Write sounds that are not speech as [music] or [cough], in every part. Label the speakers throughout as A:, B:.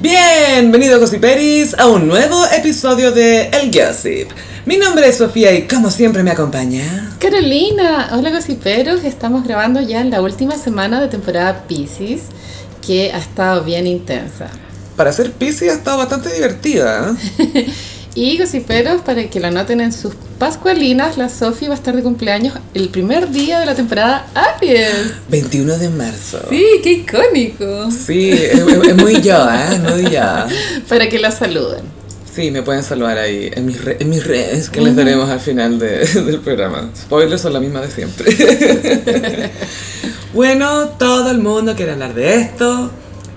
A: Bienvenido Gossiperis a un nuevo episodio de El Gossip. Mi nombre es Sofía y como siempre me acompaña.
B: Carolina, hola gossiperos, estamos grabando ya en la última semana de temporada Pisces, que ha estado bien intensa.
A: Para ser Pisces ha estado bastante divertida. ¿eh?
B: Y gossiperos, para que lo noten en sus pascualinas, la Sofi va a estar de cumpleaños el primer día de la temporada Aries.
A: 21 de marzo.
B: Sí, qué icónico.
A: Sí, es, es- es muy yo, ¿eh? Muy yo.
B: Para que la saluden.
A: Sí, me pueden saludar ahí en mis, re- en mis redes que les daremos al final de- [laughs] del programa. Spoilers son la misma de siempre. [laughs] bueno, todo el mundo quiere hablar de esto.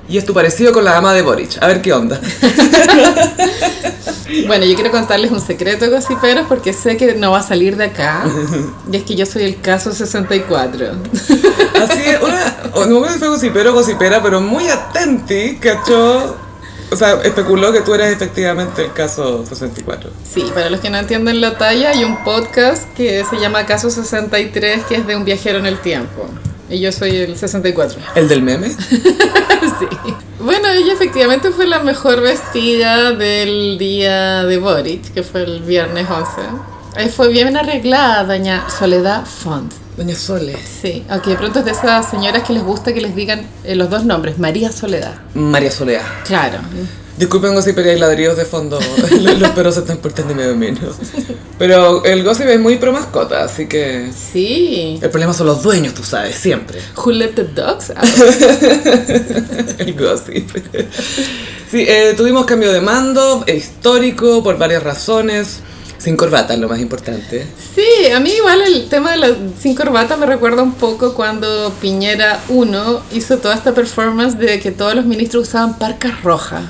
A: Y es tu parecido con la dama de Boric. A ver qué onda.
B: Bueno, yo quiero contarles un secreto, gossiperos, porque sé que no va a salir de acá. Y es que yo soy el caso 64.
A: Así es, una, o no me acuerdo si fue gocipero o gocipera, pero muy atenti, cachó. O sea, especuló que tú eres efectivamente el caso 64.
B: Sí, para los que no entienden la talla, hay un podcast que se llama Caso 63, que es de un viajero en el tiempo. Y yo soy el 64.
A: ¿El del meme?
B: [laughs] sí. Bueno, ella efectivamente fue la mejor vestida del día de Boric, que fue el viernes 11. Ahí fue bien arreglada, doña Soledad Font.
A: Doña Sole.
B: Sí, aunque de pronto es de esas señoras que les gusta que les digan eh, los dos nombres, María Soledad.
A: María Soleá.
B: Claro.
A: Disculpen gossip, hay ladrillos de fondo. [laughs] Los, los perros se están portando medio menos. Pero el gossip es muy pro mascota, así que.
B: Sí.
A: El problema son los dueños, tú sabes, siempre.
B: Who let the dogs out?
A: [laughs] El gossip. Sí, eh, tuvimos cambio de mando, eh, histórico, por varias razones. Sin corbata, lo más importante.
B: Sí, a mí igual el tema de las sin corbata me recuerda un poco cuando Piñera 1 hizo toda esta performance de que todos los ministros usaban parcas rojas,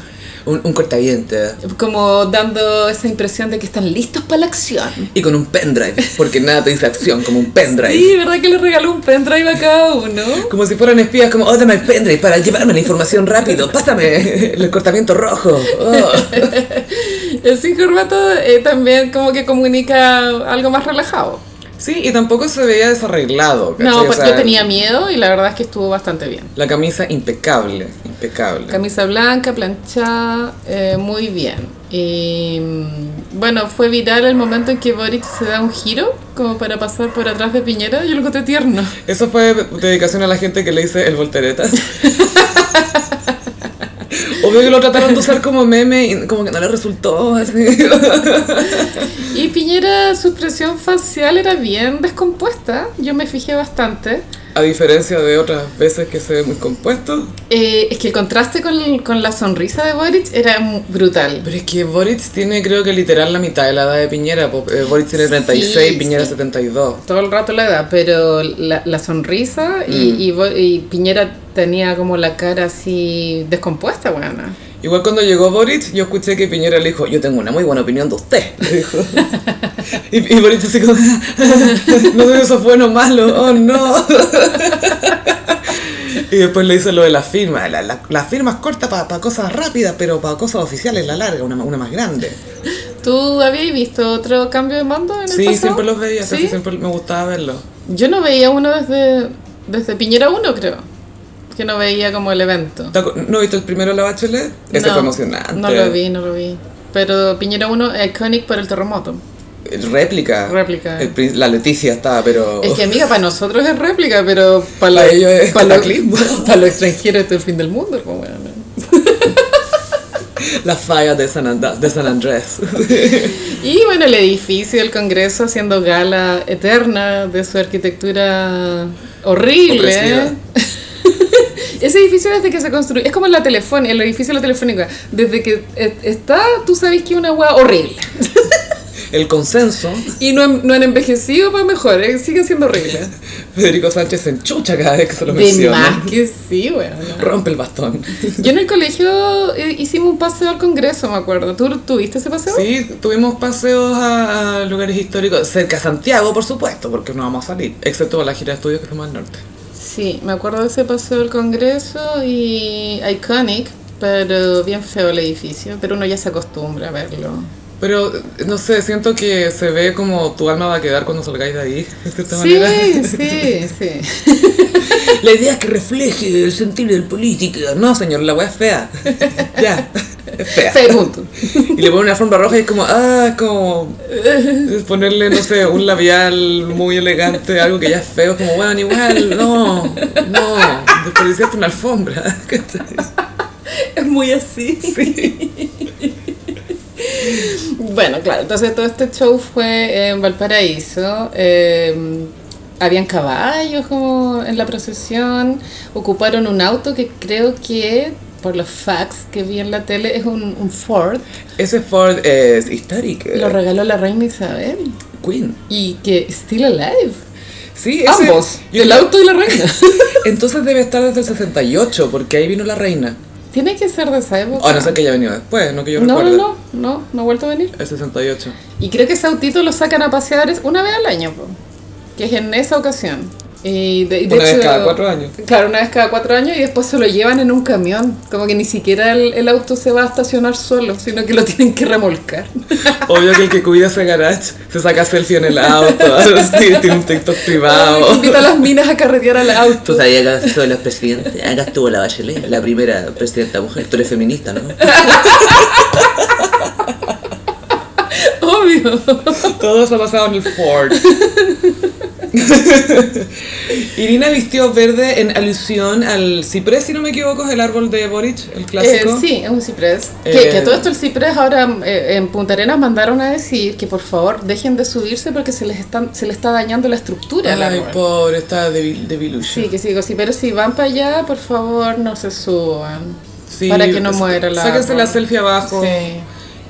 A: Un, un cortaviente.
B: como dando esa impresión de que están listos para la acción.
A: Y con un pendrive, porque nada te dice acción como un pendrive.
B: Sí, ¿verdad que le regaló un pendrive a cada uno?
A: Como si fueran espías, como, oh, dame el pendrive para llevarme la información rápido, pásame el cortamiento rojo. oh.
B: El sin corbata eh, también como que comunica algo más relajado.
A: Sí, y tampoco se veía desarreglado. ¿cachai?
B: No,
A: O
B: pues
A: sea,
B: yo tenía miedo y la verdad es que estuvo bastante bien.
A: La camisa impecable, impecable.
B: Camisa blanca, planchada, eh, muy bien. Y mm, bueno, fue viral el momento en que Boric se da un giro como para pasar por atrás de Piñera. Yo lo encontré tierno.
A: Eso fue dedicación a la gente que le dice el
B: [laughs]
A: voltereta. Obvio que lo trataron de usar como meme y como que no le resultó. así.
B: Y Piñera, su expresión facial era bien descompuesta. Yo me fijé bastante.
A: A diferencia de otras veces que se ve muy compuesto.
B: Eh, es que el contraste con, con la sonrisa de Boric era mu- brutal.
A: Pero es que Boric tiene creo que literal la mitad de la edad de Piñera. po- eh, Boric tiene
B: Sí,
A: 36, Piñera
B: sí.
A: 72.
B: Todo el rato la edad, pero la, la sonrisa y, y Bo- y Piñera tenía como la cara así descompuesta, buena.
A: Igual cuando llegó Boric, yo escuché que Piñera le dijo, yo tengo una muy buena opinión de usted. [laughs] Le dijo. Y, y Boric así como, [laughs] no sé si eso es bueno o malo, oh no. [laughs] Y después le hizo lo de la firma. La, la, la firma es corta para cosas rápidas, pero para cosas oficiales la larga, una, ma- una más grande.
B: ¿Tú habías visto otro cambio de mando en el
A: Sí,
B: pasado?
A: siempre los veía, casi
B: ¿Sí?
A: siempre me gustaba verlos.
B: Yo no veía uno desde, desde Piñera 1, creo. Que no veía como el evento.
A: ¿Te acu- ¿No viste el primero La Bachelet? Ese
B: No,
A: fue emocionante.
B: No lo vi, no lo vi. Pero Piñera 1 es iconic por el terremoto.
A: Réplica.
B: Réplica.
A: El prin- la Leticia estaba, pero...
B: Es que, amiga, para nosotros es réplica, pero para
A: Oh. [laughs] Para ellos es [laughs] cataclismo.
B: Para los extranjeros esto es el fin del mundo. pues, como, bueno, ¿no?
A: [laughs] La falla de San, Anda- de San Andrés. [laughs]
B: Y bueno, el edificio del Congreso haciendo gala eterna de su arquitectura horrible.
A: Opresiva.
B: [laughs] Ese edificio desde que se construyó, es como la telefónica, el edificio de la telefónica, desde que e- está, tú sabes que es una hueá horrible.
A: El consenso,
B: Y no, han- no han envejecido para mejor, eh, siguen siendo horribles.
A: Federico Sánchez se enchucha cada vez que se lo
B: De
A: menciona.
B: más que sí, bueno.
A: [laughs] Rompe el bastón.
B: Yo en el colegio eh, hicimos un paseo al Congreso, me acuerdo. ¿Tú tuviste ese paseo?
A: Sí, tuvimos paseos a, a lugares históricos, cerca de Santiago, por supuesto, porque no vamos a salir, excepto para la gira de estudios que fuimos al norte.
B: Sí, me acuerdo de ese paseo del Congreso y iconic, pero bien feo el edificio, pero uno ya se acostumbra a verlo.
A: Pero, no sé, siento que se ve como tu alma va a quedar cuando salgáis de ahí, de cierta
B: Sí,
A: manera.
B: sí, sí.
A: [laughs] La idea es que refleje el sentido del político. No, señor, la weá es
B: [laughs]
A: fea. ya, es fea.
B: Segundo.
A: Y le ponen una forma roja y es como, ah, es como es ponerle, no sé, un labial muy elegante, algo que ya es feo, es como, bueno, igual, no, no, desperdiciaste una alfombra. [laughs]
B: Es muy así. bueno, claro, entonces todo este show fue en Valparaíso. eh, habían caballos como en la procesión. Ocuparon un auto que creo que, por los facts que vi en la tele, es un, un Ford.
A: Ese Ford es histórico.
B: Lo regaló la reina Isabel.
A: Queen.
B: Y que Still Alive.
A: Sí, ese-
B: Ambos.
A: yo
B: el
A: creo-
B: auto y
A: [laughs]
B: la reina.
A: Entonces debe estar desde el 68, porque ahí vino la reina.
B: Tiene que ser de esa época.
A: O Ah, no sé que haya venido después, no que yo
B: no, no,
A: recuerde.
B: no, no, no ha vuelto a venir.
A: El 68.
B: Y creo que ese autito lo sacan a pasear es una vez al año, po, que es en esa ocasión. Eh, Y de, y de
A: Una vez
B: hecho-
A: cada cuatro años.
B: Claro, una vez cada cuatro años y después se lo llevan en un camión. Como que ni siquiera el, el auto se va a estacionar solo, sino que lo tienen que remolcar.
A: Obvio que el que cuida ese garage se saca selfie en el auto, [laughs] algo así, tiene un TikTok
B: Ay,
A: privado.
B: Invita a las minas a carretear al auto.
C: Tú sabías que acá soy la presidenta, acá estuvo la Bachelet, la primera presidenta mujer. Tú eres feminista, ¿no?
B: [laughs] Obvio.
A: Todo eso ha pasado en el Ford. [laughs] Irina vistió verde en alusión al ciprés, si no me equivoco, es el árbol de Boric, el clásico.
B: Eh, sí, es un ciprés.
A: Eh,
B: que, que a todo esto el ciprés ahora eh, en Punta Arenas mandaron a decir que por favor dejen de subirse porque se les, están, se les está dañando la estructura al
A: Ay,
B: árbol.
A: pobre, está debil, debilucho.
B: Sí, que sí, digo, sí, pero si van para allá, por favor, no se suban.
A: Sí,
B: para que no
A: s-
B: muera la.
A: Sáquense la selfie abajo.
B: Sí.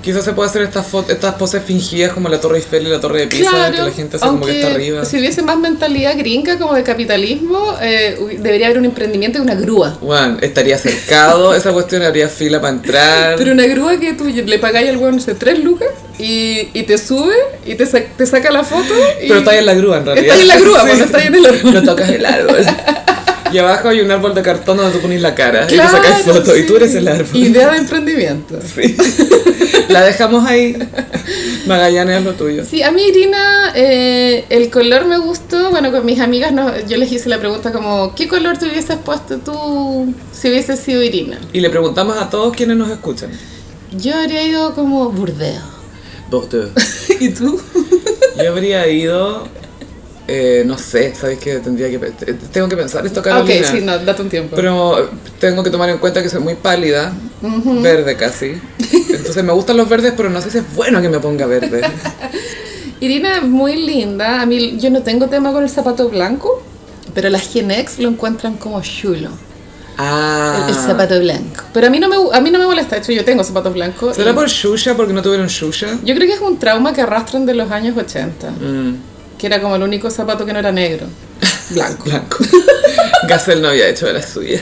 A: Quizás se puede hacer estas fo- estas poses fingidas como la Torre Eiffel y la Torre de Pisa, que la gente hace como que está arriba.
B: si hubiese más mentalidad gringa como de capitalismo, eh, hu- debería haber un emprendimiento de una grúa.
A: Juan, estaría [laughs] cercado, esa cuestión habría fila para entrar.
B: Pero una grúa que tú le pagáis al weón, no sé, tres lucas y, y te sube y te, sa- te saca la foto. Y
A: Pero está ahí en la grúa en realidad.
B: Está ahí en la grúa,
A: Sí.
B: pues está ahí en el árbol.
A: No tocas el árbol. [laughs] Y abajo hay un árbol de cartón donde tú pones la cara y
B: Claro,
A: tú sacas foto y
B: sí.
A: tú eres el árbol.
B: Idea de emprendimiento.
A: [laughs] Sí. La dejamos ahí. Magallanes es lo tuyo.
B: Sí, a mí Irina, eh, el color me gustó. Bueno, con mis amigas no- yo les hice la pregunta como, ¿qué color te hubieses puesto tú si hubieses sido Irina?
A: Y le preguntamos a todos quienes nos escuchan.
B: Yo habría ido como burdeo.
C: Bordeaux.
B: [laughs] ¿Y tú?
A: Yo habría ido. eh, no sé, sabéis que tendría que. pe- te- Tengo que pensar esto, Carolina.
B: Ah, Ok, sí, no, date un tiempo.
A: Pero tengo que tomar en cuenta que soy muy pálida, verde casi. Entonces me gustan los verdes, pero no sé si es bueno que me ponga
B: [laughs]
A: verde.
B: Irina es muy linda. A mí yo no tengo tema con el zapato blanco, pero las Genex lo encuentran como chulo.
A: Ah.
B: El, el zapato blanco. Pero a mí no me, a mí no me molesta. De hecho, yo tengo zapatos blancos.
A: ¿Será
B: y-
A: por Shusha? Porque no tuvieron Shusha.
B: Yo creo que es un trauma que arrastran de los años 80. Que era como el único zapato que no era negro.
A: Blanco. [laughs] Blanco. Gassel no había hecho de la suya.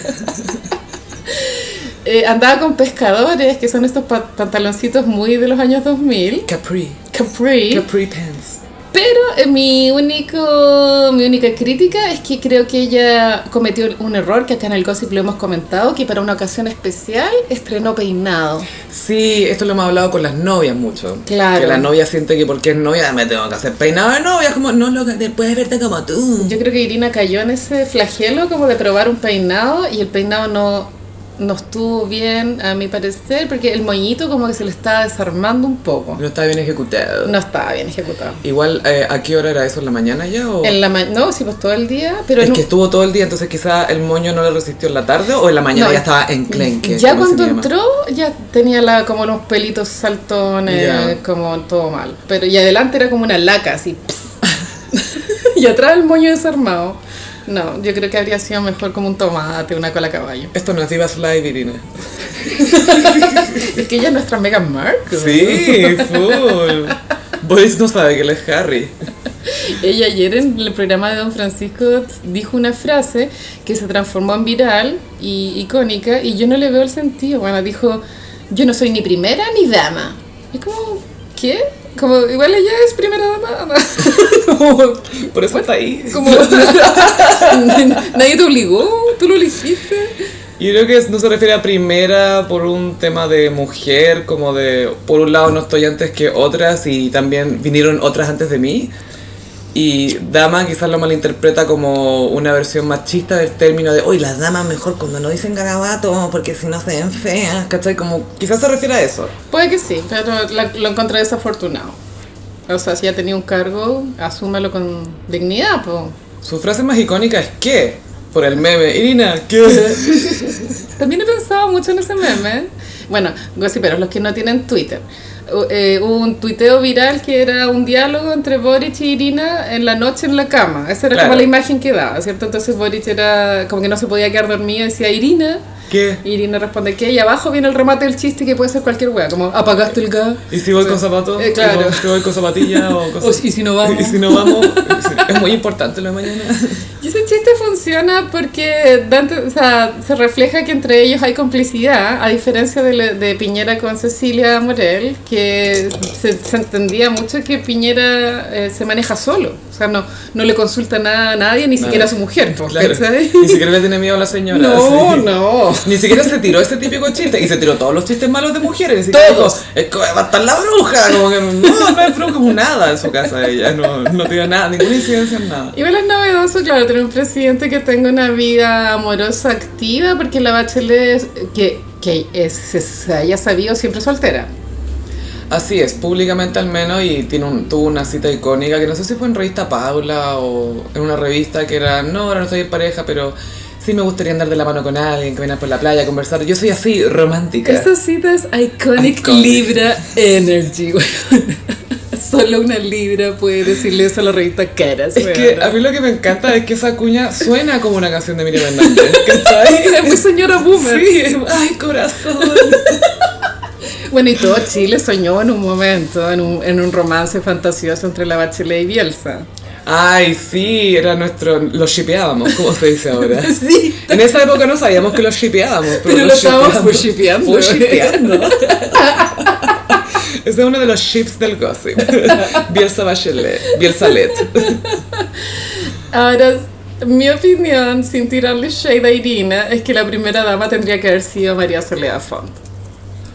B: Eh, andaba con pescadores, que son estos pa- pantaloncitos muy de los años 2000,
A: Capri.
B: capri.
A: Capri pants.
B: Pero eh, mi, único, mi única crítica es que creo que ella cometió un error que acá en el Gossip lo hemos comentado, que para una ocasión especial estrenó peinado.
A: Sí, esto lo hemos hablado con las novias mucho.
B: Claro.
A: Que la novia siente que porque es novia "Ah, me tengo que hacer peinado de novia. Es Como, no, loca, te puedes verte como tú.
B: Yo creo que Irina cayó en ese flagelo como de probar un peinado y el peinado no, no estuvo bien a mi parecer porque el moñito como que se le estaba desarmando un poco.
A: No está bien ejecutado.
B: No estaba bien ejecutado.
A: Igual, eh, ¿a qué hora era eso? ¿En la mañana ya? O?
B: En la ma- no, sí, pues todo el día, pero
A: Oh. es
B: en
A: que
B: un-
A: estuvo todo el día, entonces quizá el moño no le resistió en la tarde o en la mañana
B: No.
A: ya estaba enclenque.
B: ya
A: como se
B: cuando
A: llama.
B: entró ya tenía la, como unos pelitos saltones,
A: Ya.
B: como todo mal. Pero y adelante era como una laca así. ps. [laughs] y atrás el moño desarmado. No, yo creo que habría sido mejor como un tomate, una cola a caballo.
A: Esto no es Divas Live, Irina.
B: Es que ella es nuestra Meghan Markle.
A: [laughs] Sí, full. Boris no sabe que él es Harry.
B: Ella ayer en el programa de Don Francisco dijo una frase que se transformó en viral y icónica y yo no le veo el sentido. Bueno, dijo, yo no soy ni primera ni dama. Es como, ¿qué? Como, igual ella es primera dama. [laughs] como,
A: Por
B: [laughs]
A: eso está ahí.
B: como- nadie te obligó, tú lo elegiste.
A: Yo creo que no se refiere a primera por un tema de mujer, como de por un lado no estoy antes que otras y también vinieron otras antes de mí. Y dama quizás lo malinterpreta como una versión machista del término de, uy, las damas mejor cuando no dicen garabato porque si no se ven feas, ¿cachai? Como quizás se refiere a eso.
B: Puede que sí, pero la- lo encontré desafortunado. O sea, si ya tenía un cargo, asúmelo con dignidad, po.
A: Su frase más icónica es ¿qué? Por el meme. Irina, ¿qué?
B: También he pensado mucho en ese meme. Bueno, gossiperos, los que no tienen Twitter. Hu- eh, hubo un tuiteo viral que era un diálogo entre Boric y Irina en la noche en la cama. Esa era
A: Claro.
B: como la imagen que daba, ¿cierto? Entonces Boric era como que no se podía quedar dormido y decía, Irina.
A: ¿Qué?
B: Y Irina responde, ¿qué? Y abajo viene el remate del chiste que puede ser cualquier wea, como apagaste el gas.
A: ¿Y si voy con zapatos?
B: Eh, claro.
A: ¿Si voy con zapatilla?
B: [laughs]
A: O, con-
B: O si- y si no
A: [laughs]
B: vamos.
A: ¿Y si no
B: [laughs]
A: vamos? Es muy importante lo de mañana.
B: Y ese chiste funciona porque Dante, o sea, se refleja que entre ellos hay complicidad, a diferencia de, la- de Piñera con Cecilia Morel, que se, se entendía mucho que Piñera eh, se maneja solo, o sea, no, no le consulta nada a nadie, ni siquiera a su mujer. po,
A: Claro.
B: ¿cachai?
A: [laughs] Ni siquiera le tiene miedo a la señora.
B: [laughs] No,
A: sí.
B: no.
A: Ni siquiera se tiró ese típico chiste. Y se tiró todos los chistes malos de mujeres. ni siquiera dijo,
B: Todos.
A: "Es que va a estar la bruja. Como que no, no es bruja, como nada en su casa. Ella no, no tiene nada, ninguna incidencia en nada.
B: Igual es novedoso, claro, tener un presidente que tenga una vida amorosa activa, porque la bachelet, es- que, que es- se- se haya sabido, siempre es soltera.
A: Así es, públicamente al menos, y tiene un- tuvo una cita icónica que no sé si fue en revista Paula o en una revista que era, no, ahora no estoy en pareja, pero sí me gustaría andar de la mano con alguien, caminar por la playa, conversar. Yo soy así, romántica.
B: Esta cita es Iconic,
A: Iconic.
B: Libra Energy, weón. [laughs] Solo una Libra puede decirle eso a la revista Caras,
A: Es
B: weón.
A: que a mí lo que me encanta es que esa cuña suena como una canción de Miriam
C: [laughs]
A: Hernández,
B: [laughs]
A: ¿cachai?
B: Es muy señora boomer.
A: Sí, ay, corazón.
B: Bueno, y todo Chile soñó en un momento, en un, en un romance fantasioso entre la Bachelet
A: [laughs]
B: y Bielsa.
A: Ay, sí, era nuestro. Lo shipeábamos, como se dice ahora.
B: Sí.
A: En esa época no sabíamos que lo shipeábamos, pero,
B: Pero lo estábamos
A: shipeamos.
B: full-shipeando.
A: Full shipeando.
C: [laughs]
A: Ese es uno de los ships del gossip. Bielsa Bachelet, Bielsa Let.
B: Ahora, mi opinión, sin tirarle shade a Irina, es que la primera dama tendría que haber sido María Soledad Font.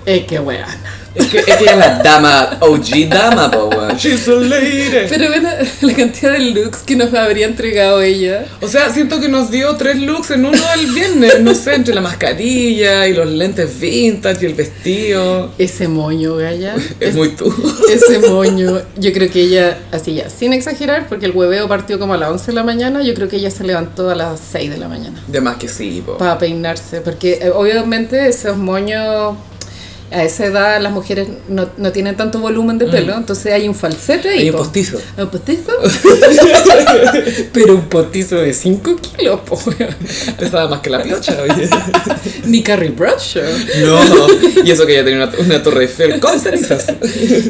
B: Eh, Es que weana.
C: Es que, es que ella es la dama, OG dama, po, weón.
A: She's a lady.
B: Pero bueno, [laughs] la cantidad de looks que nos habría entregado ella.
A: O sea, siento que nos dio tres looks en uno el viernes, no sé, entre la mascarilla y los lentes vintage y el vestido.
B: Ese moño, galla.
A: Es muy tú.
B: Ese moño, yo creo que ella, así ya, sin exagerar, porque el hueveo partió como a las 11 de la mañana, yo creo que ella se levantó a las 6 de la mañana
A: De más que sí, po.
B: para peinarse, porque eh, obviamente esos moños, a esa edad las mujeres no, no tienen tanto volumen de pelo, entonces hay un falsete ahí.
C: Hay un
B: po.
C: postizo.
B: ¿Un postizo? [laughs] Pero un postizo de 5
A: [laughs]
B: kilos, po, weón.
A: Pesaba más que la piocha, oye.
B: [laughs] Ni Carrie Bradshaw.
A: [laughs] No, y eso que ella tenía una, una torre Eiffel con cenizas.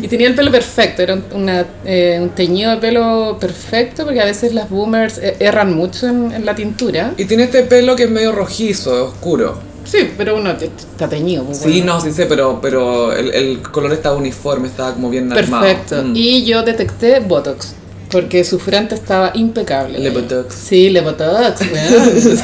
B: Y tenía el pelo perfecto, era un, una, eh, un teñido de pelo perfecto, porque a veces las boomers eh, erran mucho en, en la tintura.
A: Y tiene este pelo que es medio rojizo, oscuro.
B: Sí, pero uno te- te- está teñido. pues,
A: Sí,
B: bueno.
A: no, sí sé, pero, pero el, el color estaba uniforme, estaba como bien armado.
B: Perfecto.
A: Mm.
B: Y yo detecté Botox, porque su frente estaba impecable.
A: Le Botox.
B: Sí, le
A: [laughs]
B: Botox. weón.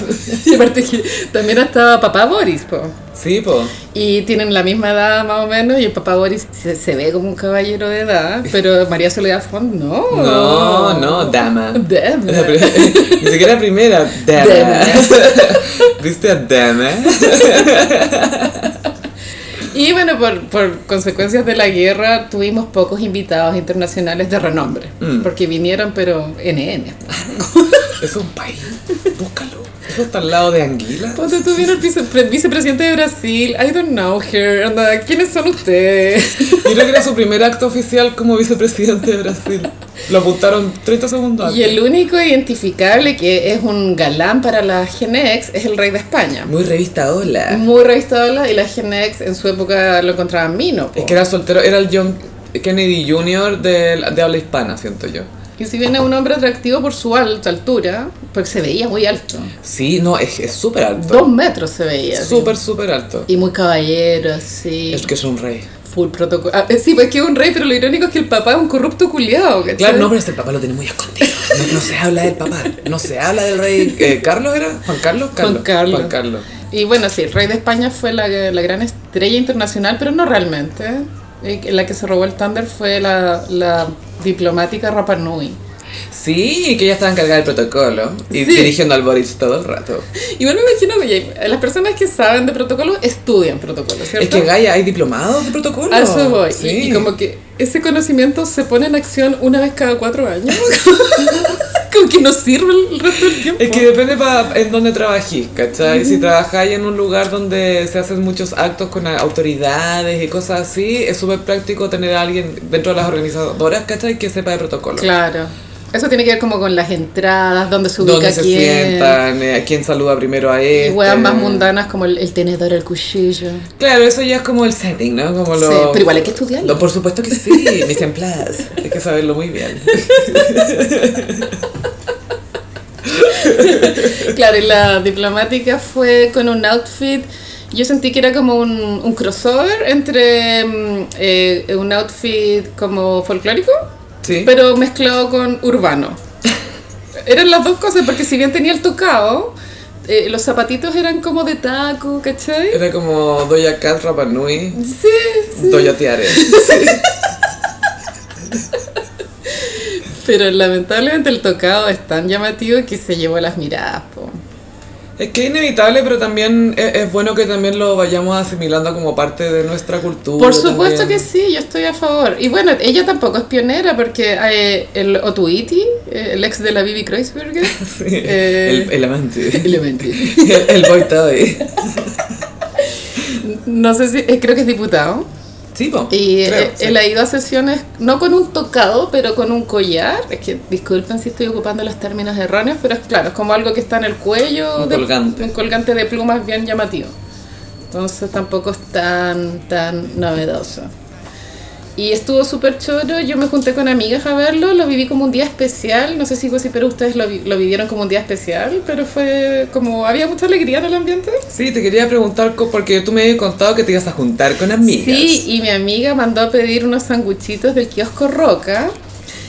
B: Y aparte que también estaba papá Boris, po.
A: Sí, po.
B: Y tienen la misma edad más o menos, y el papá Boris se, se ve como un caballero de edad, pero María Soledad Font no.
A: No, no, dama. [laughs]
B: Damn.
A: La pri- [laughs] Ni siquiera primera, dama. ¿Viste a dama?
B: Y bueno, por, por consecuencias de la guerra tuvimos pocos invitados internacionales de renombre,
A: Mm.
B: porque vinieron pero NN.
A: Es un país, búscalo. Eso está al lado de Anguila.
B: Cuando tuvieron el vice- pre- vicepresidente de Brasil, I don't know her, anda, ¿quiénes son ustedes?
C: [laughs]
A: Yo creo que era su primer acto oficial como vicepresidente de Brasil. Lo apuntaron 30 segundos antes.
B: Y el único identificable que es un galán para la Genex es el rey de España.
C: Muy revista Hola.
B: Muy revistola y la Genex en su época lo encontraban mino. po.
A: Es que era soltero, era el John Kennedy Jr. de, de habla hispana, siento yo.
B: Y si viene un hombre atractivo por su alta altura, porque se veía muy alto.
C: Sí, no, es es súper alto.
B: Dos metros se veía. así.
A: Súper, súper alto.
B: Y muy caballero, sí.
C: Es que es un rey.
B: Full protocolo. Ah, eh, sí, pues que es un rey, pero lo irónico es que el papá es un corrupto culiado, ¿cachai?
C: Claro, no, pero es el papá lo tiene muy escondido. No, no se habla del papá. No se habla del rey.
A: Eh, ¿Carlos era? ¿Juan Carlos?
B: Juan Carlos.
A: Juan Carlos.
B: Y bueno, sí, el rey de España fue la, la gran estrella internacional, pero no realmente. Eh, La que se robó el Thunder fue la, la diplomática Rapa Nui.
A: Sí, que ella estaba encargada del protocolo y
B: Sí.
A: dirigiendo al Boris todo el rato.
B: Igual me imagino que ya- las personas que saben de protocolo estudian protocolo, ¿cierto?
A: Es que Gaia, hay diplomados de protocolo.
B: A eso voy. Y-
A: Sí.
B: Y, como que ese conocimiento se pone en acción una vez cada cuatro años.
A: [laughs]
B: como que no sirve el resto del tiempo.
A: Es que depende pa en dónde trabajís, ¿cachai? Si trabajáis en un lugar donde se hacen muchos actos con a- autoridades y cosas así, es súper práctico tener a alguien dentro de las organizadoras, ¿cachai? Que sepa de protocolo.
B: Claro. Eso tiene que ver como con las entradas, dónde se ubica
A: Dónde se
B: quién.
A: sientan, eh, quién saluda primero a este.
B: Y
A: él.
B: weas más mundanas como el, el tenedor, el cuchillo.
A: Claro, eso ya es como el setting, ¿no? Como lo...
B: Sí, pero igual hay que estudiarlo. [laughs]
A: No, por supuesto que sí, mis empleadas. Hay que saberlo muy bien.
B: Claro, y la diplomática fue con un outfit. Yo sentí que era como un, un crossover entre mm, eh, un outfit como folclórico,
A: Sí.
B: pero mezclado con urbano. Eran las dos cosas, porque si bien tenía el tocado, eh, los zapatitos eran como de taco, ¿cachai?
A: Era como Doya Cat, Rapa Nui,
B: Sí,
A: Doya Tiare.
B: pero lamentablemente el tocado es tan llamativo que se llevó las miradas. po.
A: Es que es inevitable, pero también es, es bueno que también lo vayamos asimilando como parte de nuestra cultura.
B: Por supuesto
A: también.
B: que sí, yo estoy a favor. Y bueno, ella tampoco es pionera porque eh, el Otuiti, eh, el ex de la Bibi
A: [laughs]
B: Kreuzberger,
A: Sí,
B: eh,
A: el, el amante.
B: elementi.
A: [laughs] El, el boy toy.
B: [laughs] no sé si, eh, creo que es diputado.
A: Sí, po.
B: Y eh,
A: creo,
B: eh,
A: sí.
B: él ha ido a sesiones, no con un tocado, pero con un collar. Es que disculpen si estoy ocupando los términos erróneos, pero es claro, es como algo que está en el cuello.
A: Un
B: de-
A: colgante.
B: Un colgante de plumas bien llamativo. Entonces tampoco es tan, tan novedoso. Y estuvo súper choro, yo me junté con amigas a verlo, lo viví como un día especial, no sé si vos y pero ustedes lo, vi- lo vivieron como un día especial, pero fue como, había mucha alegría en el ambiente.
A: Sí, te quería preguntar co- porque tú me habías contado que te ibas a juntar con amigas.
B: Sí, y mi amiga mandó a pedir unos sanguchitos del kiosco Roca.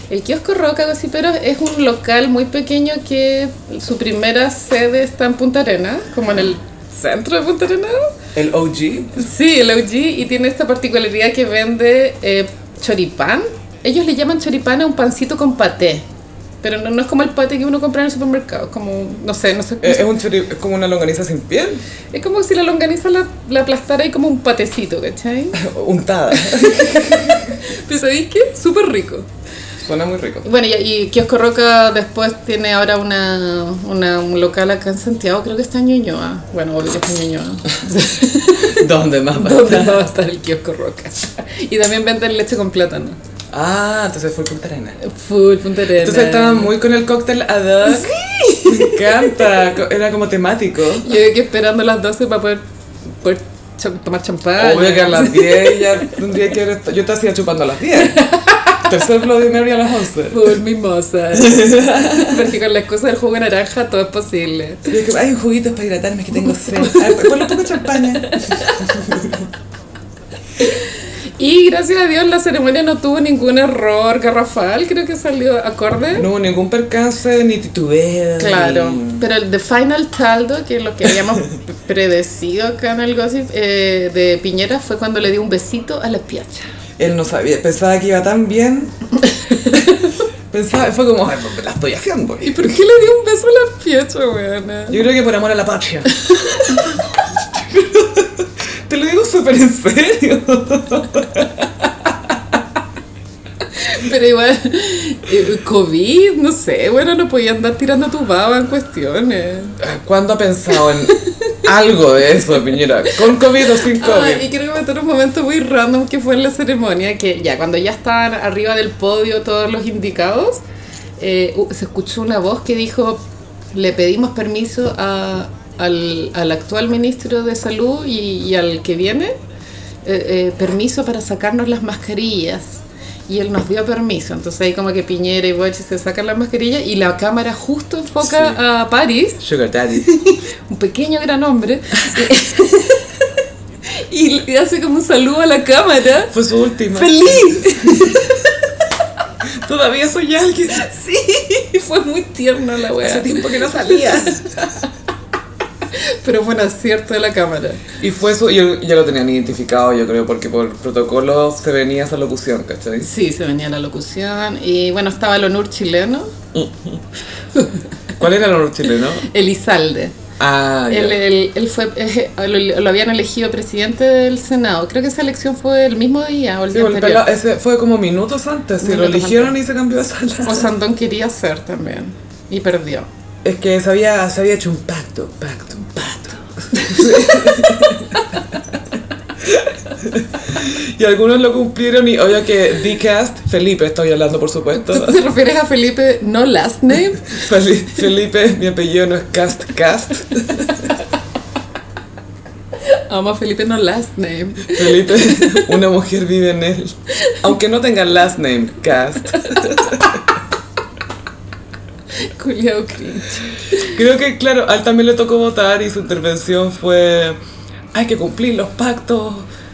B: El kiosco Roca, pero es un local muy pequeño que su primera sede está en Punta Arenas, como en el centro de Punta Arenas.
A: El OG.
B: Sí, el OG, y tiene esta particularidad que vende eh, choripán. Ellos le llaman choripán a un pancito con paté, pero no, no es como el paté que uno compra en el supermercado, es como, no sé, no sé. no
A: Eh,
B: sé.
A: Es, un chori- es como una longaniza sin piel,
B: Es como si la longaniza la, la aplastara y como un
A: [laughs]
B: patecito, ¿cachai?
A: untada.
B: Pero ¿sabéis qué? Súper rico.
A: Suena muy rico.
B: Bueno, y, y Kiosco Roca después tiene ahora una, una- un local acá en Santiago, creo que está en Ñuñoa. Bueno, obvio que está en Ñuñoa.
A: ¿Dónde más va a
B: [laughs] ¿Dónde
A: estar?
B: va a estar el Kiosco Roca? [laughs] Y también venden leche con plátano.
A: Ah, entonces fue Punta Arenas.
B: Full Punta Arenas.
A: Entonces estaban muy con el cóctel ad hoc. Me encanta. co- Era como temático.
B: Yo quedé esperando las 12 para poder, poder cha- tomar champán.
A: Obvio que a Ah, las 10 ya tendría que haber estado- Yo te hacía chupando a las 10. Tercer blow de Mary a las 11.
B: [laughs] Full [laughs] mimosa. Porque con la excusa del jugo de naranja todo es posible.
A: Y es que, Hay juguitos para hidratarme que tengo [laughs] sed. Ay, Ponle Ah, un poco de champaña.
B: Y gracias a Dios la ceremonia no tuvo ningún error garrafal, creo que salió acorde.
A: No hubo ningún percance ni titubeo.
B: Claro,
A: ni-
B: pero el The Final Taldo, que es lo que habíamos predecido acá en el gossip eh, de Piñera, fue cuando le dio un besito a la piacha.
A: Él no sabía. Pensaba que iba tan [laughs] bien. Pensaba, fue como, "Ay, pues, la estoy haciendo.
B: ¿Y por qué le dio un beso a la piacha, weona?
A: Yo creo que por amor a la patria. [laughs] Te lo digo súper en serio.
B: Pero igual, eh, COVID, no sé, bueno, no podía andar tirando tu baba en cuestiones.
A: ¿Cuándo ha pensado en algo de eso, Piñera? ¿Con COVID o sin COVID?
B: Ay, y quiero meter un momento muy random que fue en la ceremonia, que ya cuando ya estaban arriba del podio todos los indicados, eh, u- se escuchó una voz que dijo, le pedimos permiso a- al, al actual ministro de salud y, y al que viene, eh, eh, permiso para sacarnos las mascarillas. Y él nos dio permiso, entonces ahí como que Piñera y Boche se sacan las mascarillas y la cámara justo enfoca
A: Sí.
B: a París
A: Sugar Daddy.
B: un pequeño gran hombre eh, [laughs] y le hace como un saludo a la cámara
A: Fue su última.
B: feliz [laughs]
A: Todavía soy alguien.
B: sí fue muy tierno la
A: Hace
B: wea
A: tiempo que no salía.
B: pero fue un acierto de la cámara.
A: Y fue eso, y yo- ya lo tenían identificado, yo creo, porque por protocolo se venía esa locución, ¿cachai?
B: Sí, se venía la locución. Y bueno, estaba el honor chileno,
A: ¿Cuál era el honor chileno?
B: Elizalde.
A: Ah, ya.
B: Él, él- él fue, eh, lo, lo habían elegido presidente del Senado. Creo que esa elección fue el mismo día o el
A: Sí,
B: día
A: el
B: anterior.
A: pelado- ese fue como minutos antes, y lo
B: Minutos
A: eligieron y se cambió de sala.
B: O Sandón quería ser también y perdió.
A: Es que se había, se había hecho un pacto, pacto, un pacto. y algunos lo cumplieron y obvio que D-Cast, Felipe, estoy hablando por supuesto.
B: ¿Tú te refieres a Felipe no last name?
A: Fel- Felipe, mi apellido no es Cast Cast.
B: Amo a Felipe no last name.
A: Felipe, una mujer vive en él. Aunque no tenga last name, Cast.
B: Culeado cringe.
A: Creo que, claro, a él también le tocó votar y su intervención fue, hay que cumplir los pactos,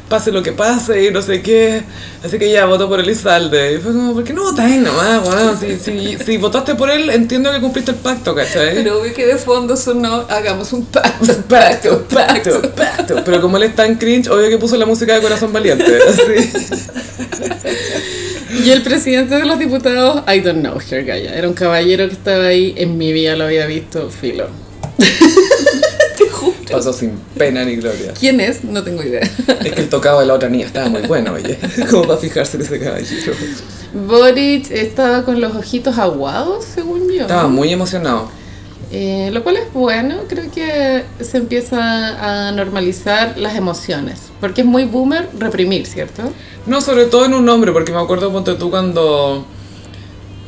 A: pase lo que pase y no sé qué. Así que ya votó por Elizalde. Y fue como, ¿por qué no votáis nomás? weón? si, si, si votaste por él, entiendo que cumpliste el pacto, ¿cachai?
B: Pero obvio que de fondo sonó, hagamos un pacto,
A: Pacto, pacto, pacto. Pero como él es tan cringe, obvio que puso la música de Corazón Valiente. Así.
B: Y el presidente de los diputados, I don't know her, Gaia. Era un caballero que estaba ahí, en mi vida lo había visto, filo. Te juro.
A: Pasó sin pena ni gloria.
B: ¿Quién es? No tengo idea.
A: Es que el tocado de la otra niña estaba muy bueno, oye. Como para fijarse en ese caballero.
B: Boric estaba con los ojitos aguados, según yo.
A: Estaba muy emocionado.
B: Eh, lo cual es bueno, creo que se empieza a normalizar las emociones, porque es muy boomer reprimir, ¿cierto?
A: No, sobre todo en un hombre, porque me acuerdo, ponte tú, cuando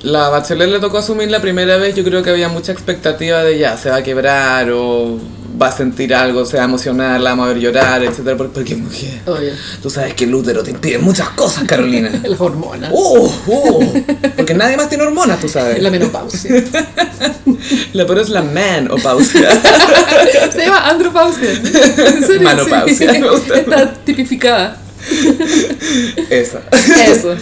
A: la Bachelet le tocó asumir la primera vez, yo creo que había mucha expectativa de ya, se va a quebrar o va a sentir algo, se va a emocionar, la vamos a ver llorar, etcétera, por- porque es mujer.
B: Obvio.
A: Tú sabes que el útero te impide muchas cosas, [laughs] Carolina.
B: Las hormonas,
A: ¡Uh! ¡Uh! Porque nadie más tiene hormonas, tú sabes.
B: la
A: La,
B: menopausia.
A: peor es la man o pausa.
B: [laughs] se llama andropausia. ¿En serio?
A: Manopausia,
B: Sí.
A: me gusta.
B: Está tipificada.
A: [laughs] Esa.
B: Eso.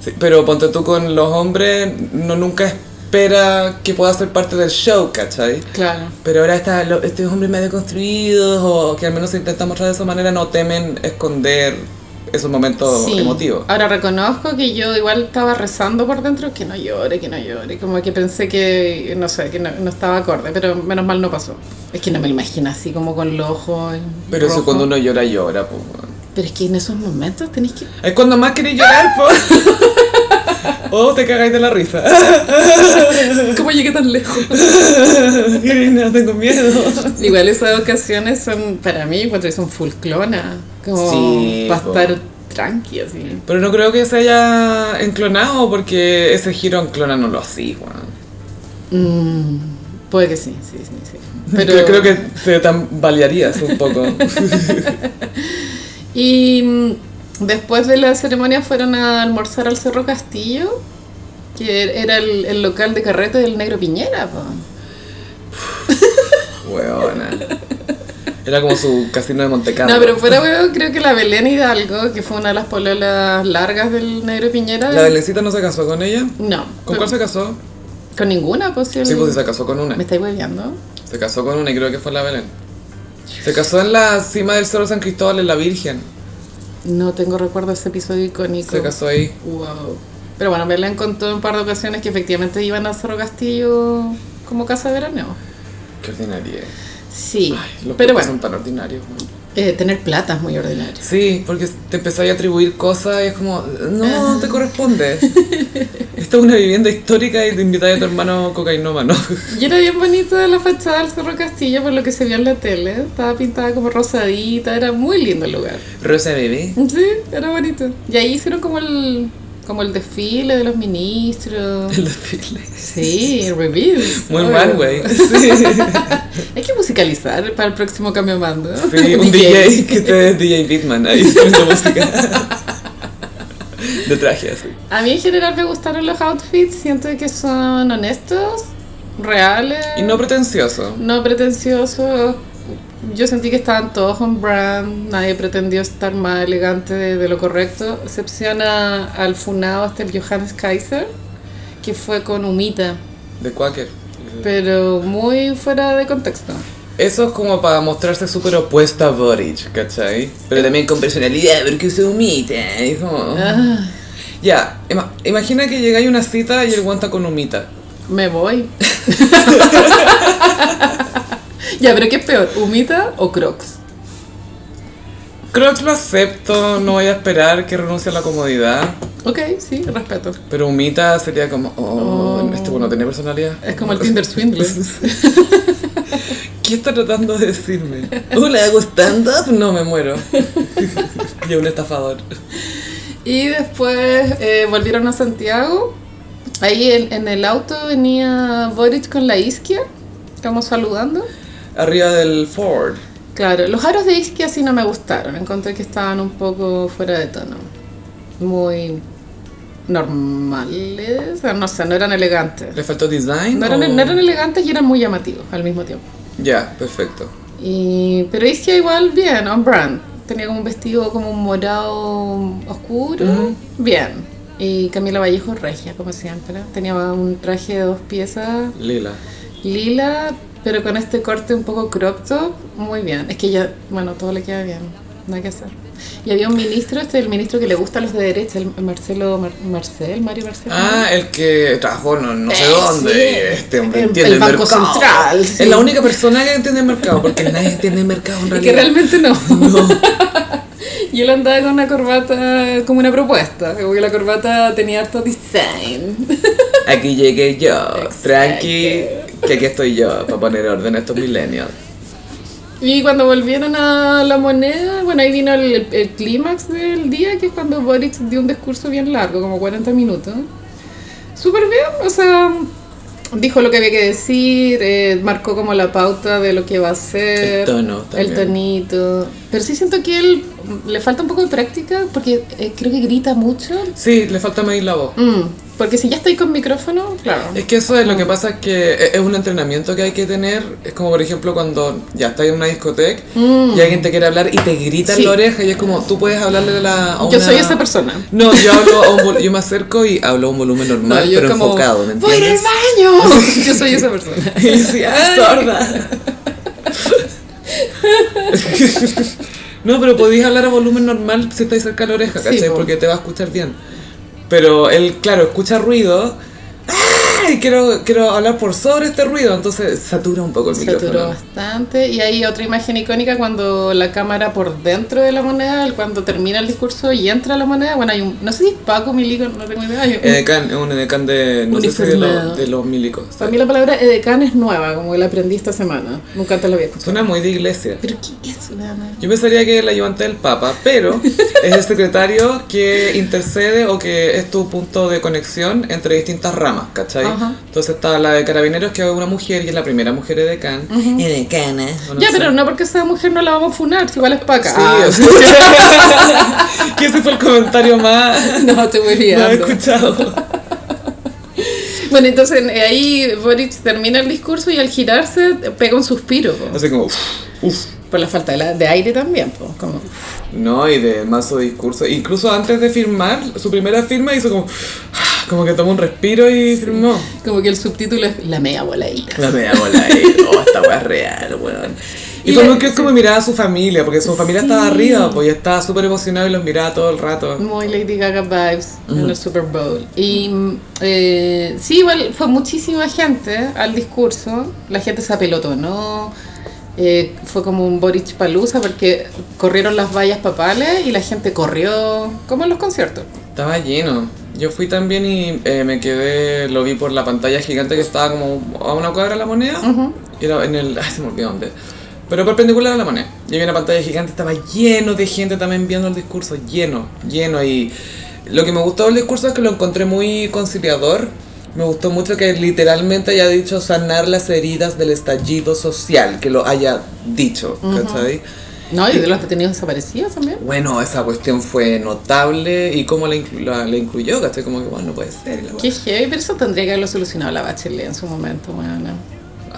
A: Sí, pero ponte tú con los hombres, no nunca espera que pueda ser parte del show, ¿cachai?
B: Claro.
A: Pero ahora está, lo- estos hombres medio construidos o que al menos se intentan mostrar de esa manera no temen esconder esos momentos
B: Sí.
A: emotivos.
B: Ahora reconozco que yo igual estaba rezando por dentro que no llore, que no llore. Como que pensé que, no sé, que no, no estaba acorde, pero menos mal no pasó. Es que no me lo imagino así como con los ojos.
A: Pero eso
B: rojos.
A: cuando uno llora, llora. po.
B: Pero es que en esos momentos tenés que.
A: Es cuando más querés llorar, po. [laughs] Oh, te cagáis de la risa. [laughs]
B: ¿Cómo llegué tan lejos?
A: Irina, tengo miedo.
B: [laughs] Igual esas ocasiones son, para mí, cuando son fulclona. Como
A: Sí,
B: para
A: po.
B: estar tranqui así.
A: Pero no creo que se haya enclonado porque ese giro en clona no lo hacía, weón.
B: Mm, puede que sí, sí, sí. sí. Pero
A: Pero... [laughs] Creo que te tambalearías un poco. [laughs]
B: Y mm, después de la ceremonia fueron a almorzar al Cerro Castillo, que er, era el, el local de carrete del Negro Piñera. po.
A: Weona. Era como su casino de Monte Carlo.
B: No, pero fuera huevo, creo que la Belén Hidalgo, que fue una de las pololas largas del Negro Piñera.
A: ¿La Belencita no se casó con ella?
B: No.
A: ¿Con cuál se casó?
B: Con ninguna, pues. si el-
A: Sí, pues sí, se casó con una.
B: ¿Me estáis hueveando?
A: Se casó con una y creo que fue la Belén. Se casó en la cima del Cerro San Cristóbal, en la Virgen.
B: No tengo recuerdo de ese episodio icónico.
A: Se casó ahí.
B: Wow. Pero bueno, Belén contó en un par de ocasiones que efectivamente iban a Cerro Castillo como casa de veraneo.
A: Qué ordinaria.
B: Sí,
A: Los
B: pero
A: pero
B: bueno,
A: son tan ordinarios. weón.
B: eh, tener plata es muy ordinario.
A: Sí, porque te empezáis a atribuir cosas y es como, no, no te corresponde. Esta es una vivienda histórica y te invitáis a tu hermano cocainómano.
B: Y era bien bonita la fachada del Cerro Castillo por lo que se vio en la tele. Estaba pintada como rosadita, era muy lindo el lugar.
C: Rosa
A: [laughs]
C: Bebé.
B: Sí, era bonito. Y ahí hicieron como el, como el desfile de los ministros.
A: El desfile.
B: Sí, reviews.
A: Muy
B: obvio.
A: mal, güey. Sí.
B: Hay que musicalizar para el próximo cambio de mando.
A: [laughs] Sí,
B: [laughs]
A: un DJ que te es DJ Bitman [laughs] ahí haciendo música. De traje así.
B: A mí en general me gustaron los outfits, siento que son honestos, reales.
A: Y no pretencioso.
B: No pretencioso. Yo sentí que estaban todos on brand, nadie pretendió estar más elegante de, de lo correcto. Excepción a- al funado hasta el Johannes Kaiser, que fue con humita,
A: De Quaker.
B: pero muy fuera de contexto.
A: Eso es como para mostrarse súper opuesta a Boric, ¿cachai?
C: Pero también con personalidad, porque se humita.
A: Es como-
B: Ah,
A: Ya, ima- imagina que llegáis a una cita y el guanta con humita. [laughs]
B: me voy. [laughs] ya, pero ¿qué es peor? ¿Humita o Crocs?
A: Crocs lo acepto, no voy a esperar que renuncie a la comodidad.
B: Ok, sí, respeto.
A: Pero humita sería como, oh, este bueno tiene personalidad.
B: Es como el Tinder Swindler.
A: ¿Qué está tratando de decirme?
C: Hola, hago stand-up.
A: No, me muero. y un estafador.
B: Y después eh, volvieron a Santiago. Ahí en, en el auto venía Boric con la isquia, como saludando.
A: Arriba del Ford.
B: Claro, los aros de isquia sí no me gustaron. Encontré que estaban un poco fuera de tono. Muy normales. o sea, No sé, no eran elegantes.
A: ¿Le faltó design?
B: No eran,
A: o-
B: no eran elegantes y eran muy llamativos al mismo tiempo.
A: Ya, perfecto.
B: Y, pero isquia igual bien, on brand. Tenía como un vestido como un morado oscuro. Bien. Y Camila Vallejo regia, como siempre. Tenía un traje de dos piezas
A: Lila.
B: lila, pero con este corte un poco crop top, muy bien. Es que ya, bueno, todo le queda bien, no hay que hacer. Y había un ministro, este el ministro que le gusta a los de derecha, el Marcelo, Mar- Marcel, Mario Marcel.
A: Ah, el que trabajó no, no sé
B: Eh,
A: dónde.
B: sí.
A: y Este hombre
B: El-
A: entiende
B: el
A: el,
B: Banco
A: mercado.
B: Central, sí.
A: Es la única persona que entiende el mercado, porque nadie entiende el mercado en
B: Y que
A: realidad.
B: realmente no. [laughs] Y él andaba con una corbata como una propuesta, como que la corbata tenía harto design. [laughs]
C: Aquí llegué yo.
A: Tranqui, que aquí estoy yo para poner orden a estos millennials.
B: Y cuando volvieron a la moneda, bueno, ahí vino el, el clímax del día, que es cuando Boric dio un discurso bien largo, como 40 minutos. Súper bien, o sea, dijo lo que había que decir, eh, marcó como la pauta de lo que va a ser.
C: El tono también.
B: El tonito. Pero sí siento que él le falta un poco de práctica, porque eh, creo que grita mucho.
A: Sí, le falta medir la voz.
B: Mm, porque si ya estoy con micrófono, claro.
A: Es que eso es lo que pasa, es que e-, es- es un entrenamiento que hay que tener. Es como, por ejemplo, cuando ya estás en una discoteca y alguien te quiere hablar y te grita en
B: Mm. Sí.
A: la oreja y es como, tú puedes hablarle a la... a
B: Yo
A: una-
B: soy esa persona.
A: No, yo hablo a un vol- yo me acerco y hablo a un volumen normal,
C: No, yo
A: pero
C: como,
A: enfocado,
B: [laughs]
A: ¿me
B: ¡Voy a ir al
A: entiendes?
B: baño!
A: [laughs]
B: Yo soy esa persona.
A: Y sí, ah,
B: [laughs]
A: sorda. [laughs] no, pero podéis hablar a volumen normal si estáis cerca de la oreja,
B: Sí,
A: ¿cachai?
B: po.
A: Porque te va a escuchar bien. Pero él, claro, escucha ruido. ¡Ah! Y quiero, quiero hablar por sobre este ruido, entonces satura un poco el
B: Saturó
A: micrófono.
B: bastante. Y hay otra imagen icónica cuando la cámara por dentro de la moneda, el- cuando termina el discurso y entra la moneda. Bueno, hay un. No sé si es Paco Milico, no tengo idea. Hay un-
A: Edecán, es un edecán de, no sé si de,
B: Uniformado.
A: los- de los milicos.
B: Para mí la palabra edecán es nueva, como que la aprendí esta semana. Nunca antes la había escuchado.
A: Suena muy de iglesia.
B: ¿Pero qué es una
A: Yo pensaría que es el ayudante del Papa, pero es el secretario que intercede o que es tu punto de conexión entre distintas ramas, ¿cachai?
B: Ajá.
A: Entonces está la de carabineros, que es una mujer y es la primera mujer de Can.
B: Mm.
C: Y de cana.
B: Ya, pero no porque sea mujer no la vamos a funar, si igual es Paca.
A: Sí,
B: Ah,
A: o sea, [laughs] que ese fue el comentario más
B: [laughs] no, te
A: [laughs]
B: voy
A: no
B: liando.
A: escuchado.
B: Bueno, entonces eh, ahí Boric termina el discurso y al girarse eh, pega un suspiro. po.
A: Así como, uff, uff.
B: Por la falta de, la- de aire también, po, como-
A: No, y de mazo de discurso. Incluso antes de firmar, su primera firma hizo como, ah, como que tomó un respiro y firmó.
B: como que el subtítulo es La media voladita.
C: La [laughs] media bola ahí. Oh, esta weá es real, weón.
A: Y,
B: Y
A: como
B: le-
A: que es como miraba a su familia, porque su familia
B: Sí.
A: estaba arriba, pues ya estaba súper emocionado y los miraba todo el rato.
B: Muy Lady Gaga vibes en el Super Bowl. Y mm, eh, sí, igual fue muchísima gente al discurso. La gente se apelotonó. Eh, fue como un Boric Palusa porque corrieron las vallas papales y la gente corrió, como en los conciertos.
A: Estaba lleno. Yo fui también y eh, me quedé, lo vi por la pantalla gigante que estaba como a una cuadra de la moneda. Y era en el. [laughs] Ay, se me olvidó dónde. Pero perpendicular a la moneda. Y había una pantalla gigante, estaba lleno de gente también viendo el discurso, lleno, lleno. Y lo que me gustó del discurso es que lo encontré muy conciliador. Me gustó mucho que literalmente haya dicho sanar las heridas del estallido social, que lo haya dicho, ¿cachai?
B: No, y de los detenidos desaparecidos también.
A: Bueno, esa cuestión fue notable y cómo la, inclu- la- la incluyó, ¿cachai? Como que, bueno, no puede ser. y la
B: Qué heavy, pero eso tendría que haberlo solucionado la bachelet en su momento, bueno.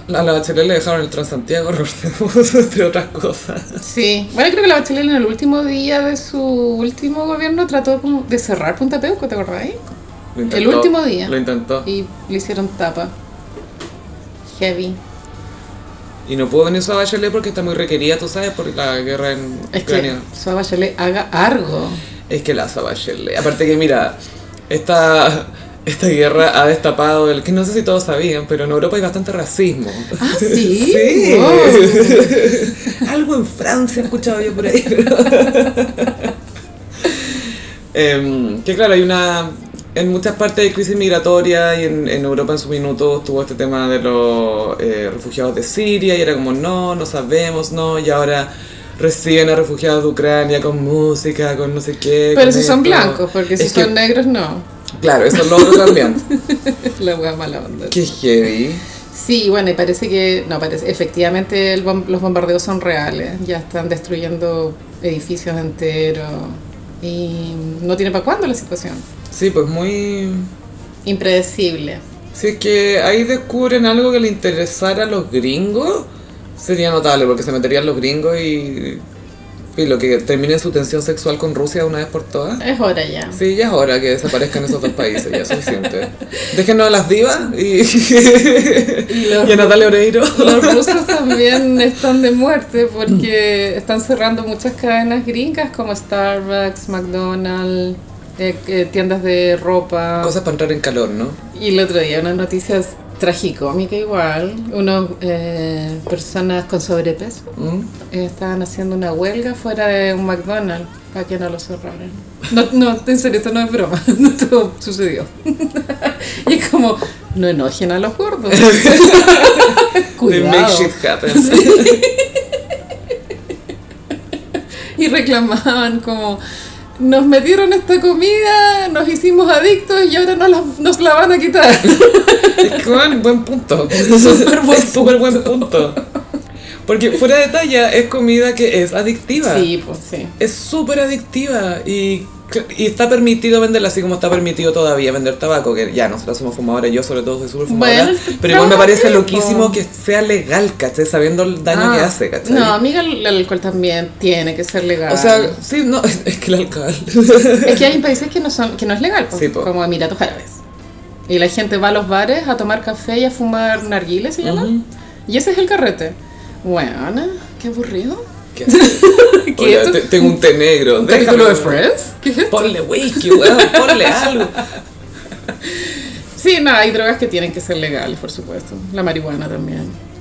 A: A la bachelet le dejaron el [laughs] Transantiago, recordemos, entre otras cosas.
B: Sí, bueno, creo que la bachelet en el último día de su último gobierno trató como de cerrar Punta Peuco, ¿te acordáis?
A: Lo
B: El último día.
A: Ah. Lo intentó.
B: Y le hicieron tapa. Heavy.
A: Y no pudo venir su Bachelet porque está muy requerida, tú sabes, por la guerra en
B: Es que
A: Ucrania.
B: su Bachelet haga algo.
A: Es que la Bachelet. Aparte que mira, esta, esta guerra ha destapado el que no sé si todos sabían, pero en Europa hay bastante racismo. [laughs]
B: Ah, sí.
A: Sí.
B: Wow.
A: Algo en Francia he escuchado yo por ahí. Em, que claro, hay una... En muchas partes hay crisis migratoria y en, en Europa en su minuto estuvo este tema de los eh, refugiados de Siria y era como no, no sabemos, no, y ahora reciben a refugiados de Ucrania con música, con no sé qué.
B: Pero
A: con
B: si son
A: esto.
B: blancos, porque si
A: Es que-
B: son negros, no.
A: Claro, eso es lo otro
B: [laughs]
A: también.
B: La wea mala onda.
A: Qué heavy.
B: Sí, bueno, y parece que, no, parece, efectivamente el bom- los bombardeos son reales, ya están destruyendo edificios enteros y no tiene para cuándo la situación.
A: Sí, pues muy...
B: Impredecible.
A: Si es que ahí descubren algo que le interesara a los gringos, sería notable, porque se meterían los gringos y. Y lo que terminen su tensión sexual con Rusia de una vez por todas.
B: Es hora ya.
A: Sí, ya es hora que desaparezcan esos dos países, ya es suficiente. Déjenos a las divas y. [laughs]
B: los-
A: y a Natalia Oreiro.
B: Los rusos
A: [laughs]
B: también están de muerte porque están cerrando muchas cadenas gringas como Starbucks, McDonald's, eh, eh, tiendas de ropa.
A: Cosas para entrar en calor, ¿no?
B: Y el otro día una noticia tragicómica igual, unos eh, personas con sobrepeso
A: ¿Mm?
B: eh, estaban haciendo una huelga fuera de un McDonald's para que no lo cerraran. No, no, en serio, esto no es broma, [laughs] esto sucedió. [laughs] y es como, no enojen a los
A: [laughs]
B: gordos.
A: They make
B: Cuidado.
A: shit happen.
B: Y reclamaban como, nos metieron esta comida, nos hicimos adictos y ahora nos la, nos la van a
A: [laughs]
B: quitar.
A: Es que, bueno, buen punto. Súper buen, súper buen punto. Porque fuera de talla es comida que es adictiva.
B: sí, pues sí.
A: es súper adictiva y, cl- y está permitido venderla así como está permitido todavía vender tabaco, que ya nosotros somos fumadoras, yo sobre todo soy súper fumadora,
B: Bueno,
A: pero igual me
B: tampoco.
A: parece loquísimo que sea legal, ¿cachai? Sabiendo el daño
B: Ah,
A: que hace, ¿cachai?
B: No, amiga, el alcohol también tiene que ser legal.
A: O sea, sí, no, [laughs] es que el
B: [laughs]
A: alcohol.
B: es que hay países que no son que no es legal, pues,
A: Sí, po.
B: como Emiratos Árabes. Y la gente va a los bares a tomar café y a fumar narguiles, ¿se llama? Y ese es el carrete. Bueno, qué aburrido.
A: [laughs] ¿Qué hace?
B: ¿Qué
A: Oye,
B: esto?
A: te- tengo un té negro.
B: ¿Un capítulo de
A: déjame-
B: Friends? ¿Qué es esto?
A: Ponle whisky, weón, ponle algo.
B: Sí, no, hay drogas que tienen que ser legales, por supuesto. La marihuana también.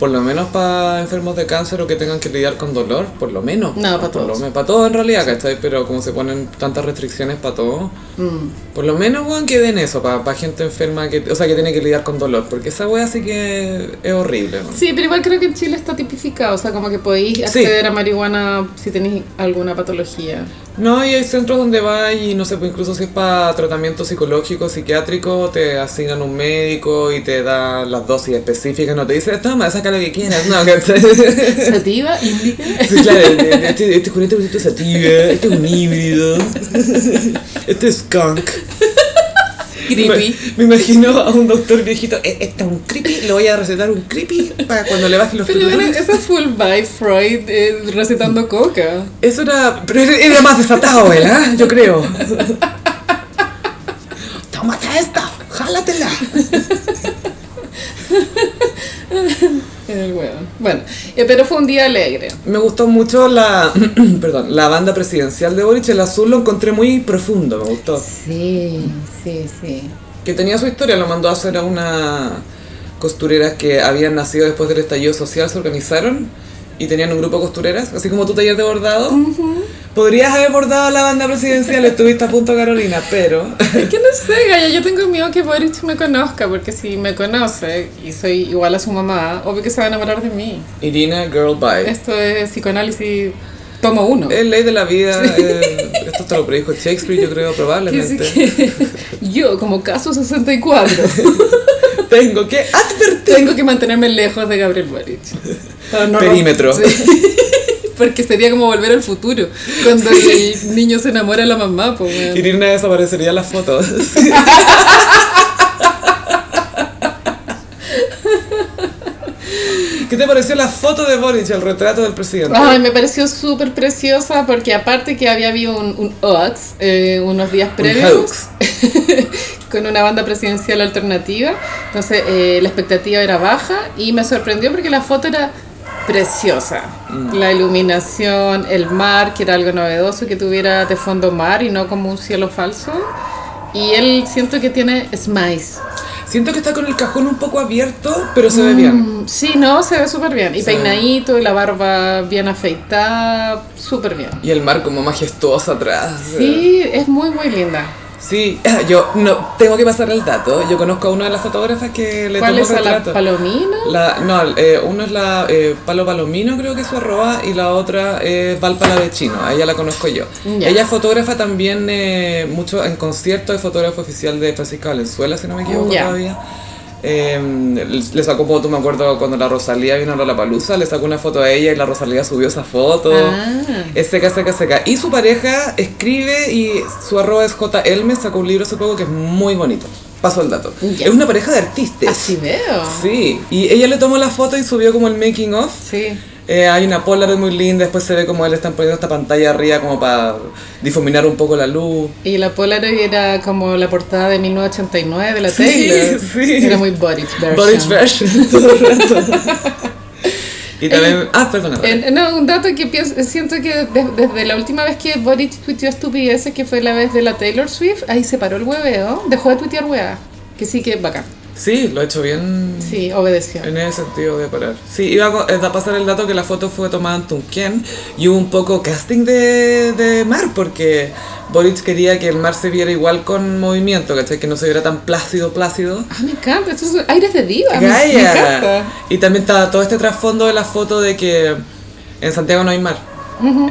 A: Por lo menos para enfermos de cáncer o que tengan que lidiar con dolor, por lo menos.
B: No, pa'
A: Por lo
B: todos.
A: me- pa' todo en realidad, ¿cachai? Pero como se ponen tantas restricciones para todo,
B: Mm.
A: por lo menos, weón, que den eso, para gente enferma, que, o sea, que tiene que lidiar con dolor, porque esa wea sí que es horrible, weón.
B: Sí, pero igual creo que en Chile está tipificado, o sea, como que podéis acceder a marihuana si tenéis alguna patología.
A: No, y hay centros donde vas y no sé, pues incluso si es para tratamiento psicológico, psiquiátrico, te asignan un médico y te da las dosis específicas, no te dice, toma, saca lo que quieras, no, [laughs] ¿cachai? [laughs]
B: Sativa, indica.
A: Sí, claro, el- [laughs] el- este, este 40% es sativa, este es un [laughs] híbrido, este es skunk. Me,
B: Creepy.
A: me imagino a un doctor viejito, "E- este es un creepy, le voy a recetar un creepy para cuando le bajen los
B: Pero bueno,
A: pulmones.
B: eso es full by Freud eh, recetando coca.
A: Eso era, pero era- era más desatado él, ¿ah? Yo creo. Tómate esta, jálatela.
B: El huevo. Bueno, eh, pero fue un día alegre.
A: Me gustó mucho la, [clears throat] perdón, la banda presidencial de Boric, el azul lo encontré muy profundo, me gustó.
B: Sí, sí, sí.
A: que tenía su historia, lo mandó a hacer a una costureras que habían nacido después del estallido social, se organizaron y tenían un grupo de costureras, así como tu taller de bordado. Podrías haber bordado la banda presidencial, estuviste a punto Carolina, pero [laughs]
B: Es que no sé, Gaya, yo tengo miedo que Boric me conozca, porque si me conoce y soy igual a su mamá, obvio que se va a enamorar de mí.
A: Irina Girl Bye.
B: Esto es psicoanálisis tomo uno.
A: Es ley de la vida, eh, esto te lo predijo Shakespeare, yo creo
B: Que sí
A: probablemente.
B: que [laughs] yo, como caso [laughs] 64,
A: [laughs] Tengo que advertir.
B: tengo que mantenerme lejos de Gabriel Boric. Para no romper-
A: Perímetro.
B: Sí. [laughs] Porque sería como volver al futuro, cuando el niño se enamora de la mamá, pues weón.
A: Irina desaparecería en las [laughs] fotos. ¿Qué te pareció la foto de Boric, el retrato del presidente?
B: Ay, me pareció súper preciosa porque aparte que había habido un, un hoax eh, unos días previos
A: hoax.
B: [laughs] con una banda presidencial alternativa. Entonces eh, la expectativa era baja y me sorprendió porque la foto era preciosa. La iluminación, el mar, que era algo novedoso, que tuviera de fondo mar y no como un cielo falso. Y él siento que tiene smiles.
A: Siento que está con el cajón un poco abierto, pero se ve bien.
B: Mm, Sí, no, se ve súper bien. Y
A: Sí.
B: peinadito, y la barba bien afeitada, súper bien.
A: Y el mar como majestuoso atrás.
B: Sí, es muy, muy linda.
A: Sí, [laughs] yo no tengo que pasar el dato. Yo conozco a una de las fotógrafas que le
B: ¿Cuál
A: tomó
B: es a la
A: retrato.
B: palomina?
A: La, no, eh, una es la eh, Palo Palomino, creo que es su arroba, y la otra es Val Palavecino, a ella la conozco yo.
B: Ya.
A: Ella es fotógrafa también, eh, mucho en concierto, es fotógrafa oficial de Francisca Valenzuela, si no me equivoco
B: Ya.
A: todavía. Eh, le sacó foto, me acuerdo cuando la Rosalía vino a la Palusa, le sacó una foto a ella y la Rosalía subió esa foto.
B: Ah.
A: Es seca, seca, seca. Y su pareja escribe y su arroba es J. Elmes, sacó un libro hace poco que es muy bonito. Paso al dato.
B: Ya.
A: Es una pareja de artistas.
B: Así veo.
A: Sí, y ella le tomó la foto y subió como el making of.
B: Sí.
A: Eh, hay una Polaroid muy linda, después se ve como le están poniendo esta pantalla arriba como para difuminar un poco la luz.
B: Y la Polaroid era como la portada de 1989 de la
A: Sí,
B: Taylor.
A: sí.
B: Era muy Boric version.
A: Bodies [laughs] version, todo el rato. y también... ah, perdona.
B: Eh, no, un dato que pienso, siento que de- desde la última vez que Boric tuiteó estupideces, que fue la vez de la Taylor Swift, ahí se paró el hueveo, dejó de tuitear hueá. Que sí que bacán.
A: Sí, lo he hecho bien
B: Sí, obedeció.
A: en ese sentido de parar. Sí, iba a, co- eh, a pasar el dato que la foto fue tomada en Tunquén y hubo un poco casting de, de mar porque Boric quería que el mar se viera igual con movimiento, ¿cachai? Que no se viera tan plácido, plácido.
B: Ah, me encanta, estos son aires de diva. Me, me
A: Gaia.
B: encanta.
A: Y también está todo este trasfondo de la foto de que en Santiago no hay mar.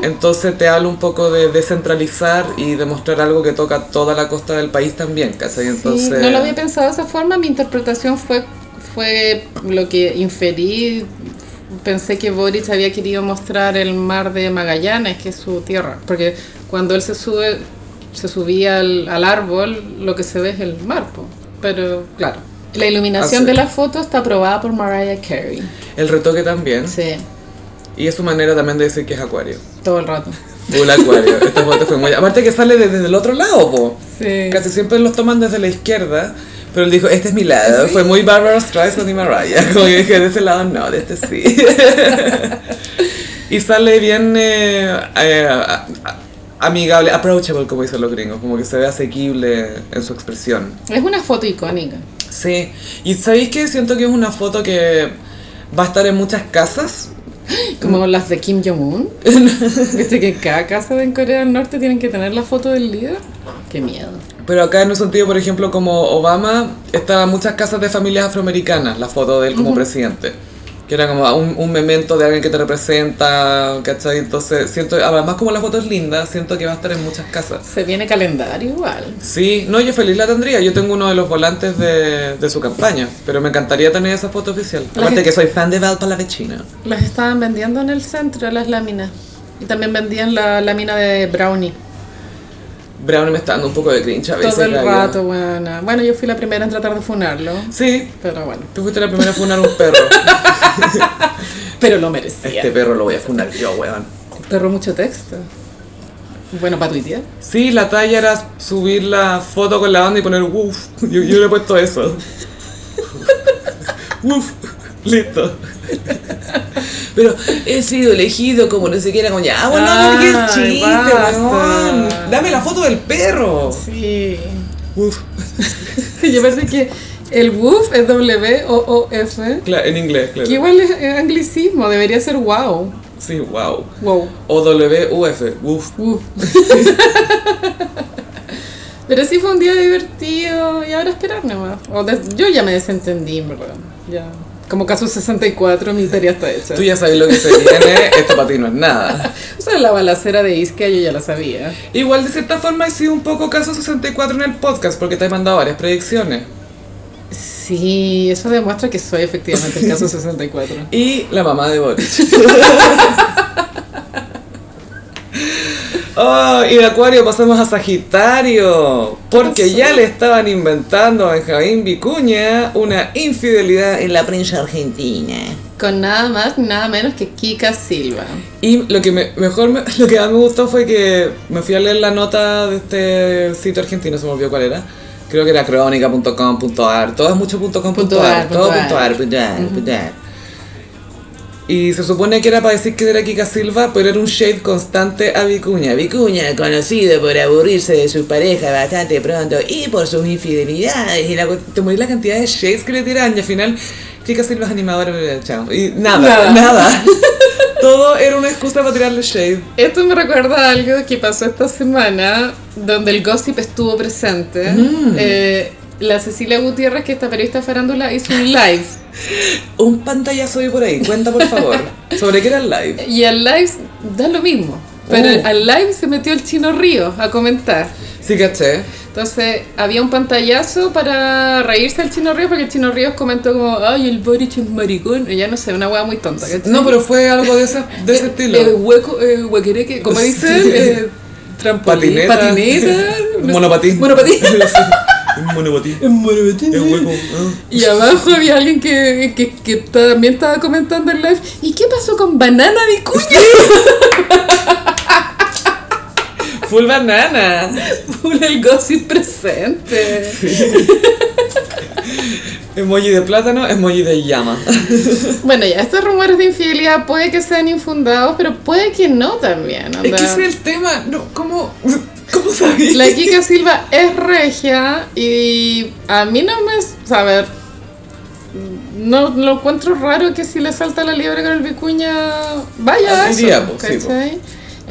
A: Entonces te hablo un poco de descentralizar y de mostrar algo que toca toda la costa del país también, ¿cachai?
B: Sí,
A: Entonces,
B: no lo había pensado de esa forma, mi interpretación fue, fue lo que inferí. Pensé que Boris había querido mostrar el mar de Magallanes, que es su tierra, porque cuando él se sube, se subía al, al árbol, lo que se ve es el mar, po. pero claro. La iluminación
A: Así.
B: de la foto está aprobada por Mariah Carey.
A: el retoque también.
B: Sí,
A: Y es su manera también de decir que es acuario.
B: todo el rato.
A: Full
B: [laughs]
A: acuario. Esta foto fue muy... Aparte que sale desde el otro lado, po.
B: Sí.
A: Casi siempre los toman desde la izquierda, pero él dijo, este es mi lado. Fue muy Barbara Streisand y Mariah. [laughs] Como yo dije, de ese lado no, de este sí. [laughs] y sale bien eh, eh, a- a- amigable, approachable, como dicen los gringos. Como que se ve asequible en su expresión.
B: Es una foto icónica.
A: Sí. Y ¿sabéis que Siento que es una foto que va a estar en muchas casas.
B: Como las de Kim Jong-un. [laughs] Viste que en cada casa en Corea del Norte tienen que tener la foto del líder. Qué miedo.
A: Pero acá en un sentido, por ejemplo, como Obama, estaba en muchas casas de familias afroamericanas, la foto de él como presidente. Que era como un, un memento de alguien que te representa, ¿cachai? Entonces, siento, además como la foto es linda, siento que va a estar en muchas casas.
B: Se viene calendario igual.
A: Sí, no, yo feliz la tendría. Yo tengo uno de los volantes de, de su campaña, pero me encantaría tener esa foto oficial.
B: La
A: Aparte
B: gente-
A: que soy fan de Val Palavecino.
B: Las estaban vendiendo en el centro, las láminas. Y también vendían la lámina de brownie.
A: Brown me está dando un poco de cringe a veces.
B: Todo el
A: gallo.
B: rato, bueno. Bueno, yo fui la primera en tratar de funarlo.
A: Sí,
B: Pero bueno.
A: tú fuiste la primera a funar un
B: [laughs]
A: perro.
B: Pero lo merecía.
C: Este perro lo voy a funar yo, weón.
B: Perro mucho texto. Bueno, para tuitear.
A: Sí, la talla era subir la foto con la banda y poner woof. Yo, yo le he puesto eso. [laughs] woof. Listo.
C: Pero he sido elegido como no sé qué era, como ya, ah, bueno,
B: Ay,
C: no, qué chiste,
B: basta.
C: weón.
A: Dame la foto del perro.
B: Sí.
A: Woof.
B: [laughs] Yo pensé que el woof es W-O-O-F.
A: Claro, en inglés,
B: Que
A: claro.
B: igual es eh, anglicismo, debería ser wow.
A: Sí, wow.
B: Wow.
A: O W-U-F. Woof.
B: Uf. [laughs] Pero sí fue un día divertido y ahora esperar nomás. O des- yo ya me desentendí, en ¿verdad? Ya. Como caso 64, mi tarea está hecha.
A: Tú ya sabes lo que se viene. Esto para ti no es nada.
B: O sea, la balacera de Isquia yo ya la sabía.
A: Igual, de cierta forma, he sido un poco caso 64 en el podcast porque te he mandado varias predicciones.
B: Sí, eso demuestra que soy efectivamente [laughs] el caso 64.
A: Y la mamá de Boris. [laughs] Oh, y de Acuario pasamos a Sagitario, porque
B: Pasó.
A: ya le estaban inventando a Benjamín Vicuña una infidelidad.
C: En la prensa argentina.
B: Con nada más, nada menos que Kika Silva.
A: Y lo que me- mejor me- [laughs] lo que más me gustó fue que me fui a leer la nota de este sitio argentino, se me olvidó cuál era, Creo que era crónica.com.ar, todo es mucho punto .com.ar,
B: Punto ar,
A: todo
B: punto ar.
A: punto .ar, punto .ar, punto .ar. Y se supone que era para decir que era Kika Silva, pero era un shade constante a Vicuña.
C: Vicuña, conocido por aburrirse de su pareja bastante pronto y por sus infidelidades.
A: Y la, cu- te morís la cantidad de shades que le tiran y al final Kika Silva es animadora, bla, bla, chao. Y nada,
B: Nada.
A: nada. [laughs] todo era una excusa para tirarle shade.
B: Esto me recuerda a algo que pasó esta semana, donde el gossip estuvo presente.
A: Mm.
B: Eh, la Cecilia Gutiérrez, que esta periodista farándula, hizo un live.
A: Un pantallazo de por ahí, cuenta por favor. ¿Sobre qué era el live?
B: Y al live da lo mismo. Pero
A: Oh.
B: al live se metió el chino Río a comentar.
A: Sí, caché.
B: Entonces había un pantallazo para reírse al chino Río porque el chino Ríos comentó como, ay, el Boric es maricón. Y ya no sé, una hueá muy tonta. ¿cachai?
A: No, pero fue algo de ese, de
B: [laughs]
A: ese estilo.
B: Eh, hueco, eh, huequereque, como dicen,
A: Sí. [laughs]
B: eh, trampolín,
A: Patineta.
B: patineta, no sé.
A: Monopatín.
B: Monopatín.
A: [laughs] Sí, un monopatín. Es hueco. ah.
B: Y abajo había alguien que, que, que también estaba comentando en live. ¿Y qué pasó con Banana Vicuña?
A: Full banana.
B: [laughs] Por el gossip presente.
A: Emoji de plátano, emoji de llama.
B: Bueno, ya estos rumores de infidelidad puede que sean infundados, pero puede que no también. onda.
A: Es que ese es el tema. No, ¿cómo, cómo sabéis?
B: La Kika Silva es regia y a mí no me... o sea, a ver, no lo encuentro raro que si le salta la liebre con el vicuña vaya a
A: Algún
B: eso,
A: día, po, sí, po.
B: ¿cachai?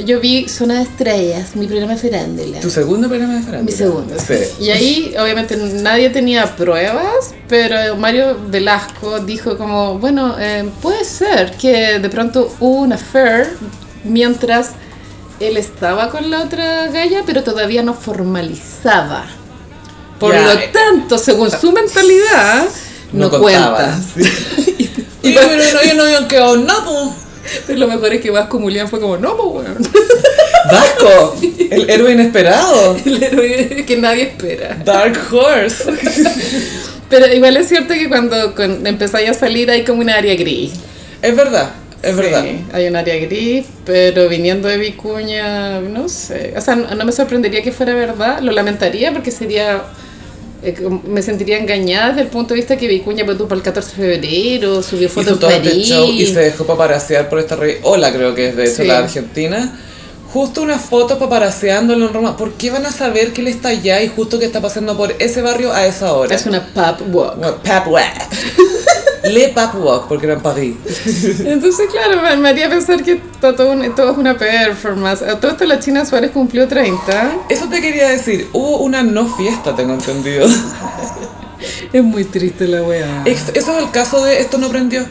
B: Yo vi Zona de Estrellas, mi programa de farándula.
A: ¿Tu segundo programa de farándula?
B: Mi segundo.
A: Sí.
B: Y ahí, obviamente, nadie tenía pruebas, pero Mario Velasco dijo como, bueno, eh, puede ser que de pronto hubo un affair mientras él estaba con la otra galla, pero todavía no formalizaba. Por
A: Ya.
B: lo tanto, según su mentalidad, no,
A: contaba,
B: cuenta.
A: sí.
B: [laughs]
A: y yo, pero no, ellos no habían quedado nada, po.
B: Pero lo mejor es que Vasco Mulián fue como, no, pues bueno,
A: Vasco, el héroe inesperado.
B: [laughs] el héroe que nadie espera.
A: Dark Horse.
B: Pero igual es cierto que cuando con- empezáis a salir hay como un área gris.
A: Es verdad, es
B: Sí,
A: verdad.
B: Hay un área gris, pero viniendo de Vicuña, no sé. O sea, no, no me sorprendería que fuera verdad. Lo lamentaría porque sería. eh, como- me sentiría engañada desde el punto de vista que Vicuña fue para el 14 de febrero, subió fotos
A: Hizo
B: en
A: todo este
B: París.
A: show y se dejó paparasear por esta rey. Hola, creo que es de hecho
B: Sí.
A: la Argentina. Justo una foto paparaseándolo en Roma. ¿Por qué van a saber que él está allá y justo que está pasando por ese barrio a esa hora?
B: Es una pub walk.
A: Bueno, Pap
B: [laughs]
A: Walk. Le Pap Walk, porque era en París.
B: Entonces, claro, me, me haría pensar que to- todo, un- todo es una performance. A Todo esto la China Suárez cumplió 30.
A: Eso te quería decir. Hubo una no fiesta, tengo
B: [laughs]
A: entendido.
B: Es muy triste la weá.
A: Ex- Eso es el caso de esto no prendió.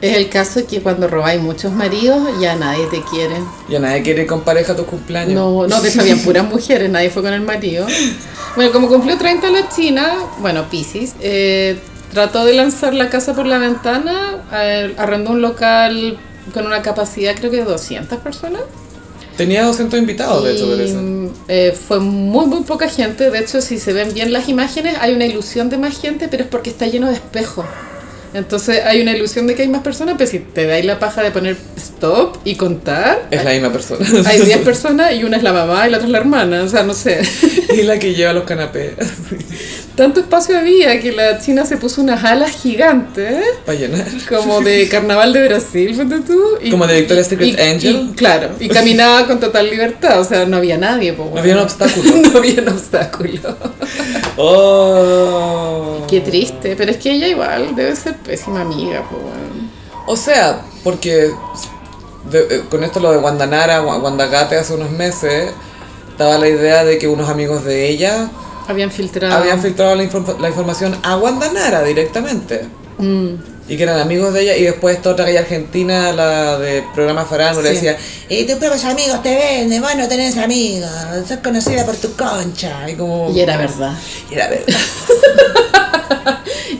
B: Es el caso que cuando robáis muchos maridos ya nadie te quiere.
A: Ya nadie quiere ir con pareja a tus cumpleaños.
B: No, no, de hecho habían puras mujeres, nadie fue con el marido. Bueno, como cumplió 30 la China, bueno, Pisces, eh, trató de lanzar la casa por la ventana, eh, arrendó un local con una capacidad creo que de 200 personas.
A: Tenía 200 invitados, Oh, de hecho, por
B: Y,
A: eso.
B: mm, eh, fue muy, muy poca gente. De hecho, si se ven bien las imágenes, hay una ilusión de más gente, pero es porque está lleno de espejos. Entonces hay una ilusión de que hay más personas, pero si te dais la paja de poner stop y contar,
A: Es la misma persona. [laughs]
B: hay 10 personas y una es la mamá y la otra es la hermana. O sea, no sé. [laughs]
A: [laughs] y la que lleva los canapés. [laughs]
B: Tanto espacio había que la China se puso unas alas gigantes,
A: Para llenar. [laughs]
B: como de carnaval de Brasil, ponte tú. y-
A: Como de Victoria's Secret
B: y- y-
A: Angel.
B: claro, y caminaba con total libertad, o sea, no había nadie. po,
A: No había un
B: weón.
A: obstáculo.
B: [laughs] No había un obstáculo.
A: Oh.
B: Qué triste, pero es que ella igual debe ser pésima amiga, po, weón.
A: O sea, porque de- eh, con esto lo de Guandanara, Gua- Guandagate hace unos meses, estaba la idea de que unos amigos de ella
B: Habían filtrado.
A: habían filtrado la, infor- la información a Guandanara directamente.
B: Mm.
A: Y que eran amigos de ella, y después esta otra galla argentina, la de programa Farándula,
B: Sí.
A: decía,
C: Y tus propios amigos te venden, vos no tenés amigos, sos conocida por tu concha.
A: ay, como...
B: Y era verdad.
A: Y era verdad.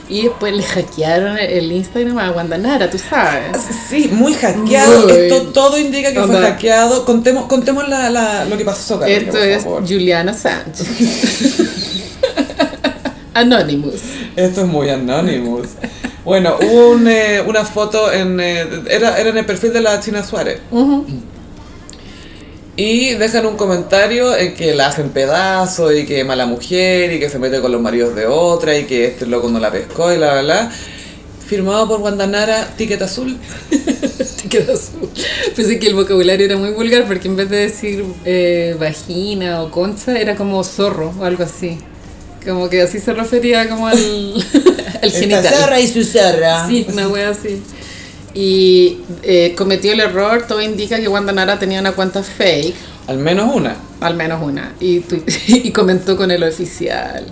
B: Y después le hackearon el Instagram a Guandanara, tú Ah, sabes.
A: Sí, muy hackeado.
B: Muy.
A: Esto todo indica que fue
B: Onda.
A: hackeado. Contemos, contemos la, la- lo que pasó, Carolina,
B: Esto
A: por
B: es
A: favor.
B: Juliana [laughs] Sánchez. Anonymous.
A: Esto es muy Anonymous. Bueno, hubo un, eh, una foto en. eh, era, era en el perfil de la China Suárez. Y dejan un comentario en que la hacen pedazo y que es mala mujer y que se mete con los maridos de otra y que este loco no la pescó y la bla bla. Firmado por Guandanara, ticket azul.
B: Te quedó azul. Pensé que el vocabulario era muy vulgar porque en vez de decir eh, vagina o concha era como zorro o algo así. Como que así se refería como al, [laughs] al
C: Esta
B: genital.
C: zorra y su zorra.
B: Sí, una wea así. Y eh, cometió el error, todo indica que Wanda Nara tenía una cuenta fake,
A: Al menos una.
B: al menos una, y, tu- [laughs] y comentó con el oficial.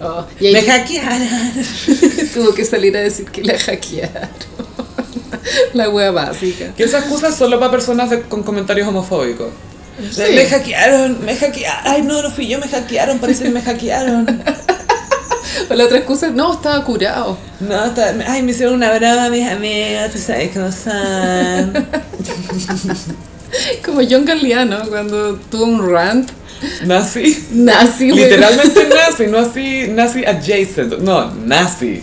B: Oh, y ahí
C: Me hackearon.
B: [laughs] tuvo que salir a decir que la hackearon. [laughs] la wea básica.
A: Que esas cosas solo para personas de- con comentarios homofóbicos.
B: Sí.
C: Me hackearon, me hackearon. Ay, no, no fui yo, me hackearon. Parece que me hackearon.
B: O la otra excusa, no, estaba curado.
C: No, está- ay, me hicieron una brava mis amigos, tú sabes cómo
A: Ah,
C: son.
B: Como John Galliano cuando tuvo un rant
A: Nazi.
B: nazi, [laughs] güey.
A: Literalmente nazi, no así, nazi adjacent. No, nazi.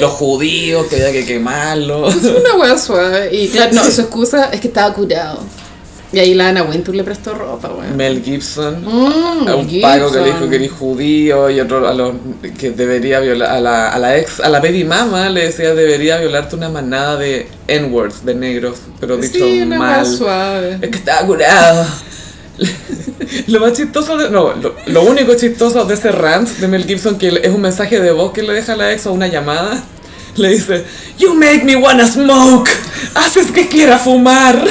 A: Los judíos que había que quemarlos.
B: Es una hueá suave. Y claro, no, su excusa es que estaba curado. Y ahí la Ana Wintour le prestó ropa, weón.
A: [laughs] Mel Gibson.
B: Mm,
A: a un
B: Gibson.
A: pago que le dijo que era judío y otro a los que debería violar a la, a la ex a la baby mama le decía debería violarte una manada de n words de negros pero dicho
B: Sí, una hueá
A: mal [laughs]
B: suave.
A: es que estaba curado lo más chistoso de, no lo, lo único chistoso de ese rant de Mel Gibson que es un mensaje de voz que le deja a la ex o una llamada le dice you make me wanna smoke haces que quiera fumar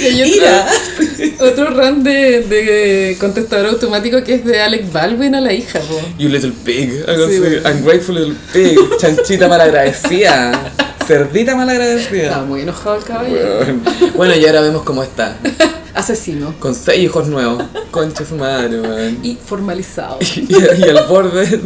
B: Y hay otro, [laughs] otro rant de, de contestador automático que es de Alec Baldwin a la hija, po.
A: You little pig. Algo
B: Sí,
A: así.
B: bueno.
A: Ungrateful little pig. Chanchita malagradecida. Cerdita
B: Estaba
A: malagradecida.
B: muy enojado el caballero.
A: Bueno. bueno, y ahora vemos cómo está.
B: [laughs] Asesino.
A: Con seis hijos nuevos. Concha su madre, weón.
B: Y formalizado.
A: [laughs] Y, y al borde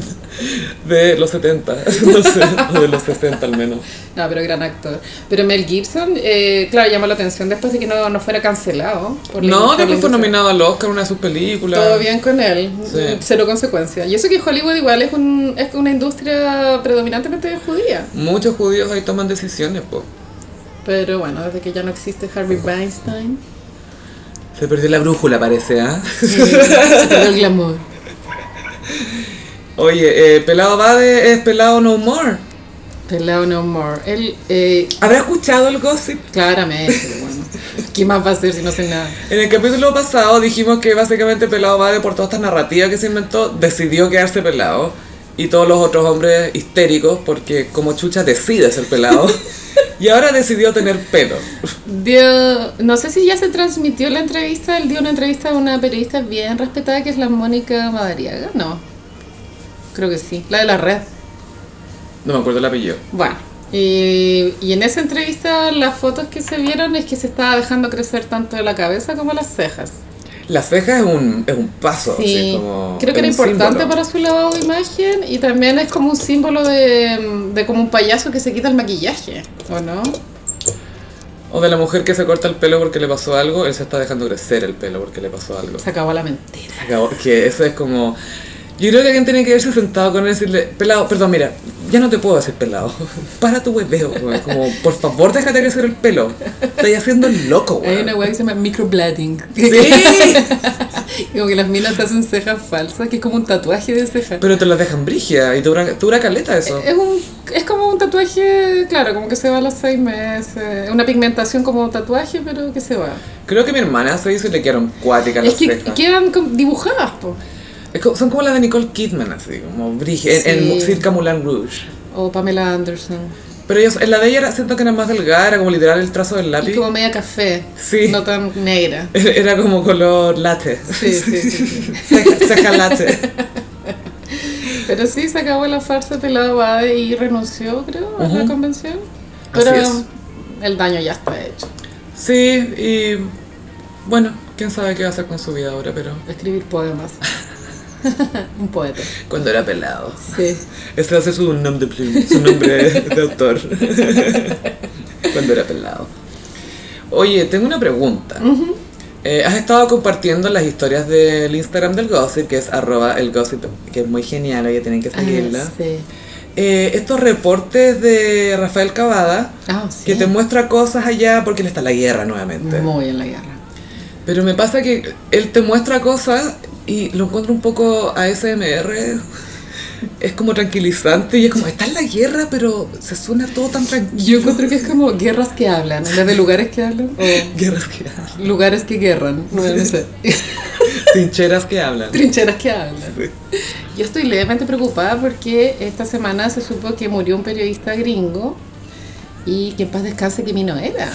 A: de los 70. [laughs] No sé, o de los 60 al menos.
B: No, pero gran actor. Pero Mel Gibson, eh, claro, llamó la atención después de que no, no fuera cancelado. por la-
A: No,
B: por la
A: después fue
B: industria.
A: nominado al Oscar en una de sus películas.
B: Todo bien con él,
A: Sí.
B: cero consecuencia. Y eso que Hollywood igual es, un, es una industria predominantemente judía.
A: Muchos judíos ahí toman decisiones, po.
B: Pero bueno, desde que ya no existe Harvey [laughs] Weinstein,
A: Se perdió la brújula, parece, ¿ah?
B: se perdió el glamour.
A: [laughs] Oye, eh, Pelado Bade es Pelado No More.
B: Pelado no more. Él, eh,
A: ¿Habrá escuchado el gossip?
B: claramente, bueno. ¿Qué más va a hacer si no hace nada?
A: En el capítulo pasado dijimos que básicamente Pelado Vale, por toda esta narrativa que se inventó, decidió quedarse pelado. Y todos los otros hombres histéricos, porque como chucha decide ser
B: [laughs]
A: pelado. y ahora decidió tener pelo.
B: Dio, no sé si ya se transmitió la entrevista, él dio una entrevista a una periodista bien respetada que es la Mónica Madariaga, no. Creo que sí, la de la red.
A: No me acuerdo el apellido.
B: Bueno, y, y en esa entrevista las fotos que se vieron es que se estaba dejando crecer tanto la cabeza como las cejas.
A: La ceja es un, es un paso. así
B: Sí,
A: como-
B: creo
A: es
B: que era
A: un
B: importante
A: símbolo.
B: para su lavado de imagen y también es como un símbolo de, de como un payaso que se quita el maquillaje, ¿o no?
A: O de la mujer que se corta el pelo porque le pasó algo, él se está dejando crecer el pelo porque le pasó algo.
B: Se acabó la mentira.
A: Acabó- Que eso es como... Yo creo que alguien tiene que verse sentado con él y decirle, pelado, perdón, mira, ya no te puedo decir pelado. [laughs] Para tu hueveo, güey. Como, por favor, déjate crecer el pelo. Estoy haciendo el loco,
B: Hay
A: güey.
B: una weá que se llama microblading.
A: Sí.
B: [laughs] como que las minas se hacen cejas falsas, que es como un tatuaje de ceja.
A: Pero te las dejan brigia y dura, dura caleta eso.
B: Es, un, es como un tatuaje, claro, como que se va a los seis meses. Una pigmentación como un tatuaje, pero que se va.
A: Creo que mi hermana se hizo y le quedaron cuáticas las
B: Es que
A: cejas.
B: quedan como dibujadas, po.
A: Es como- son como las de Nicole Kidman, así, como brigia, en, en
B: Sí.
A: Circa Moulin Rouge.
B: O Pamela Anderson.
A: Pero ellos, en la de ella era- siento que era más delgada, era como literal el trazo del
B: Y
A: lápiz.
B: como media café.
A: Sí.
B: No tan negra.
A: [laughs] Era como color latte.
B: Sí, sí,
A: [laughs]
B: sí, sí.
A: Ceja, ceja latte.
B: Pero sí, se acabó la farsa pelado Bade y renunció, creo, a la
A: Ujú.
B: convención. Pero
A: Así es.
B: el daño ya está hecho.
A: Sí, y bueno, quién sabe qué va a hacer con su vida ahora, pero
B: Escribir
A: [laughs]
B: poemas. Un poeta.
A: cuando era pelado.
B: Sí.
A: Este va a ser su nombre de plume, su nombre de
B: [laughs]
A: autor. cuando era pelado. Oye, tengo una pregunta. Eh, has estado compartiendo las historias del Instagram del Gossip, que es arroba el Gossip, que es muy genial, oye, tienen que
B: Ah,
A: seguirla.
B: sí.
A: Eh, estos reportes de Rafael Cavada,
B: Ah, sí.
A: que te muestra cosas allá porque él está en la guerra nuevamente.
B: Muy en la guerra.
A: Pero me pasa que él te muestra cosas y lo encuentro un poco ASMR. Es como tranquilizante y es como, está en la guerra, pero se suena todo tan tranquilo.
B: Yo encuentro que es como guerras que hablan, en vez de lugares que hablan,
A: [laughs]
B: o
A: Guerras que [laughs] hablan.
B: lugares que guerran, no, no sé.
A: Trincheras que hablan.
B: [laughs] Trincheras que hablan. Yo estoy levemente preocupada porque esta semana se supo que murió un periodista gringo y que en paz descanse que mi no era.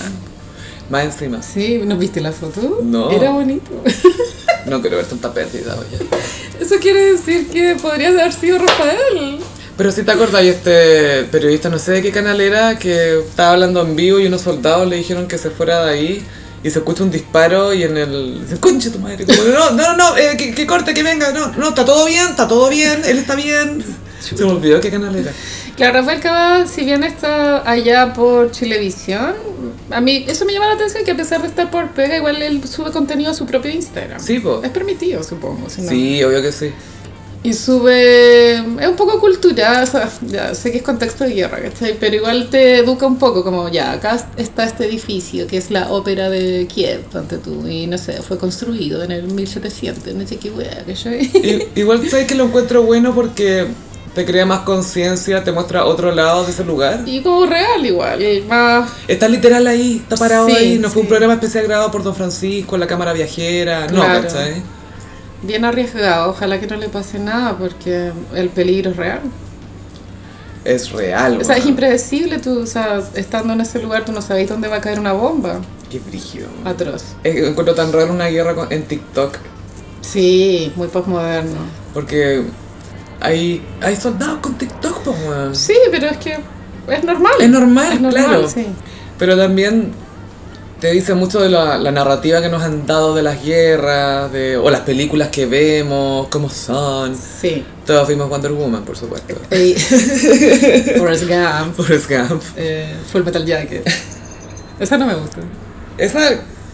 A: Más encima.
B: Sí, ¿nos viste la foto?
A: No.
B: Era bonito. [laughs]
A: No quiero ver tanta pérdida, oye.
B: Eso quiere decir que podría haber sido Rafael.
A: Pero si te acordás, y este periodista, no sé de qué canal era, que estaba hablando en vivo y unos soldados le dijeron que se fuera de ahí y se escucha un disparo y en el... Dice, concha tu madre, como, no, no, no, eh, que, que corte, que venga, no, no, está todo bien, está todo bien, él está bien. Se me olvidó qué canal era.
B: Claro, Rafael Cava, si bien está allá por Chilevisión, a mí eso me llama la atención que a pesar de estar por pega, igual él sube contenido a su propio Instagram.
A: Sí, po.
B: Es permitido, supongo. si no-
A: Sí, obvio que sí.
B: Y sube. Es un poco cultural, o sea, ya sé que es contexto de guerra, ¿cachai? Pero igual te educa un poco, como ya, acá está este edificio que es la ópera de Kiev, ponte tú, y no sé, fue construido en el 1700, no sé qué wea, ¿cachai? [laughs]
A: I- igual sabes que lo encuentro bueno porque te crea más conciencia, te muestra otro lado de ese lugar.
B: Y como real igual, y más.
A: Está literal ahí, está parado
B: Sí,
A: ahí. No fue un
B: sí.
A: programa especial grabado por Don Francisco, la cámara viajera.
B: Claro.
A: No, ¿cachai?
B: Bien arriesgado, ojalá que no le pase nada porque el peligro es real.
A: Es real.
B: O sea, es
A: weón.
B: impredecible, tú, o sea, estando en ese lugar tú no sabes dónde va a caer una bomba.
A: Qué brígido.
B: Atroz.
A: Eh, Encuentro tan raro una guerra con- en TikTok
B: Sí, muy postmoderno.
A: porque hay, hay soldados con TikTok, pues, weón.
B: Sí, pero es que es normal.
A: Es normal,
B: Es normal,
A: claro.
B: sí.
A: Pero también te dice mucho de la, la narrativa que nos han dado de las guerras, de, o las películas que vemos, cómo son.
B: Sí.
A: Todos vimos Wonder Woman, por supuesto. [laughs]
B: Ey. [laughs] Forrest [laughs] Gump,
A: Forrest Gump.
B: eh, Full Metal Jacket. Esa no me gusta.
A: Esa,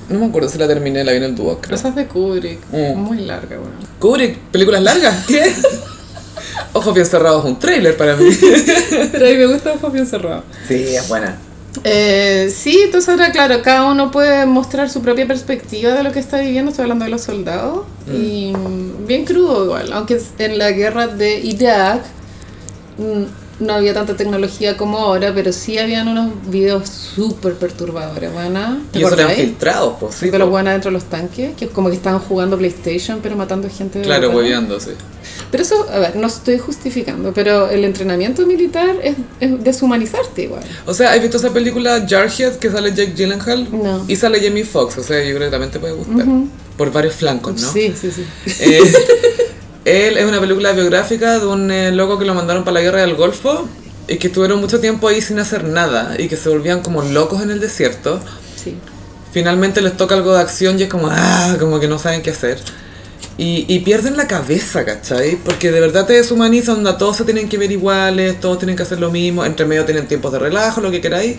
A: no me acuerdo si la terminé, la vi en el dúo, creo.
B: Esa es de Kubrick.
A: Mm.
B: Muy larga, bueno.
A: Kubrick, películas largas. ¿Qué? Ojos bien cerrados, un trailer para mí.
B: [laughs] Pero a mí me gusta Ojos Bien Cerrados.
A: Sí, es buena.
B: Eh, sí, entonces ahora claro, cada uno puede mostrar su propia perspectiva de lo que está viviendo, estoy hablando de los soldados, y mm, bien crudo igual, aunque es- en la guerra de Irak mm, no había tanta tecnología como ahora, pero sí habían unos videos súper perturbadores, buena. ¿Te
A: Y eso lo han
B: acordáis?
A: filtrado, pues sí.
B: De los
A: po.
B: buenos dentro de los tanques, que como que estaban jugando PlayStation, pero matando gente. de
A: Claro,
B: verdad.
A: hueveando, sí.
B: Pero eso, a ver, no estoy justificando, pero el entrenamiento militar es, es deshumanizarte igual.
A: O sea, ¿has visto esa película Jarhead que sale Jake Gyllenhaal?
B: No.
A: Y sale Jamie Foxx, o sea, yo creo que también te puede gustar. Por varios flancos, ¿no?
B: Sí, sí, sí.
A: Eh, [laughs] él es una película biográfica de un eh, loco que lo mandaron para la guerra del Golfo y que estuvieron mucho tiempo ahí sin hacer nada y que se volvían como locos en el desierto.
B: sí.
A: Finalmente les toca algo de acción y es como, ah, como que no saben qué hacer. Y, y pierden la cabeza, ¿cachai? Porque de verdad te deshumaniza, onda, todos se tienen que ver iguales, todos tienen que hacer lo mismo, entre medio tienen tiempos de relajo, lo que queráis,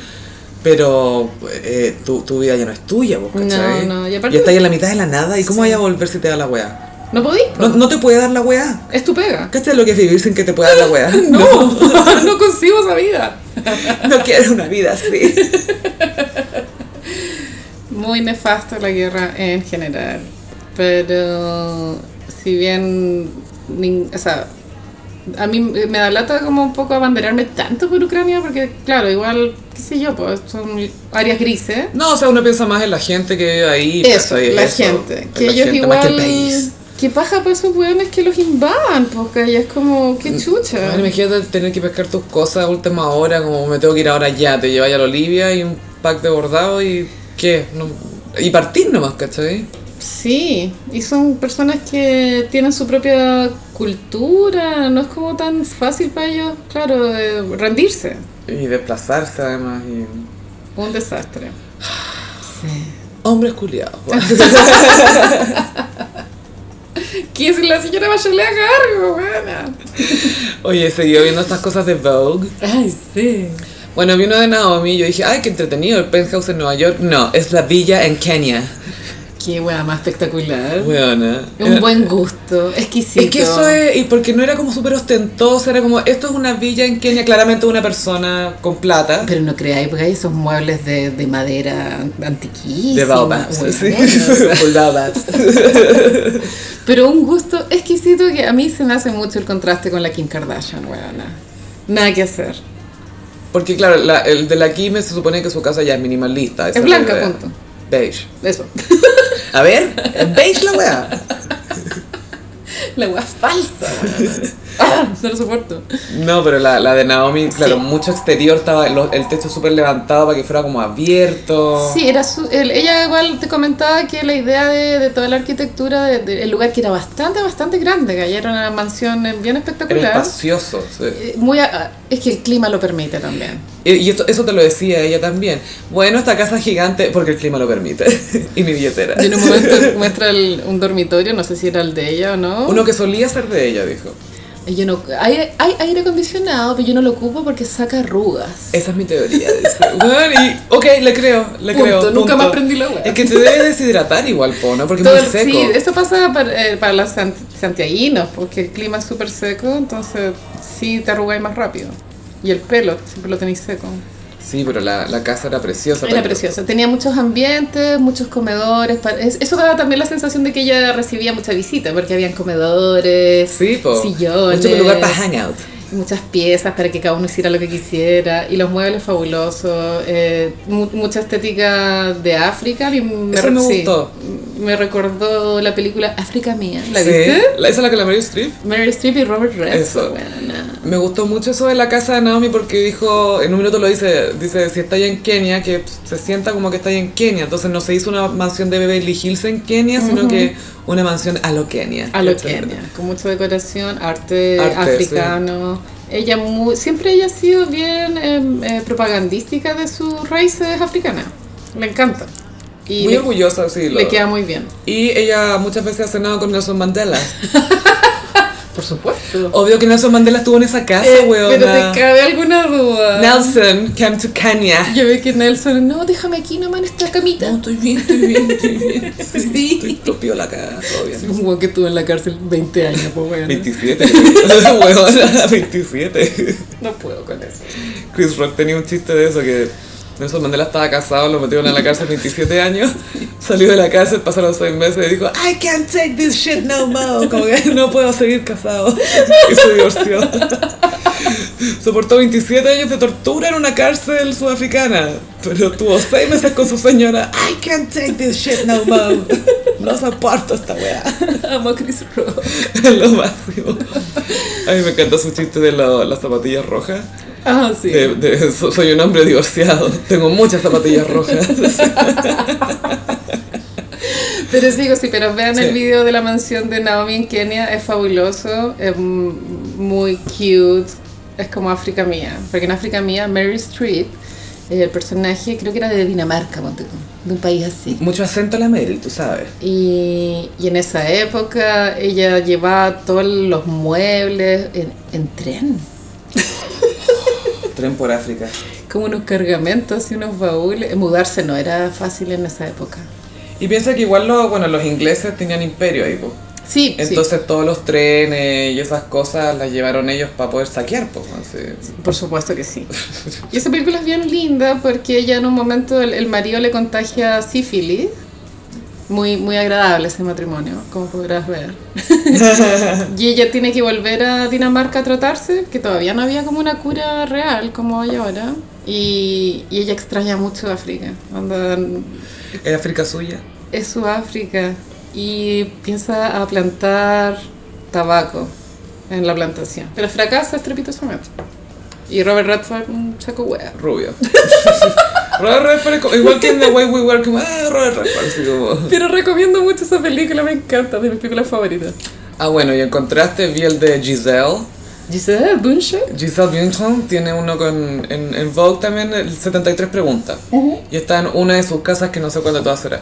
A: pero eh, tu, tu vida ya no es tuya, vos, ¿cachai?
B: No, no, y aparte-
A: Ya estás en la mitad de la nada, ¿y cómo vaya a volver si te da la weá?
B: No podí.
A: No, no te puede dar la weá.
B: Es
A: [laughs]
B: tu pega.
A: ¿Cachai lo que es vivir sin que te pueda dar la
B: [laughs]
A: weá?
B: No, [laughs] no consigo esa vida.
A: no quiero una vida así.
B: Muy nefasta la guerra en general. Pero si bien, nin- o sea, a mí me da lata como un poco abanderarme tanto por Ucrania porque, claro, igual, qué sé yo, pues son áreas grises.
A: No, o sea, uno piensa más en la gente que vive ahí.
B: Eso,
A: ¿cachai?
B: la
A: pues, Eso,
B: gente.
A: en
B: Que
A: la
B: ellos
A: gente
B: igual...
A: más que el país.
B: ¿Qué paja para esos weones que los invadan? Porque ahí es como,
A: Mm,
B: qué chucha.
A: Bueno, imagínate tener que pescar tus cosas a última hora, como me tengo que ir ahora ya, te lleváis a la Olivia y un pack de bordado y qué, No- y partir nomás, ¿cachai?
B: Sí, y son personas que tienen su propia cultura, no es como tan fácil para ellos, claro, eh, rendirse.
A: Y desplazarse además y...
B: Un desastre.
A: Hombres culiados. guau.
B: ¿Quién es la señora Bachelet a cargo, buena?
A: [laughs] Oye, seguí viendo estas cosas de Vogue.
B: Ay, sí.
A: Bueno, vi uno de Naomi y yo dije, ay, qué entretenido, el penthouse en Nueva York. No, es la villa en Kenia.
B: Qué weá más espectacular.
A: Weona.
B: Un buen gusto, exquisito.
A: eh, Es que eso es, y porque no era como súper ostentoso, era como, esto es una villa en Kenia, claramente una persona con plata.
B: Pero no creáis, porque hay esos muebles de, de madera antiquísimos.
A: De baobabs.
B: weón,
A: sí. [laughs]
B: ¿no?
A: Full baobabs.
B: Pero un gusto exquisito que a mí se me hace mucho el contraste con la Kim Kardashian, weona. Nada que hacer.
A: Porque claro, la- el de la Kime se supone que su casa ya es minimalista. esa
B: Es blanca,
A: la idea.
B: punto.
A: Beige.
B: Eso. [laughs]
C: A ver, es beige la weá.
B: La weá falsa,
A: [laughs]
B: weona. Ah, no lo soporto.
A: No, pero la, la de Naomi, claro,
B: Sí.
A: mucho exterior, estaba lo- el techo súper levantado para que fuera como abierto.
B: Sí, era su- el- ella igual te comentaba que la idea de, de toda la arquitectura del lugar que era bastante, bastante grande, que era una mansión eh, bien
A: Era
B: espectacular.
A: espacioso. sí.
B: Eh, Muy a- es que el clima lo permite también.
A: Y- Y esto, eso te lo decía ella también. Bueno, esta casa es gigante porque el clima lo permite. [laughs] y mi billetera.
B: Y en un
A: [laughs]
B: momento muestra el- un dormitorio, no sé si era el de ella o no.
A: Uno que solía ser de ella, dijo.
B: Y Yo no hay, hay aire acondicionado, pero yo no lo ocupo porque saca arrugas.
A: Esa es mi teoría.
B: [laughs]
A: Dice. Bueno, y, ok, le creo, le
B: Punto,
A: creo.
B: nunca más prendí la wea.
A: Es que te debe deshidratar igual, po, ¿no? Porque
B: Todo
A: es
B: el-
A: muy seco.
B: Sí, esto pasa para, eh, para los sant- santiaguinos, porque el clima es súper seco, entonces sí te arrugáis más rápido. Y el pelo, siempre lo tenéis seco.
A: Sí, pero la, la casa era preciosa.
B: Era
A: pero-
B: preciosa, tenía muchos ambientes, muchos comedores. pa- es- Eso daba también la sensación de que ella recibía mucha visita, porque habían comedores,
A: Sí, po.
B: sillones,
C: Mucho lugar para hangout.
B: muchas piezas para que cada uno hiciera lo que quisiera, y los muebles fabulosos, eh, mu- mucha estética de África. y me,
A: Eso me
B: sí,
A: gustó.
B: me recordó la película África Mía, ¿la
A: Sí,
B: viste?
A: la- esa es la que la Meryl Streep.
B: Meryl Streep y Robert
A: Eso.
B: Redford. weona.
A: Me gustó mucho eso de la casa de Naomi porque dijo, en un minuto lo dice, dice, si está allá en Kenia, que se sienta como que está allá en Kenia. Entonces no se hizo una mansión de Beverly Hills en Kenia, sino que una mansión a lo Kenia.
B: A lo
A: ¿cachai?
B: Kenia, con mucha decoración, arte,
A: Arte,
B: africano. Ella mu- siempre ella ha sido bien em, eh, propagandística de sus raíces africanas. Le encanta. Y
A: Muy
B: le,
A: orgullosa, sí. lo-
B: le queda muy bien.
A: Y ella muchas veces ha cenado con Nelson Mandela.
B: [laughs] Por supuesto.
A: Obvio que Nelson Mandela estuvo en esa casa, Ah, weona.
B: Eh, pero te cabe alguna duda.
A: Nelson came to Kenya.
B: Yo veo que Nelson, no, déjame aquí nomás en esta camita.
A: estoy bien, estoy bien, estoy bien.
B: Sí.
A: Estoy topio la cara, todo bien.
B: Un hueón que estuvo en la cárcel 20 años, pues bueno.
A: 27, creo. Huevona, 27.
B: No puedo con eso. [laughs]
A: Chris Rock tenía un chiste de eso que Nelson Mandela estaba casado, lo metieron a la cárcel 27 años, salió de la cárcel, pasaron 6 meses y dijo,
C: I can't take this shit no more.
A: como que no puedo seguir casado. Y se divorció. Soportó 27 años de tortura en una cárcel sudafricana, pero tuvo 6 meses con su señora.
C: I can't take this shit no more. No soporto esta weá.
B: Amo a Chris Rock.
A: [laughs] lo máximo. A mí me encanta su chiste de lo- las zapatillas rojas.
B: Ah, sí.
A: De- de- so- soy un hombre divorciado, tengo muchas zapatillas rojas.
B: Pero sigo, sí, pero vean
A: Sí.
B: el video de la mansión de Naomi en Kenia, es fabuloso, es m- muy cute, es como África Mía, porque en África Mía Mary Streep, eh, el personaje creo que era de Dinamarca, ponte tú, de un país así.
A: [laughs] Mucho acento a la Meryl, tú sabes.
B: Y, y en esa época ella llevaba todos los muebles en, en tren,
A: Tren por África.
B: como unos cargamentos y unos baúles. Mudarse no era fácil en esa época.
A: Y piensa que igual los, bueno, los ingleses tenían imperio ahí, po.
B: Sí, sí.
A: Entonces todos los trenes y esas cosas las llevaron ellos para poder saquear, po. así.
B: Por supuesto que sí. Y esa película es bien linda porque ella en un momento el, el marido le contagia sífilis. Muy, muy agradable ese matrimonio, como podrás ver. y ella tiene que volver a Dinamarca a tratarse, que todavía no había como una cura real como hay ahora. Y, y ella extraña mucho África. Onda,
A: Es África suya.
B: es su África. Y piensa a plantar tabaco en la plantación. Pero fracasa estrepitosamente. Y Robert Redford, un saco hueá.
A: Rubio. [laughs] Robert Redford, es como- igual que en The Way We Were, como, ah, Robert Redford, así como...
B: Pero recomiendo mucho esa película, me encanta, de mis películas favoritas.
A: Ah, bueno, y en contraste vi el de Giselle.
B: Giselle Bunche.
A: Giselle Bündchen tiene uno con, en, en Vogue también, el 73 preguntas. Y está en una de sus casas que no sé cuándo todas será.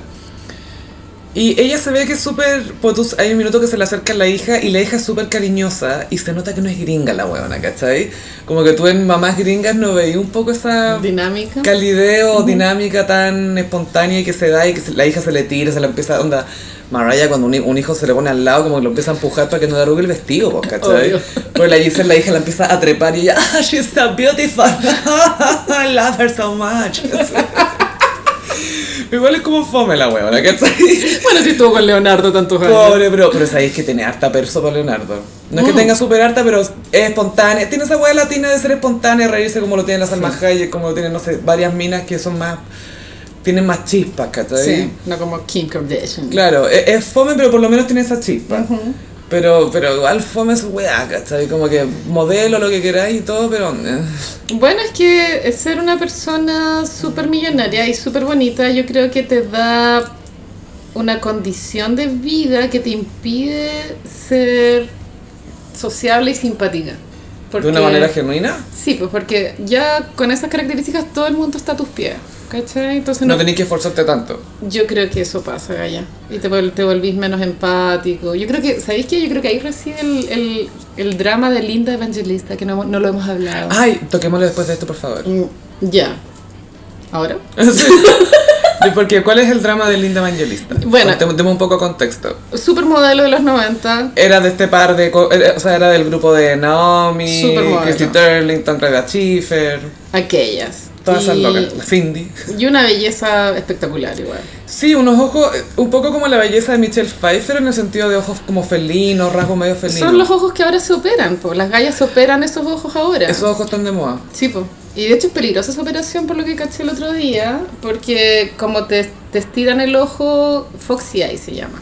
A: Y ella se ve que es súper. pues, tú- hay un minuto que se le acerca la hija y la hija es súper cariñosa y se nota que no es gringa la huevona, ¿cachai? Como que tú en mamás gringas no veías un poco
B: Ah,
A: esa
B: Dinámica.
A: calideo dinámica tan espontánea que se da y que se- la hija se le tira, se le empieza, onda, Mariah cuando un, hi- un hijo se le pone al lado como que lo empieza a empujar para que no le arrugue el vestido, po, ¿cachai?
B: Obvio.
A: Pero la Giselle, la hija la empieza a trepar y ella, ah, she's so beautiful, [laughs] I love her so much. [laughs] Igual es como fome la huevona, ¿cachai?
B: Bueno, si estuvo con Leonardo tantos años.
A: Pobre, bro, pero sabéis que tiene harta perso para Leonardo. No es
B: Mm.
A: que tenga súper harta, pero es espontánea. Tiene esa hueá latina de ser espontánea, reírse como lo tiene la Salma Hayek, como lo tienen, no sé, varias minas que son más. tienen más chispas, ¿cachai?
B: Sí, no como Kim Kardashian.
A: Claro, e- es, fome, pero por lo menos tiene esa
B: Mm.
A: chispa. Pero, pero igual fome es weá, ¿cachai? Como que modelo, lo que queráis y todo, pero... eh.
B: Bueno, es que ser una persona súper millonaria y súper bonita, yo creo que te da una condición de vida que te impide ser sociable y simpática.
A: De una
B: Porque-
A: manera genuina.
B: Sí, pues porque ya con esas características todo el mundo está a tus pies. ¿Cachai? Entonces
A: No
B: no,
A: tenéis que esforzarte tanto.
B: yo creo que eso pasa, Gaya. Y te, vol- te volvís menos empático. Yo creo que, ¿sabéis qué? Yo creo que ahí reside el, el, el drama de Linda Evangelista, que no, hemos- no lo hemos hablado.
A: Ay, toquémoslo después de esto, por favor. [laughs]
B: [laughs] Mm, Ya. ¿Ahora?
A: Sí. Sí, Porque, ¿cuál es el drama de Linda Evangelista?
B: Bueno.
A: Contem- Demos un poco de contexto.
B: Supermodelo de los 90.
A: Era de este par de... co- era- O sea, era del grupo de Naomi,
B: Supermodelo.
A: Christy Turlington, Reba Schiffer,
B: Aquellas.
A: todas esas
B: Y-
A: locas. La Cindy.
B: Y una belleza espectacular igual.
A: Sí, unos ojos, eh, un poco como la belleza de Michelle Pfeiffer en el sentido de ojos como felinos, rasgos medio felinos.
B: Son los ojos que ahora se operan, pues las gallas se operan esos ojos ahora.
A: Esos ojos están de moda.
B: Sí, po. Y de hecho es peligrosa esa operación por lo que caché el otro día, porque como te, te estiran el ojo, Foxy Eye se llama.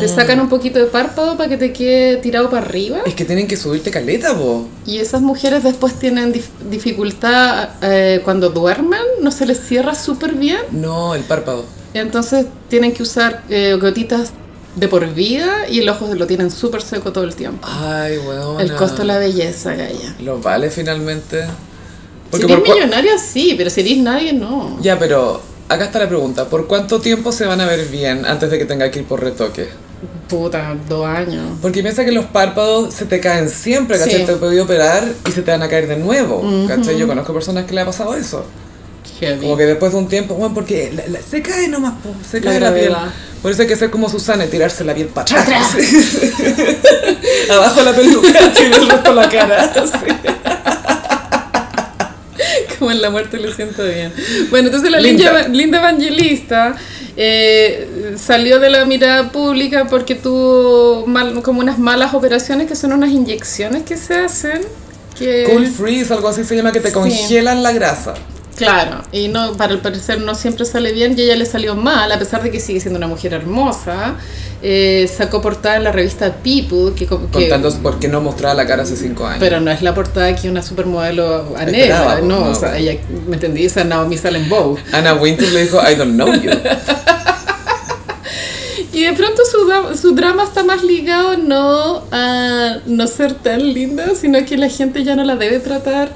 B: Te sacan un poquito de párpado para que te quede tirado para arriba.
A: Es que tienen que subirte caleta, vos.
B: Y esas mujeres después tienen dif- dificultad eh, cuando duermen, no se les cierra súper bien.
A: No, el párpado.
B: Entonces tienen que usar eh, gotitas de por vida y el ojo lo tienen súper seco todo el tiempo.
A: Ay, weón.
B: El costo de la belleza, Gaya.
A: Los vale finalmente.
B: Si
A: Porque
B: eres
A: por cua-
B: millonaria, sí, pero si eres nadie, no.
A: Ya, pero acá está la pregunta. ¿Por cuánto tiempo se van a ver bien antes de que tenga que ir por retoque?
B: Puta, dos años.
A: Porque piensa que los párpados se te caen siempre, ¿cachai?
B: Sí.
A: Te he podido operar y se te van a caer de nuevo, ¿cachai? Yo conozco personas que le ha pasado eso.
B: Heavy.
A: Como que después de un tiempo, bueno, porque la- la- se cae nomás, po, se
B: La
A: cae la, piel.
B: gravedad.
A: Por eso hay que ser como Susana y tirarse la piel para [laughs] atrás. Abajo la peluca y el resto la cara. sí.
B: [laughs] Como en la muerte lo siento bien. Bueno, entonces la
A: Linda.
B: linda, linda evangelista eh, salió de la mirada pública porque tuvo mal- como unas malas operaciones que son unas inyecciones que se hacen. Que,
A: Cool freeze, algo así se llama, que te
B: Sí.
A: congelan la grasa.
B: Claro, y no, para el parecer no siempre sale bien y a ella le salió mal, a pesar de que sigue siendo una mujer hermosa. Eh, sacó portada en la revista People, que, co- que
A: Contando por qué no mostraba la cara hace cinco años.
B: Pero no es la portada que una supermodelo anhela,
A: Esperaba,
B: no,
A: no.
B: o sea, ella, ¿me entendí? O sea, Naomi sale en Vogue.
A: Ana Winter le dijo, I don't know you.
B: Y de pronto su, da- su drama está más ligado no a no ser tan linda, sino que la gente ya no la debe tratar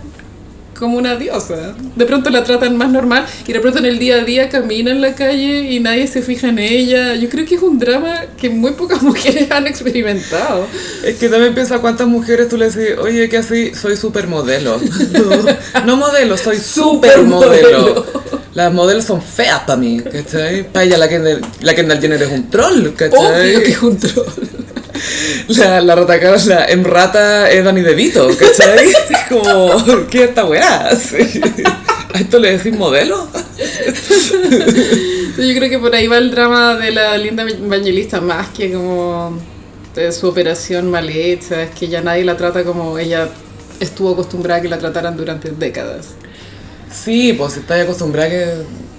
B: como una diosa. De pronto la tratan más normal y de pronto en el día a día camina en la calle y nadie se fija en ella. Yo creo que es un drama que muy pocas [laughs] mujeres han experimentado.
A: Es que también piensa cuántas mujeres tú le decís, oye, ¿qué así? Soy supermodelo.
B: [laughs]
A: no modelo, soy supermodelo. Las modelos son feas para mí, ¿cachai? Para ella la Kendall, la Kendall Jenner es un troll, ¿cachai?
B: Obvio que es un troll.
A: La, la rata Carlos, la emrata es Dani DeVito,
B: [laughs]
A: ¿cachai? Es como, ¿qué es esta weá? Sí. ¿A esto le decís modelo?
B: Sí, Yo creo que por ahí va el drama de la linda evangelista, más que como de su operación mal hecha, es que ya nadie la trata como ella estuvo acostumbrada a que la trataran durante décadas.
A: Sí, pues estás acostumbrada a que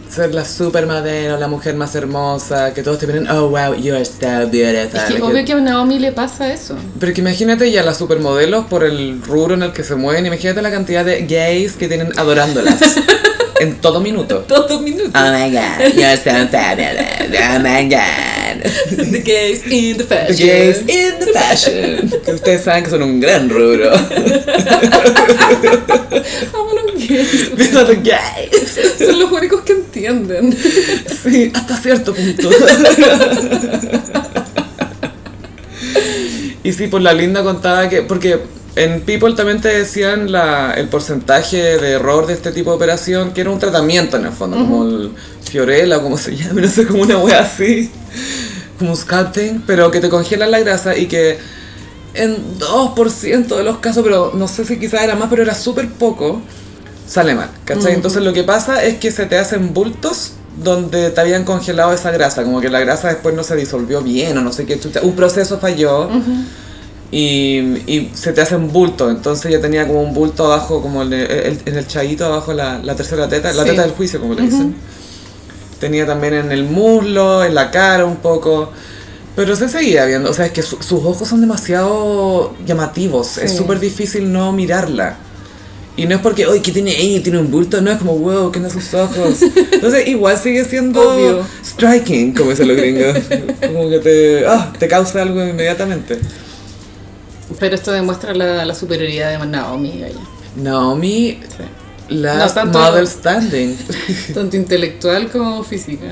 A: ser la supermodelo, la mujer más hermosa, que todos te vienen, oh wow, you are so beautiful.
B: Es que
A: Que-
B: obvio que a Naomi le pasa eso.
A: Pero que imagínate ya las supermodelos por el rubro en el que se mueven, imagínate la cantidad de gays que tienen adorándolas en todo minuto. Ah.
B: Todos minutos.
C: Oh my god, you're so fabulous. Oh my god,
B: [laughs]
C: Claro.
B: The gays in the fashion.
C: Gays in the fashion. Que ustedes saben que son [laughs] un gran rubro.
B: Amo los gays.
C: Viva los gays.
B: Son los únicos que entienden.
A: Sí, hasta cierto punto. y sí, pues la linda contaba que. Porque en People también te decían la, el porcentaje de error de este tipo de operación, que era un tratamiento en el fondo, como el Fiorella, o como se llama, no sé, como una wea así, como un scalping, pero que te congelan la grasa y que. En 2% de los casos, pero no sé si quizás era más, pero era súper poco sale mal, ¿cachai? Entonces lo que pasa es que se te hacen bultos donde te habían congelado esa grasa, como que la grasa después no se disolvió bien o no sé qué chucha, un proceso falló y, y se te hacen bultos, entonces ya tenía como un bulto abajo, como el- el- en el chayito abajo la, la tercera teta, la
B: Sí.
A: teta del juicio como le dicen. Tenía también en el muslo, en la cara un poco. Pero se seguía viendo, o sea, es que su- sus ojos son demasiado llamativos, es
B: Sí.
A: súper difícil no mirarla. Y no es porque, oye, ¿qué tiene ella? ¿Tiene un bulto? No, es como, wow, ¿qué onda sus
B: [laughs]
A: ojos? Entonces, igual sigue siendo
B: Obvio.
A: striking, como dicen los gringos. Como que te, ah, te causa algo inmediatamente.
B: Pero esto demuestra la, la superioridad de Naomi y ella.
A: Naomi, la
B: No, tanto-
A: model standing.
B: Tanto intelectual como física.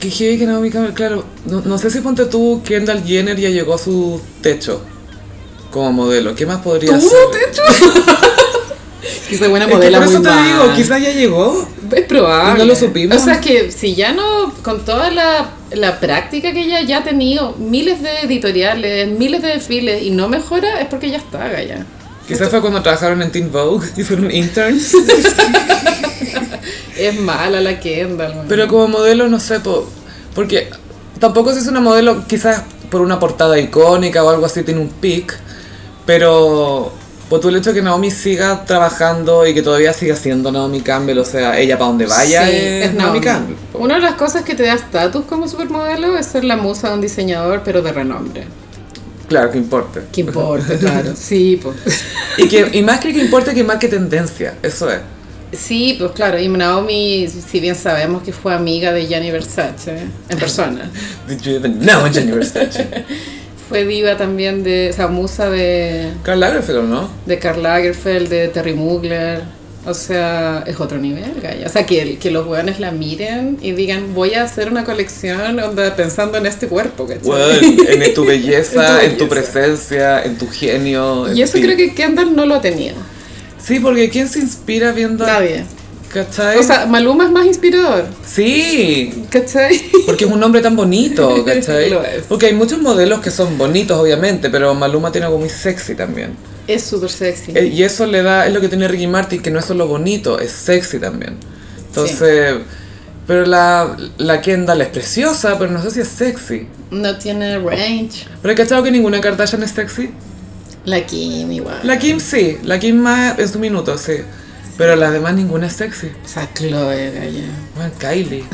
A: Que heavy que Naomi Campbell, claro. No, no sé si ponte tú, Kendall Jenner ya llegó a su techo como modelo. ¿Qué más podría
B: ¿Tú,
A: hacer?
B: [laughs] techo? Quizá buena
A: Es que
B: modela
A: por
B: muy
A: eso te
B: mal.
A: digo, quizás ya llegó.
B: Es probable.
A: Y no lo supimos.
B: O sea, es que si ya no, con toda la, la práctica que ella ya ha tenido, miles de editoriales, miles de desfiles, y no mejora, es porque ya está, Gaya.
A: Quizás fue cuando trabajaron en Teen Vogue [laughs] y fueron interns.
B: Es mala la Kendall. man.
A: Pero como modelo, no sé, po- porque tampoco si es una modelo, quizás por una portada icónica o algo así, tiene un pic, pero por tú el hecho de que Naomi siga trabajando y que todavía siga siendo Naomi Campbell, o sea, ella para donde vaya
B: Sí,
A: es, Naomi Campbell. po.
B: Una de las cosas que te da estatus como supermodelo es ser la musa de un diseñador, pero de renombre.
A: Claro, que importa.
B: Que
A: [laughs]
B: importa, claro. Sí, pues.
A: Y, que, y más que que importe, que marque tendencia, eso es.
B: Sí, pues claro. Y Naomi, si bien sabemos que fue amiga de Gianni Versace en persona.
A: Did you even know Jenny Versace?
B: Fue diva también de, o sea, musa de,
A: [laughs] Karl Lagerfeld, ¿o ¿no?
B: de Karl Lagerfeld, de Terry Mugler. O sea, es otro nivel, Gaya. O sea, que, el- que los weones la miren y digan, voy a hacer una colección onda, pensando en este cuerpo, ¿cachai?
A: Bueno, en tu belleza, en tu
B: belleza.
A: presencia, en tu genio. en
B: [laughs] Y eso
A: ti.
B: creo que Kendall no lo tenía.
A: Sí, porque ¿quién se inspira viendo a
B: Nadie.
A: ¿Cachai?
B: O sea, Maluma es más inspirador,
A: sí,
B: ¿cachai? [laughs]
A: porque es un hombre tan bonito, ¿cachai?
B: Lo es.
A: Porque hay muchos modelos que son bonitos, obviamente, pero Maluma tiene algo muy sexy también.
B: Es súper sexy.
A: Eh, Y eso le da, es lo que tiene Ricky Martin, que no es solo bonito, es sexy también. Entonces, pero la, la Kendall es preciosa, pero no sé si es sexy.
B: No tiene range.
A: Pero he cachado que ninguna Kardashian es sexy.
B: La Kim igual.
A: La Kim sí, la Kim más en su minuto, sí. Pero las demás ninguna es sexy.
B: O sea, Chloe, Gaya.
A: Bueno, Kylie.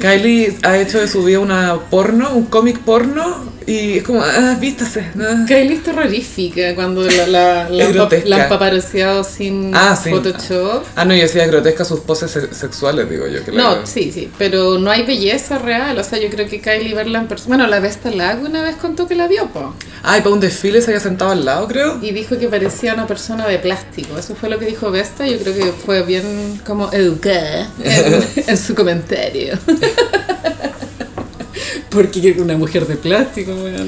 A: Kylie ha hecho de su vida una porno, un cómic porno, y es como, ah, vístase. ah.
B: Kylie es terrorífica cuando la, la,
A: [laughs]
B: la,
A: Es
B: han pa-
A: grotesca.
B: la han paparoseado sin
A: Ah, sí.
B: Photoshop.
A: Ah, no, yo decía grotesca sus poses se- sexuales, digo yo. Que la-
B: No, sí, sí, pero no hay belleza real. O sea, yo creo que Kylie verla en persona. Bueno, la Vesta Lago una vez contó que la vio, po.
A: Ay, para un desfile se había sentado al lado, creo.
B: Y dijo que parecía una persona de plástico. Eso fue lo que dijo Vesta. Yo creo que fue bien como educada
A: [laughs]
B: en, en su comentario. [laughs] Porque una mujer de plástico, bueno.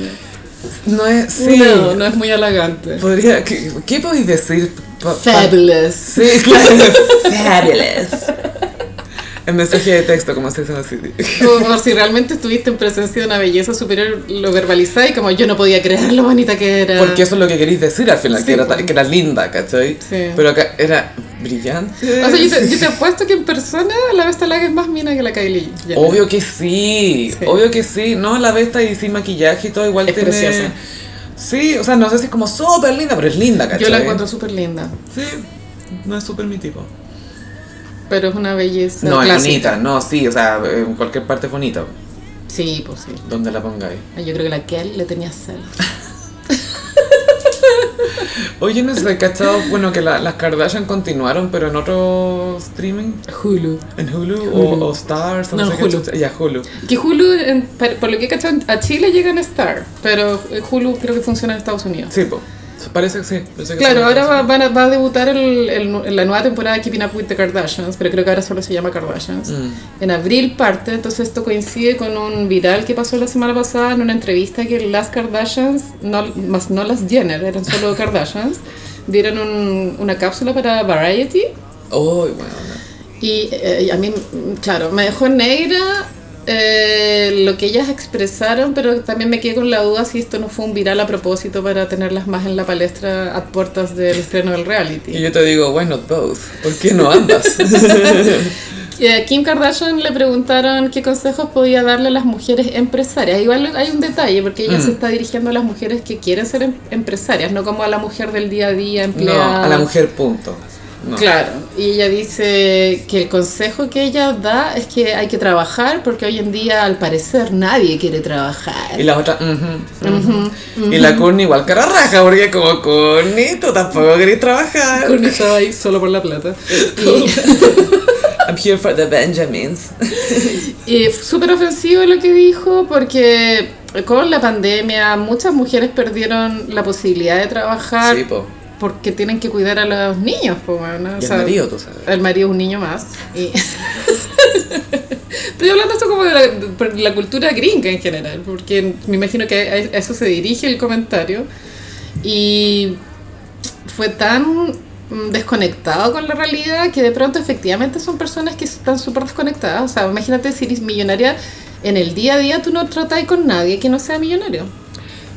A: No es, sí.
B: No, no es muy halagante.
A: Podría, ¿qué, qué podéis decir? Pa- pa-
B: Fabulous.
A: Sí, [laughs] claro.
C: Fabulous.
A: El mensaje de texto, como se dice en la city.
B: O, o si realmente estuviste en presencia de una belleza superior, lo verbalizáis como yo no podía creer lo bonita que era.
A: Porque eso es lo que queréis decir al final,
B: Sí,
A: que, era,
B: pues.
A: ta- que era linda, ¿cachai?
B: Sí.
A: Pero acá era brillante.
B: O sea, yo te, yo te apuesto que en persona la Vesta Laga es más mina que la Kylie. Jenner.
A: [laughs] Obvio que sí,
B: Sí.
A: obvio que sí. No, la besta y sin maquillaje y todo igual
B: Es
A: tiene-
B: preciosa.
A: Sí, o sea, no sé si es como súper linda, pero es linda, ¿cachai?
B: Yo la encuentro súper linda,
A: Sí, no es súper mi tipo.
B: pero es una belleza
A: No, es
B: clásica.
A: bonita, no, sí, o sea, en cualquier parte es bonita,
B: Sí, pues sí.
A: donde la pongáis.
B: Yo creo que la Kel le tenía celos.
A: Oye, no sé, cachado, bueno, que la- las Kardashian continuaron, pero en otro streaming,
B: Hulu.
A: en Hulu, O, o Stars, o no,
B: No,
A: sé qué
B: Hulu.
A: chucha. Ya, Hulu.
B: Que Hulu, en- por por lo que he cachado, a Chile llega en Star, pero eh, Hulu creo que funciona en Estados Unidos.
A: Sí, po. parece que sí. parece que
B: Claro,
A: sí.
B: ahora va, van a- va a debutar el- el- la nueva temporada de Keeping Up with the Kardashians, pero creo que ahora solo se llama Kardashians. En abril parte, entonces esto coincide con un viral que pasó la semana pasada en una entrevista que las Kardashians, no, más no las Jenner, eran solo Kardashians, dieron un- una cápsula para Variety
A: Oh, bueno.
B: y eh, a mí, claro, me dejó negra eh, lo que ellas expresaron, pero también me quedé con la duda si esto no fue un viral a propósito para tenerlas más en la palestra a puertas del estreno del
A: Y
B: reality.
A: yo te digo, why not both? ¿Por qué no
B: [laughs]
A: ambas?
B: Y a Eh, Kim Kardashian le preguntaron qué consejos podía darle a las mujeres empresarias. Igual hay un detalle, porque ella
A: Mm.
B: se está dirigiendo a las mujeres que quieren ser em- empresarias, no como a la mujer del día a día,
A: no,
B: empleada.
A: a la mujer, punto. No.
B: Claro, y ella dice que el consejo que ella da es que hay que trabajar porque hoy en día al parecer nadie quiere trabajar.
A: Y la otra, ujú, ujú. Y la Courtney igual cara raja, porque como Courtney, tú tampoco querés trabajar.
B: Courtney estaba ahí solo por la plata.
A: I'm here for the Benjamins.
B: Y, y súper ofensivo lo que dijo porque con la pandemia muchas mujeres perdieron la posibilidad de trabajar
A: Sí, po.
B: porque tienen que cuidar a los niños. po, bueno, o
A: Y el
B: sea,
A: marido, tú sabes.
B: El marido es un niño más. y- [laughs] Estoy hablando esto como de la, de la cultura gringa en general, porque me imagino que a eso se dirige el comentario. Y fue tan mm, desconectado con la realidad que de pronto efectivamente son personas que están súper desconectadas. O sea, imagínate si eres millonaria, en el día a día tú no tratas con nadie que no sea millonario.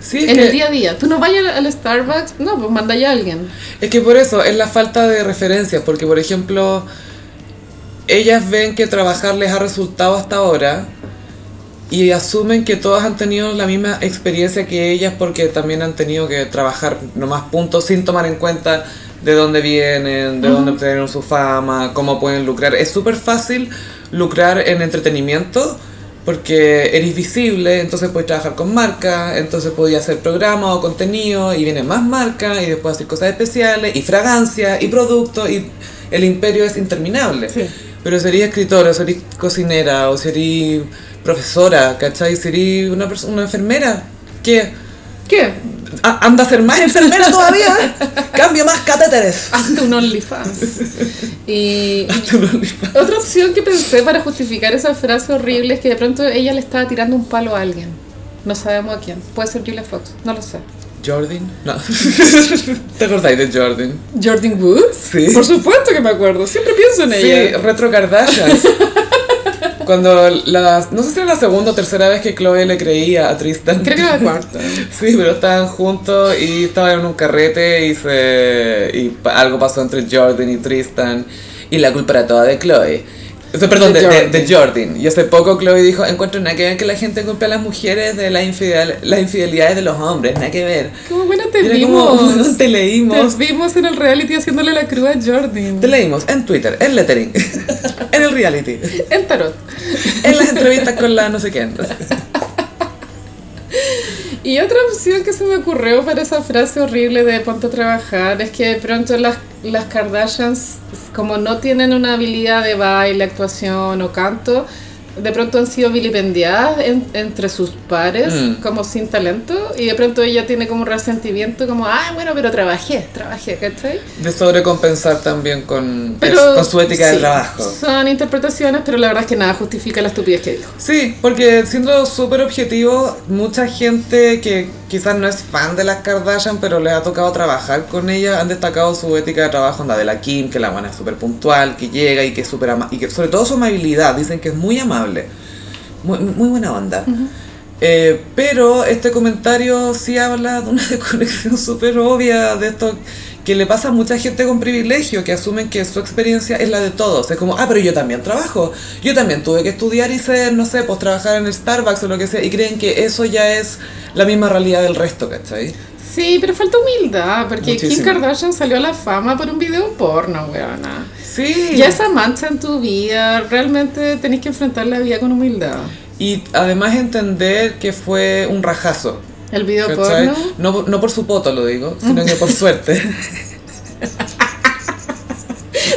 A: Sí, es
B: En
A: que,
B: el día a día. Tú no vayas al Starbucks, no, pues manda ya a alguien.
A: es que por eso es la falta de referencias, porque por ejemplo, ellas ven que trabajar les ha resultado hasta ahora y asumen que todas han tenido la misma experiencia que ellas porque también han tenido que trabajar nomás puntos sin tomar en cuenta de dónde vienen, de dónde obtuvieron su fama, cómo pueden lucrar. Es súper fácil lucrar en entretenimiento porque eres visible, entonces puedes trabajar con marca, entonces podías hacer programas o contenido y vienen más marcas y después hacer cosas especiales y fragancia y productos y el imperio es interminable.
B: Sí.
A: Pero sería escritora, o sería cocinera, o sería profesora, ¿cachai? Sería una, perso- una enfermera. ¿Qué?
B: ¿Qué?
A: A- anda a ser más enfermera todavía. Cambia más catéteres.
B: Hazte
A: [laughs]
B: un OnlyFans. Y otra opción que pensé para justificar esa frase horrible es que de pronto ella le estaba tirando un palo a alguien. No sabemos a quién. Puede ser Julia Fox, no lo sé.
A: Jordan. No. [laughs] ¿Te acordáis de Jordan?
B: ¿Jordan Woods?
A: Sí.
B: Por supuesto que me acuerdo. Siempre pienso en
A: Sí,
B: ella.
A: Retro
B: [laughs]
A: Kardashians. Cuando las. No sé si era la segunda o tercera vez que Chloe le creía a Tristan.
B: Creo que
A: [laughs]
B: era la cuarta.
A: Sí, pero estaban juntos y estaban en un carrete y se y pa- algo pasó entre Jordan y Tristan y la culpa era toda de Chloe. O sea, perdón,
B: De
A: de, de- de Jordan. Y hace poco Chloe dijo, encuentro nada que ver que la gente culpa a las mujeres de la infidel- las infidelidades de los hombres, nada que ver.
B: Como buena te
A: Y era
B: vimos.
A: como, "No te leímos.
B: Te vimos en el reality haciéndole la crúa a Jordan.
A: Te leímos en Twitter, en Lettering, [laughs] en el reality,
B: En tarot.
A: en las entrevistas con la no sé quién.
B: Y otra opción que se me ocurrió para esa frase horrible de ponte a trabajar es que de pronto las, las Kardashians, como no tienen una habilidad de baile, actuación o canto, de pronto han sido vilipendiadas en- entre sus pares
A: Mm.
B: como sin talento y de pronto ella tiene como un resentimiento como, ay, bueno, pero trabajé, trabajé, ¿cachai?
A: De sobrecompensar también con,
B: Pero,
A: con su ética de
B: sí,
A: trabajo.
B: Son interpretaciones, pero la verdad es que nada justifica la estupidez que dijo.
A: Sí, porque siendo súper objetivo, mucha gente que quizás no es fan de las Kardashian, pero les ha tocado trabajar con ellas, han destacado su ética de trabajo, onda de la Kim, que la buena es súper puntual, que llega y que es súper ama- y que sobre todo su amabilidad, dicen que es muy amable, muy, muy buena onda. Eh, pero este comentario sí habla de una [laughs] desconexión súper obvia de esto que le pasa a mucha gente con privilegio, que asumen que su experiencia es la de todos. Es como, ah, pero yo también trabajo. Yo también tuve que estudiar y ser, no sé, pues trabajar en Starbucks o lo que sea. Y creen que eso ya es la misma realidad del resto, ¿cachai?
B: Sí, pero falta humildad, porque Kim
A: Muchísimo.
B: Kardashian salió a la fama por un video porno, weona.
A: Sí.
B: Ya esa mancha en tu vida, realmente tenés que enfrentar la vida con humildad.
A: Y además entender que fue un rajazo.
B: El video
A: ¿cachai?
B: porno.
A: No, por- no por su poto lo digo, sino que por suerte.
B: [laughs]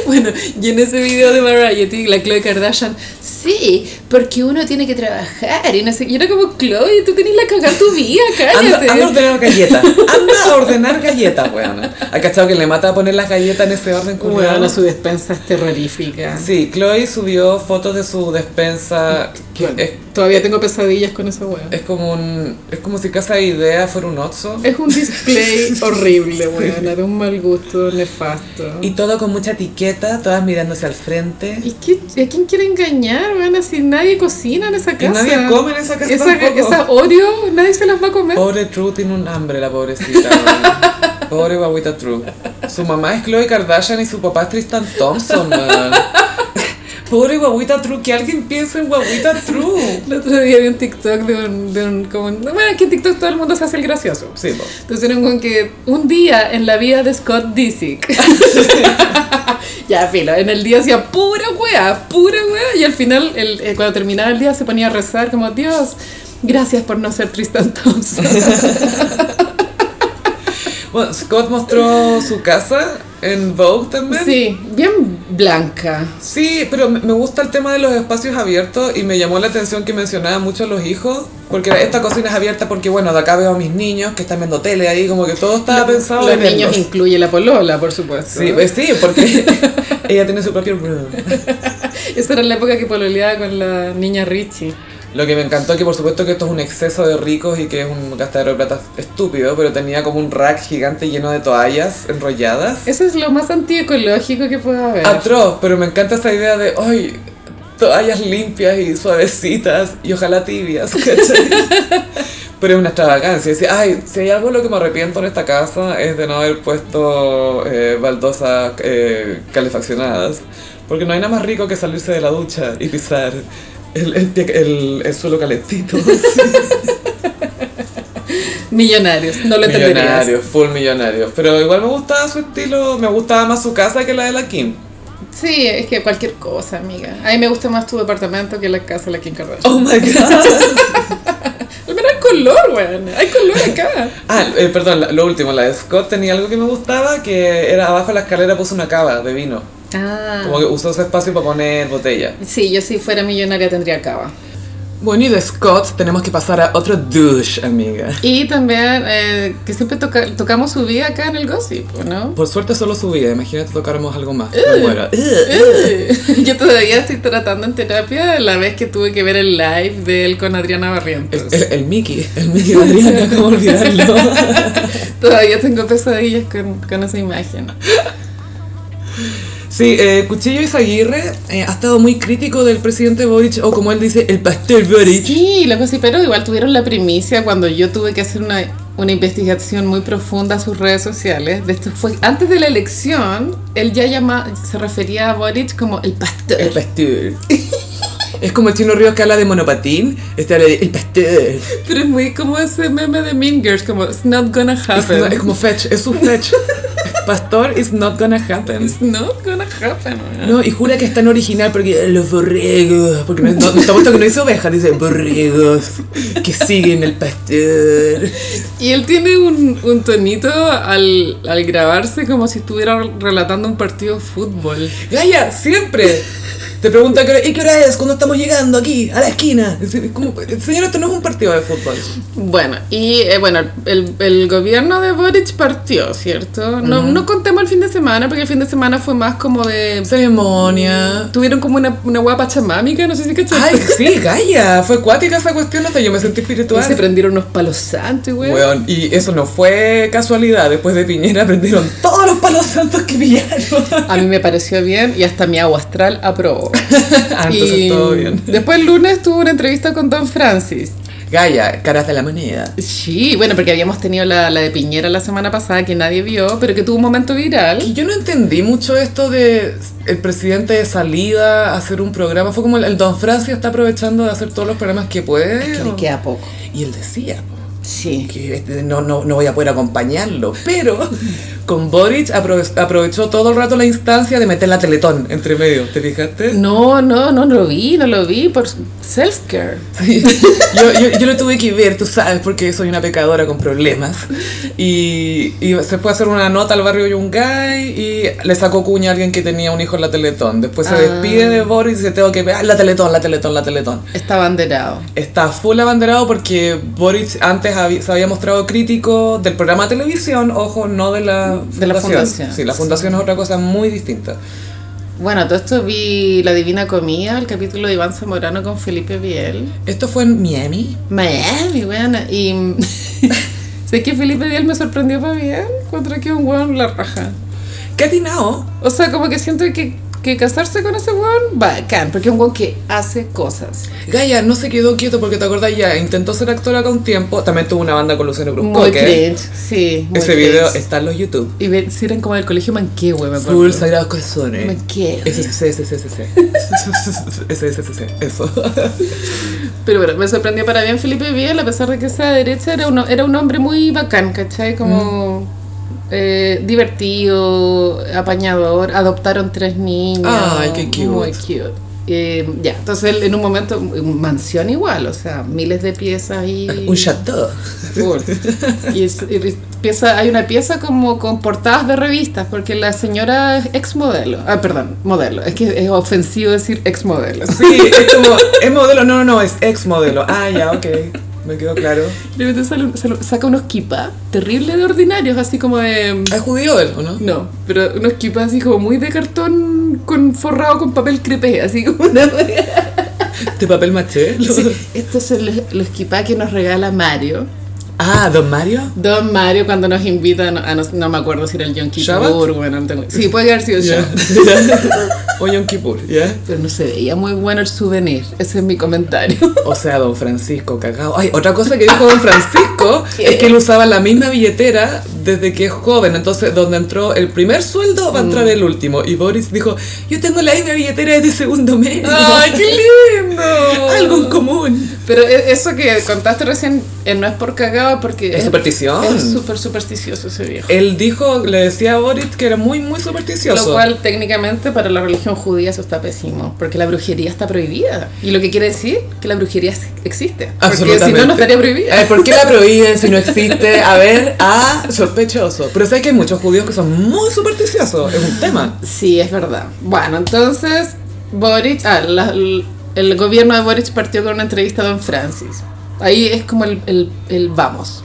B: Bueno, y en ese video de Variety, la Chloe Kardashian, sí, porque uno tiene que trabajar y no sé. qué. Y era como, Chloe, tú tenés la cagar tu
A: [laughs]
B: vida,
A: Anda,
B: cállate.
A: anda a ordenar galletas. Anda a ordenar galletas, weón. ¿Has cachado que le mata poner las galletas en ese orden, culiao?
B: Bueno, su despensa es terrorífica.
A: Sí, Chloe subió fotos de su despensa.
B: Bueno,
A: Es,
B: Todavía tengo pesadillas con esa weá.
A: es como un. Es como si Casa Idea fuera un Otso.
B: Es
A: [laughs]
B: un display horrible, weón, de un mal gusto nefasto.
A: Y todo con mucha etiqueta, todas mirándose al frente.
B: ¿Y qué, a quién quiere engañar, weón? Si nadie cocina en esa
A: Y
B: casa.
A: nadie come en esa casa
B: Esa,
A: tampoco.
B: esa Oreo, nadie se las va a comer.
A: Pobre True tiene un hambre, la pobrecita. weón. Pobre guaguita True. Su mamá es Chloe Kardashian y su papá es Tristan Thompson, man.
B: [laughs]
A: Pobre guaguita True, que alguien piense en guaguita True.
B: El otro día vi un TikTok de un, de un como, no, bueno, es que en TikTok todo el mundo se hace el gracioso.
A: Sí, po.
B: Entonces era un weón que un día en la vida de
A: [laughs]
B: Scott Disick. [laughs] ya, filo, en el día hacía pura wea, pura wea. Y al final, el, eh, cuando terminaba el día, se ponía a rezar como, Dios, gracias por no ser
A: [laughs]
B: Tristan Thompson.
A: Bueno, Scott mostró su casa en Vogue también.
B: sí, bien blanca.
A: Sí, pero me me gusta el tema de los espacios abiertos y me llamó la atención que mencionaba mucho a los hijos, porque era, esta cocina es abierta porque, bueno, de acá veo a mis niños que están viendo tele ahí, como que todo estaba pensado
B: Los
A: en
B: niños
A: verlos.
B: incluye la polola, por supuesto.
A: Sí, pues sí,
B: [laughs]
A: porque ella tiene su propio room.
B: Esa era la época que pololeaba con la niña Richie.
A: Lo que me encantó que por supuesto que esto es un exceso de ricos y que es un gastadero de plata estúpido, pero tenía como un rack gigante lleno de toallas enrolladas.
B: Eso es lo más antiecológico que puede haber.
A: Atroz, pero me encanta esa idea de, ¡ay! Toallas limpias y suavecitas y ojalá tibias, [laughs] ¿cachai? Pero es una extravagancia. Decir, ay, si hay algo de lo que me arrepiento en esta casa es de no haber puesto eh, baldosas eh, calefaccionadas. Porque no hay nada más rico que salirse de la ducha y pisar el, el pie- el- el suelo
B: [laughs]
A: calentito.
B: Millonarios, no lo entenderías.
A: millonarios, full millonarios. Pero igual me gustaba su estilo, me gustaba más su casa que la de la Kim.
B: Sí, es que cualquier cosa, amiga. A mí me gusta más tu departamento que la casa de la Kim Kardashian.
A: Oh my god.
B: Al menos hay color, weón. Hay color
A: [laughs]
B: acá.
A: Ah, eh, perdón, la- lo último, la de Scott tenía algo que me gustaba, que era abajo de la escalera puso una cava de vino.
B: Ah.
A: Como que usó ese espacio para poner botella.
B: Sí, yo si fuera millonaria tendría cava.
A: Bueno, y de Scott tenemos que pasar a otro douche, amiga.
B: Y también eh, que siempre toca- tocamos su vida acá en el gossip, ¿no?
A: Por suerte solo subía, imagínate tocáramos algo más. me muero.
B: Eh, [laughs] Yo todavía estoy tratando en terapia la vez que tuve que ver el live de él con Adriana Barrientos.
A: El, el Mickey, el Mickey de Adriana, ¿cómo olvidarlo?
B: Todavía tengo pesadillas con, con esa imagen.
A: [laughs] Sí, eh, Cuchillo Izaguirre eh, ha estado muy crítico del presidente Boric, o como él dice, el pastor Boric.
B: Sí, los gossiperos igual tuvieron la primicia cuando yo tuve que hacer una, una investigación muy profunda a sus redes sociales. De esto fue antes de la elección, él ya llama, se refería a Boric como el pastor.
A: El pastor. es como el chino Ríos que habla de monopatín, este habla de el pastor.
B: Pero es muy como ese meme de Mean Girls, como it's not gonna
A: Es,
B: happen.
A: es como fetch, es un fetch. [laughs] Pastor is not gonna happen.
B: [laughs] It's not gonna happen. man.
A: No, y jura que es tan original porque eh, los borregos, porque no, no, te apuesto que no dice ovejas, dice borregos que siguen el pastor.
B: Y él tiene un, un tonito al, al grabarse como si estuviera relatando un partido de fútbol.
A: Gaya, siempre. Te pregunta, qué hora- ¿y qué hora es cuando estamos llegando aquí, a la esquina? Es como, Señor, esto no es un partido de fútbol.
B: Bueno, y eh, bueno, el, el gobierno de Boric partió, ¿cierto? No, no contemos el fin de semana, porque el fin de semana fue más como de...
A: Ceremonia.
B: Tuvieron como una, una guapa chamámica, no sé si cachaste.
A: Ay, sí, Gaya, fue cuática esa cuestión hasta yo me sentí
B: Y
A: espiritual.
B: se prendieron unos palos santos, güey.
A: Weón, y eso no fue casualidad. Después de Piñera aprendieron todos los palos santos que pillaron.
B: A mí me pareció bien y hasta mi agua astral aprobó.
A: [laughs] Ah, entonces todo bien.
B: Después el lunes tuvo una entrevista con Don Francis.
A: Gaya, caras de la moneda.
B: Sí, bueno, porque habíamos tenido la, la de Piñera la semana pasada que nadie vio, pero que tuvo un momento viral.
A: Y yo no entendí mucho esto de el presidente de salida a hacer un programa. Fue como el, el Don Francis está aprovechando de hacer todos los programas que puede.
B: Que le queda poco.
A: Y él decía
B: Sí.
A: que este, no, no, no voy a poder acompañarlo. Pero con Boric apro- aprovechó todo el rato la instancia de meter la Teletón entre medio, ¿te fijaste?
B: No, no, no lo vi, no lo vi por self-care.
A: Sí. [laughs] Yo, yo, yo lo tuve que ver, tú sabes, porque soy una pecadora con problemas. Y, y se fue a hacer una nota al barrio Yungay y le sacó cuña a alguien que tenía un hijo en la Teletón. Después se
B: Ah.
A: despide de Boris y se tengo que ver, "Ah, la Teletón, la Teletón, la Teletón.
B: Está banderado.
A: Está full abanderado porque Boris antes habi- se había mostrado crítico del programa de televisión, ojo, no de la fundación.
B: De la fundación.
A: Sí, la fundación es otra cosa muy distinta.
B: Bueno, todo esto vi La Divina Comida, el capítulo de Iván Zamorano con Felipe Biel.
A: Esto fue en Miami.
B: Miami, weón. Y [laughs] sé que Felipe Biel me sorprendió para bien. Encontré que es un weón la raja.
A: ¿Qué atinado?
B: O sea, como que siento que, que casarse con ese weón, bacán, porque es un weón que hace cosas.
A: Gaia no se quedó quieto porque te acordás ya, intentó ser actora con tiempo. También tuvo una banda con Luciano Cruzco.
B: Muy cringe, sí. Muy
A: Ese video
B: cringe.
A: está en los YouTube.
B: Y ve- si eran como del colegio manquehue, me acuerdo.
A: Full Sagrados Corazones.
B: Manquehue.
A: Ese, ese, ese, ese, ese. [laughs] Ese, ese, ese, ese. Eso.
B: Pero bueno, me sorprendió para bien Felipe Biel, a pesar de que sea de derecha, era un, era un hombre muy bacán, ¿cachai? Como
A: Mm.
B: eh, divertido, apañador, adoptaron tres niños.
A: Ay, qué cute.
B: Muy cute. Eh, ya, entonces él en un momento, mansión igual, o sea, miles de piezas y...
A: [laughs] [laughs] Un chateau.
B: Full. Y, es- y es- pieza, hay una pieza como con portadas de revistas, porque la señora es ex modelo. Ah, perdón, modelo. Es que es ofensivo decir ex modelo.
A: Sí, es como, es modelo, no, no, no, es ex modelo. Ah, ya, ok. Me quedó claro.
B: De repente sale un- sale- saca unos kipas terribles de ordinarios, así como de.
A: ¿Es judío él o no?
B: No, pero unos kipas así como muy de cartón con forrado con papel crepé, así como una.
A: ¿De papel maché?
B: Sí, estos son los, los kipas que nos regala Mario.
A: Ah, ¿Don Mario?
B: Don Mario cuando nos invita, no, a nos- no me acuerdo si era el John
A: ¿Shabbat?
B: Kippur, bueno, no tengo- sí, puede haber sido
A: Ya. [laughs]
B: Shabbat.
A: O Yom Kippur, ¿ya?
B: Pero no se veía muy bueno el souvenir, ese es mi comentario.
A: [laughs] O sea, don Francisco, cagado. Ay, otra cosa que dijo don Francisco
B: [laughs] ¿Qué?
A: es que él usaba la misma billetera desde que es joven. Entonces, donde entró el primer sueldo, va a
B: Mm.
A: entrar el último. Y Boris dijo, yo tengo la misma billetera desde segundo mes. [laughs]
B: qué lindo!
A: Algo en común.
B: Pero e- eso que contaste recién eh, no es por cagado, porque.
A: Es superstición.
B: Es súper supersticioso ese viejo.
A: Él dijo, le decía a Boris que era muy, muy supersticioso.
B: Lo cual técnicamente para la religión judía eso está pésimo, porque la brujería está prohibida. Y lo que quiere decir que la brujería ex- existe. Porque si
A: Absolutamente. Eh.
B: no, no estaría
A: A
B: prohibida.
A: ver, ¿por qué la prohíben si no existe? A
B: [laughs]
A: ver, ah, sospechoso. Pero sé que hay muchos judíos que son muy supersticiosos, es un tema.
B: Sí, es verdad. Bueno, entonces Boric, ah, la- l- el gobierno de Boric partió con una entrevista a Don Francis. Ahí es como el, el- el vamos.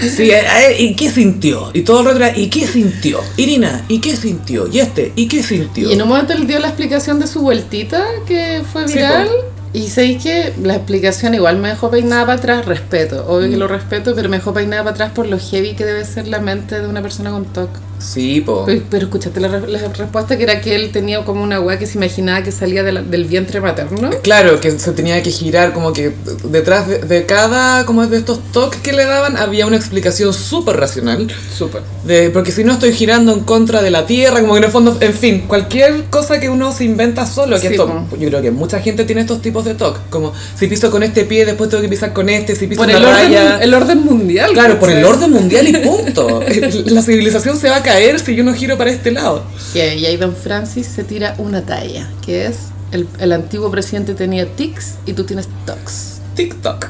A: Sí, a- a- ¿y qué sintió? Y todo el rato era, ¿y qué sintió? Irina, ¿y qué sintió? Y este, ¿y qué sintió?
B: Y en un momento él dio la explicación de su vueltita que fue
A: Sí,
B: viral. y sé que la explicación igual me dejó peinada para atrás, respeto, obvio
A: Mm.
B: que lo respeto, pero me dejó peinada para atrás por lo heavy que debe ser la mente de una persona con TOC.
A: Sí, po.
B: Pero, pero escuchaste la, re- la respuesta que era que él tenía como una weá que se imaginaba que salía de la- del vientre materno.
A: Claro, que se tenía que girar como que detrás de, de cada, como de estos toques que le daban, había una explicación súper racional.
B: Súper.
A: De, porque si no estoy girando en contra de la Tierra, como que en el fondo, en fin, cualquier cosa que uno se inventa solo, que
B: Sí,
A: esto-
B: po.
A: yo creo que mucha gente tiene estos tipos de TOC, como si piso con este pie, después tengo que pisar con este, si piso
B: Por
A: una
B: el
A: raya.
B: orden, el orden mundial.
A: Claro, por el
B: ¿cachai?
A: orden mundial y punto. [laughs] La civilización se va a caer si yo no giro para este lado.
B: Que- y ahí Don Francis se tira una talla, que es el, el antiguo presidente tenía tics y tú tienes tocs.
A: TikTok.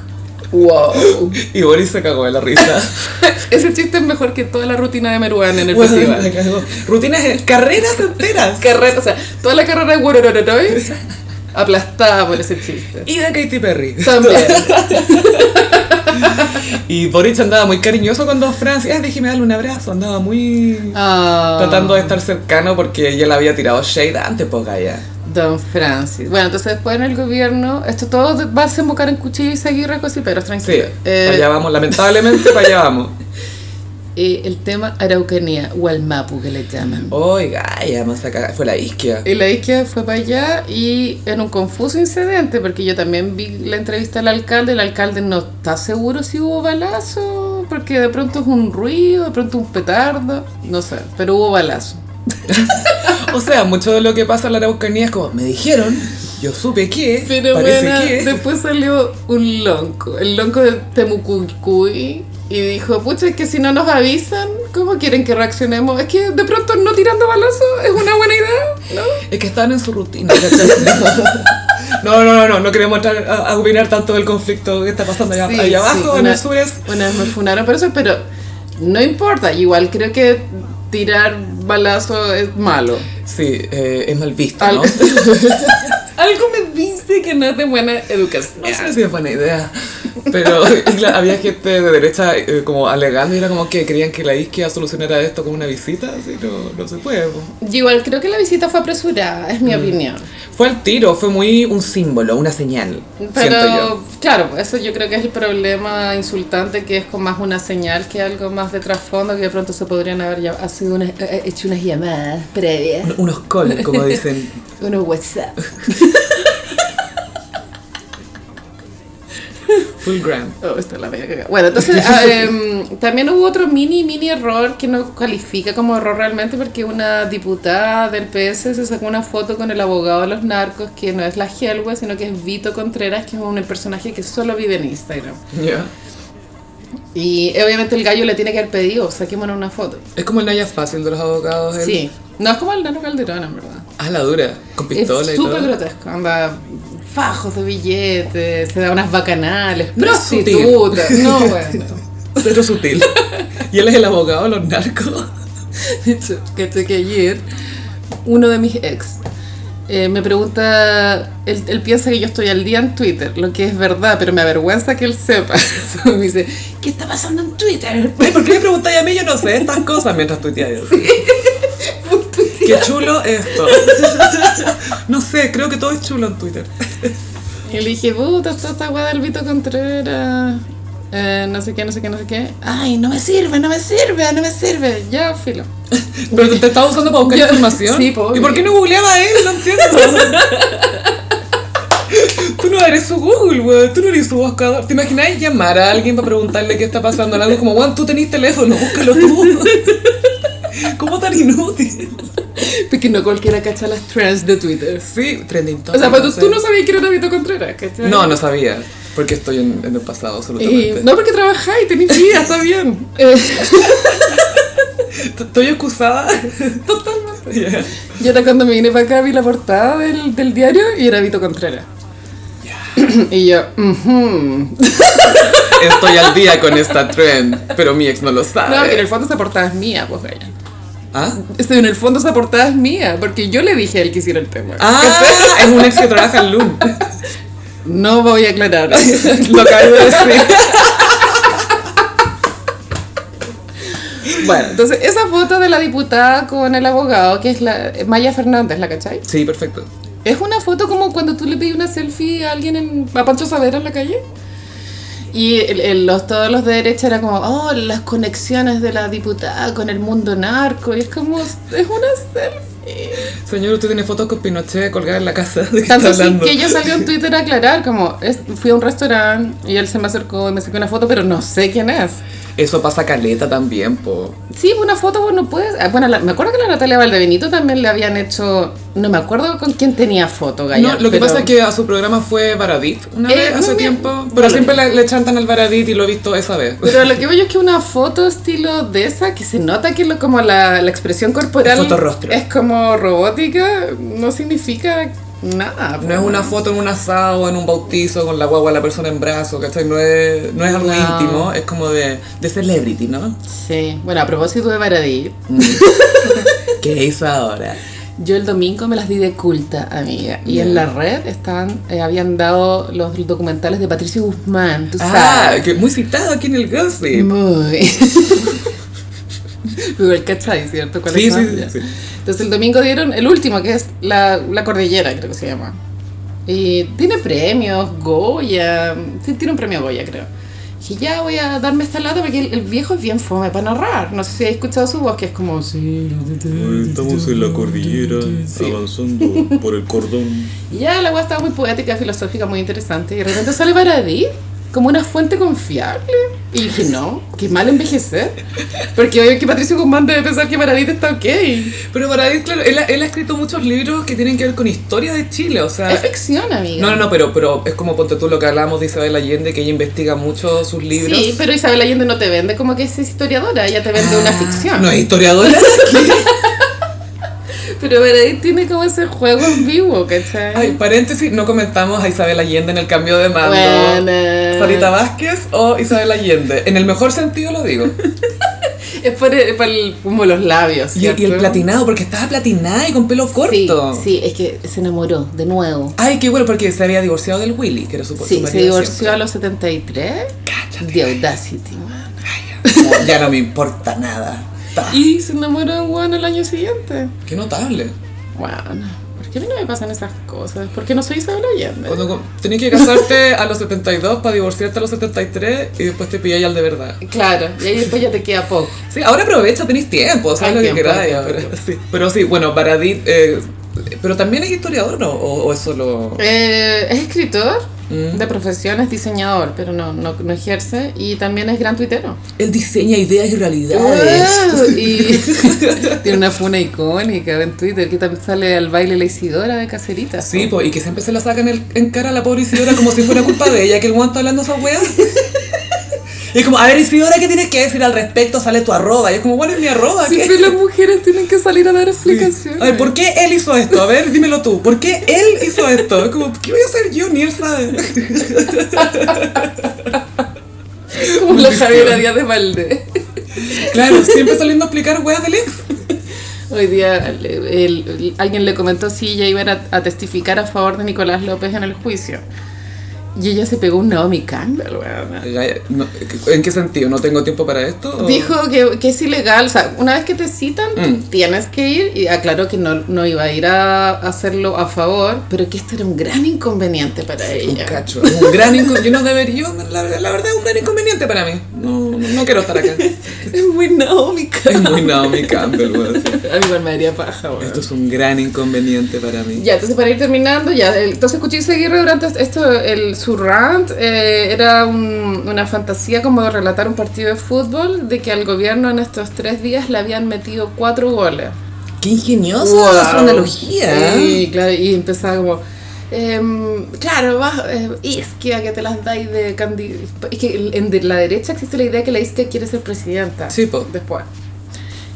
B: Wow.
A: Y Boris se cagó de la risa.
B: [laughs] Ese chiste es mejor que toda la rutina de Meruán en el
A: Bueno, se
B: festival.
A: cagó. Rutinas, carreras enteras.
B: [laughs] Carrera, o sea, toda la carrera de Guerorororoy aplastada por ese chiste.
A: Y de Katy Perry. [laughs]
B: También.
A: Y Boris andaba muy cariñoso con Don Francis. Ah, déjeme darle un abrazo. Andaba muy...
B: Ah,
A: Tratando de estar cercano porque ella le había tirado shade antes, pues, Gaia.
B: Don Francis. Bueno, entonces después en el gobierno, esto todo va a desembocar en cuchillo y seguir pero
A: Sí,
B: tranquilo. Eh,
A: para allá vamos, lamentablemente para allá vamos.
B: eh, el tema Araucanía, o el Mapu que le llaman.
A: Oy, Gaia, más acá fue la isquia.
B: Y la izquierda fue para allá y en un confuso incidente, porque yo también vi la entrevista al alcalde, el alcalde no está seguro si hubo balazo, porque de pronto es un ruido, de pronto un petardo, no sé, pero hubo balazo.
A: O sea, mucho de lo que pasa en la Araucanía es como, me dijeron, yo supe que,
B: Pero
A: parece
B: bueno,
A: que...
B: después salió un lonco, el lonco de Temucucuy, Y dijo, pucha, es que si no nos avisan, ¿cómo quieren que reaccionemos? Es que de pronto no tirando balazos es una buena idea, ¿no?
A: Es que estaban en su rutina, ¿cachai? [laughs] No, no, no, no, no queremos entrar a, a opinar tanto del conflicto que está pasando allá,
B: Sí,
A: allá abajo,
B: sí,
A: en
B: una-
A: el sures.
B: Una vez me funaron por eso, pero no importa. Igual creo que tirar balazo es malo.
A: Sí, eh, es mal visto, [laughs]
B: Al-
A: ¿no?
B: Algo me dice que no es de buena educación.
A: No sé si es buena idea. Pero [laughs] y claro, había gente de derecha eh, como alegando y era como que creían que la izquierda solucionara esto con una visita, así no, no se puede. po.
B: Yo igual creo que la visita fue apresurada, es
A: Mm.
B: mi opinión.
A: Fue el tiro, fue muy un símbolo, una señal. siento yo.
B: Pero claro, pues, eso yo creo que es el problema insultante, que es con más una señal que algo más de trasfondo, que de pronto se podrían haber ya- ha sido unas- eh, hecho unas llamadas previas,
A: Un- unos calls, como dicen.
B: unos WhatsApp.
A: Full gram.
B: Oh, esta la voy a cagar.
A: [laughs]
B: Bueno, entonces ah, em, también hubo otro mini, mini error que no califica como error realmente porque una diputada del PS se sacó una foto con el abogado de los narcos que no es la Helwe, sino que es Vito Contreras, que es un personaje que solo vive en Instagram.
A: Ya.
B: Y obviamente el gallo le tiene que haber pedido, saquémonos una foto.
A: Es como el Naya Fácil de los abogados. el-
B: Sí. No es como el nano Calderón, en verdad.
A: Ah, la dura. Con pistola
B: es
A: y todo.
B: súper
A: [laughs]
B: grotesco. Anda, fajos de billetes, se da unas bacanales,
A: No es sutil.
B: prostitutas.
A: [laughs]
B: No, bueno.
A: Cero
B: [laughs]
A: sutil. Y él es el abogado de los narcos.
B: De hecho, caché que ayer uno de mis ex eh, me pregunta, él, él piensa que yo estoy al día en Twitter, lo que es verdad, pero me avergüenza que él sepa. me dice, ¿qué está pasando en Twitter?
A: Ay, ¿Por qué me preguntáis a mí? Yo no sé estas cosas mientras tuiteas.
B: [laughs]
A: Qué chulo esto. No sé, creo que todo es chulo en Twitter.
B: Y le dije, puta, está esta weá del Vito Contreras. eh, no sé qué, no sé qué, no sé qué. Ay, no me sirve, no me sirve, no me sirve. Ya, filo.
A: Pero te estaba usando para buscar
B: Yo-
A: información.
B: sí, po,
A: ¿Y
B: obvio.
A: por qué no googleaba a él? No entiendo. Tú no eres su Google, weón. Tú no eres su buscador. ¿Te imaginas llamar a alguien para preguntarle qué está pasando? Algo como, Juan, tú tenés teléfono, búscalo [laughs] tú. ¿Cómo tan inútil?
B: Porque no cualquiera cacha las trends de Twitter.
A: Sí, trending
B: O sea,
A: topic,
B: pues tú, tú no sabías que era Vito Contreras, ¿cachai?
A: No, no sabía. Porque estoy en, en el pasado,
B: Y-
A: absolutamente.
B: no, porque trabajáis, tenéis vida, está bien. Eh,
A: T- Estoy excusada. [laughs]
B: totalmente.
A: Ya.
B: Y ahora cuando me vine para acá vi la portada del, del diario y era Vito Contreras. y yo, ujú.
A: [laughs] Estoy al día con esta trend, pero mi ex no lo
B: no, que en
A: sabe.
B: el fondo esa portada es mía, pues gaya.
A: ¿Ah?
B: Este, en el fondo esa portada es mía, porque yo le dije a él que hiciera el tema.
A: Ah, es un ex que trabaja en Loom.
B: No voy a aclarar.
A: [laughs] Lo acabo de decir.
B: bueno, entonces esa foto de la diputada con el abogado, que es la Maya Fernández, ¿la cachai?
A: Sí, perfecto.
B: Es una foto como cuando tú le pedí una selfie a alguien en, a Pancho Savera en la calle. Y el- el- los, todos los de derecha era como, oh, las conexiones de la diputada con el mundo narco. Y es como, es una selfie.
A: Señor, usted tiene fotos con Pinochet colgadas en la casa. ¿De qué está
B: Tanto así
A: hablando?
B: que ella salió en Twitter a aclarar, como, es- fui a un restaurante y él se me acercó y me sacó una foto, pero no sé quién es.
A: Eso pasa caleta también, po.
B: Sí, una foto vos no puedes... ah, Bueno, la- me acuerdo que la Natalia Valdebenito también le habían hecho... No me acuerdo con quién tenía foto, Gaya.
A: No, lo que
B: pero-
A: pasa es que a su programa fue Baradit una
B: Eh,
A: vez
B: no
A: hace
B: me-
A: tiempo,
B: vale.
A: pero siempre le, le chantan al Baradit y lo he visto esa vez.
B: Pero lo que veo yo es que una foto estilo de esa, que se nota que lo, como la, la expresión corporal
A: Fotorrostro.
B: es como robótica, no significa nada.
A: No es una foto en un asado, en un bautizo, con la guagua de la persona en brazo, ¿cachai? No es, no es algo
B: No.
A: íntimo, es como de, de celebrity, [laughs] ¿no?
B: Sí, bueno, a propósito de Baradí,
A: ¿Qué hizo ahora?
B: yo el domingo me las di de culta, amiga, y en la red estaban, eh, habían dado los documentales de Patricio Guzmán, tú
A: Ah,
B: sabes.
A: que muy citado aquí en el gossip.
B: Muy. [laughs] Igual cachai, ¿cierto? ¿Cuáles
A: Sí,
B: son?
A: sí,
B: Ya.
A: sí.
B: Entonces el domingo dieron el último, que es la, la cordillera, creo que se llama. Y tiene premios, Goya. Sí, tiene un premio Goya, creo. Dije, ya voy a darme esta lata porque el, el viejo es bien fome para narrar. No sé si habéis escuchado su voz, que es como. Sí, la- la- la- la-
D: Estamos en la cordillera,
B: Sí.
D: avanzando por el cordón.
B: Y ya la agua estaba muy poética, filosófica, muy interesante. Y de repente sale Baradí como una fuente confiable. Y dije, no, qué mal envejecer. Porque obvio que Patricio Guzmán debe pensar que Paradita está ok.
A: Pero para él, claro, él, ha- él ha escrito muchos libros que tienen que ver con historia de Chile, o sea... eh,
B: Es ficción, amiga.
A: No, no, no, pero, pero es como ponte tú lo que hablamos de Isabel Allende, que ella investiga mucho sus libros. Ah,
B: Sí, pero Isabel Allende no te vende como que es historiadora, ella te vende una ficción.
A: ¿No es
B: [laughs]
A: historiadora?
B: Pero Paradita tiene como ese juego en vivo, ¿cachai?
A: Ay, paréntesis, no comentamos a Isabel Allende en el cambio de mando.
B: Buena.
A: Sarita Vázquez o Isabel Allende. En el mejor sentido lo digo.
B: Es por, el- por el- como los labios.
A: Y, y el
B: ¿cierto?
A: platinado, porque estaba platinada y con pelo corto.
B: Sí, sí, es que se enamoró de nuevo.
A: Ay, qué bueno, porque se había divorciado del Willy, que era su, su
B: Sí,
A: marido
B: se
A: de
B: divorció
A: siempre.
B: a los 73 de Audacity. man.
A: No, ya no me importa nada. Ta.
B: Y se enamoró de un weón el año siguiente.
A: Qué notable.
B: Bueno, ¿por qué a mí no me pasan esas cosas? ¿Por qué no soy Isabel Allende?
A: Cuando co- tenés que casarte a los 72 para divorciarte a los 73 y después te pilláis al de verdad.
B: Claro, y ahí después ya te queda poco.
A: Sí, ahora aprovecha, tenéis tiempo,
B: Hay
A: sabes lo
B: tiempo,
A: que
B: hay
A: queráis
B: tiempo,
A: ahora. [laughs]
B: hay tiempo.
A: Sí. Pero sí, bueno, Baradit. eh, pero también es historiador, ¿no? O, o es solo.
B: Eh, es escritor
A: Mm.
B: de profesión, es diseñador, pero no, no, no ejerce. Y también es gran tuitero.
C: Él diseña ideas y realidades.
B: ¡Wow! Y
A: [laughs]
B: tiene una funa icónica en Twitter que también sale al baile la Isidora de Cacerita.
A: Sí, pues, y que siempre se la sacan el- en cara a la pobre Isidora como si fuera culpa de ella que el guan está hablando esa
B: [laughs]
A: wea. Y es como, a ver Isidora, ¿qué tienes que decir al respecto? Sale tu arroba. Y es como, ¿cuál es mi arroba? ¿Qué?
B: Siempre las mujeres tienen que salir a dar explicaciones.
A: Ay, ¿por qué él hizo esto? A ver, dímelo tú. ¿Por qué él hizo esto? Es como, ¿qué voy a hacer yo? Ni él sabe.
B: Como la Javiera Díaz de Valdés.
A: Claro, siempre saliendo a explicar weas del ex.
B: Hoy día el- el- alguien le comentó si ella iba a, ir a- a testificar a favor de Nicolás López en el juicio. Y ella se pegó un Naomi Campbell, weona.
A: Ay, no, ¿En qué sentido? ¿No Mm. tengo tiempo para esto? ¿O-
B: Dijo que, que es ilegal, o sea, una vez que te citan, tú tienes que ir, y aclaró que no, no iba a ir a hacerlo a favor, pero que esto era un gran inconveniente para
A: Un
B: ella.
A: cacho, un gran inconveniente. Yo no debería, yo, la, la verdad es un gran inconveniente para mí. No, no, no quiero estar acá.
B: Es muy Naomi
A: Es muy Naomi Campbell, weón. sí.
B: [laughs] A mí igual me haría paja, weón.
A: Esto es un gran inconveniente para mí.
B: Ya, entonces para ir terminando, ya, el- entonces Cuchillo Aguirre durante esto, el, su rant eh, era un- una fantasía como de relatar un partido de fútbol de que al gobierno en estos tres días le habían metido cuatro goles.
C: Qué ingeniosa su analogía.
B: Sí, claro, y empezaba como. em, claro, vas, eh, isquia que te las dais de candi Es que en de la derecha existe la idea que la isquia quiere ser presidenta.
A: Sí, po.
B: Después.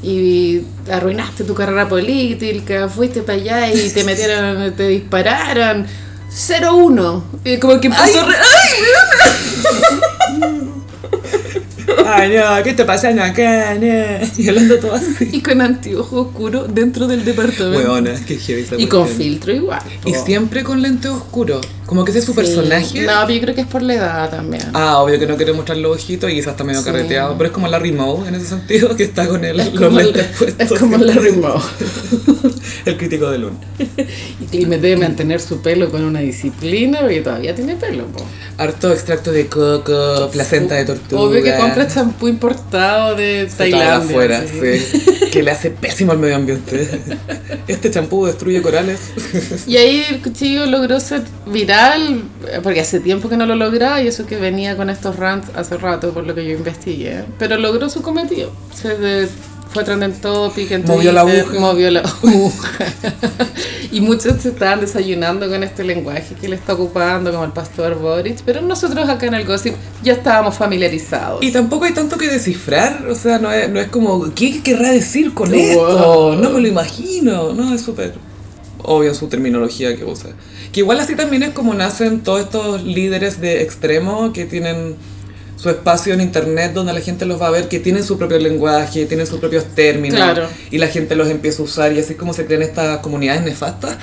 B: Y arruinaste tu carrera política, fuiste para allá y
A: [laughs]
B: te metieron, te dispararon. 0-1. Y como que
A: Ah,
B: empezó. re-
A: Ay, no, ¿qué te pasa acá? no? Y hablando todo así.
B: Y con anteojo oscuro dentro del departamento.
A: Weona, qué heavy esa
B: y con
A: cuestión.
B: filtro igual.
A: Y
B: po.
A: siempre con lente oscuro. Como que ese es su
B: Sí.
A: personaje.
B: No, pero yo creo que es por la edad también.
A: Ah, obvio que no quiere mostrar los ojitos y quizás está medio
B: Sí.
A: carreteado. Pero es como Larry Moe en ese sentido, que está con el,
B: Es
A: los
B: como,
A: lentes puestos.
B: es como
A: siempre.
B: Larry Moore.
A: [laughs] El crítico de Luna.
B: Y me debe mantener su pelo con una disciplina porque todavía tiene pelo. po.
A: Harto extracto de coco, placenta de tortuga.
B: Obvio que compra champú importado de
A: de todas
B: Tailandia.
A: afuera,
B: sí.
A: sí. Que le hace pésimo al medio
B: [laughs]
A: ambiente. Este champú destruye corales.
B: Y ahí el cuchillo logró ser viral eh, porque hace tiempo que no lo lograba y eso que venía con estos rants hace rato por lo que yo investigué. Pero logró su cometido. Se de- fue trending topic en
A: Movió la
B: Twitter,
A: aguja. [laughs]
B: Movió la aguja. y muchos se estaban desayunando con este lenguaje que le está ocupando como el pastor Boric. Pero nosotros acá en el Gossip ya estábamos familiarizados.
A: Y tampoco hay tanto que descifrar. O sea, no es, no es como, ¿qué querrá decir con
B: Wow.
A: esto? No me lo imagino. No, es súper obvio su terminología que usa. Que igual así también es como nacen todos estos líderes de extremo que tienen su espacio en internet donde la gente los va a ver, que tienen su propio lenguaje, tienen sus propios términos.
B: Claro.
A: y la gente los empieza a usar y así es como se crean estas comunidades nefastas,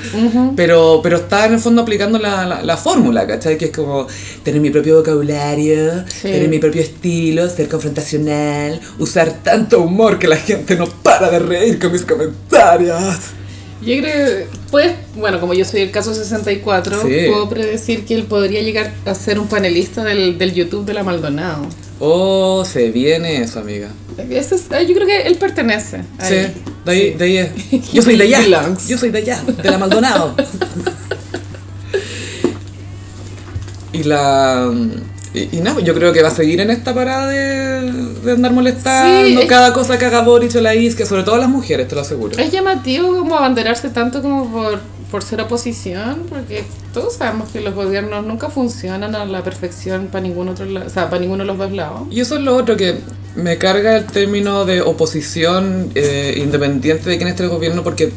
A: pero, pero está en el fondo aplicando la, la, la fórmula, ¿cachai? Que es como tener mi propio vocabulario,
B: Sí.
A: tener mi propio estilo, ser confrontacional, usar tanto humor que la gente no para de reír con mis comentarios.
B: Yo creo, pues, bueno, como yo soy el caso 64,
A: Sí.
B: puedo predecir que él podría llegar a ser un panelista del, del YouTube de la Maldonado.
A: Oh, se viene eso, amiga.
B: Ese es- eh, yo creo que él pertenece. a
A: Sí,
B: él.
A: de ahí, de ahí [laughs] es. Yo soy de allá.
B: Belongs.
A: Yo soy de allá, de la [laughs] Maldonado. y la. Y, y nada, yo creo que va a seguir en esta parada de, de andar molestando
B: Sí, es-
A: cada cosa que haga Boric o la Isque, sobre todo las mujeres, te lo aseguro.
B: Es llamativo como abanderarse tanto como por, por ser oposición, porque todos sabemos que los gobiernos nunca funcionan a la perfección para ningún otro lado, o sea, para ninguno de los dos lados.
A: Y eso es lo otro que me carga el término de oposición eh, independiente de quién esté el gobierno, porque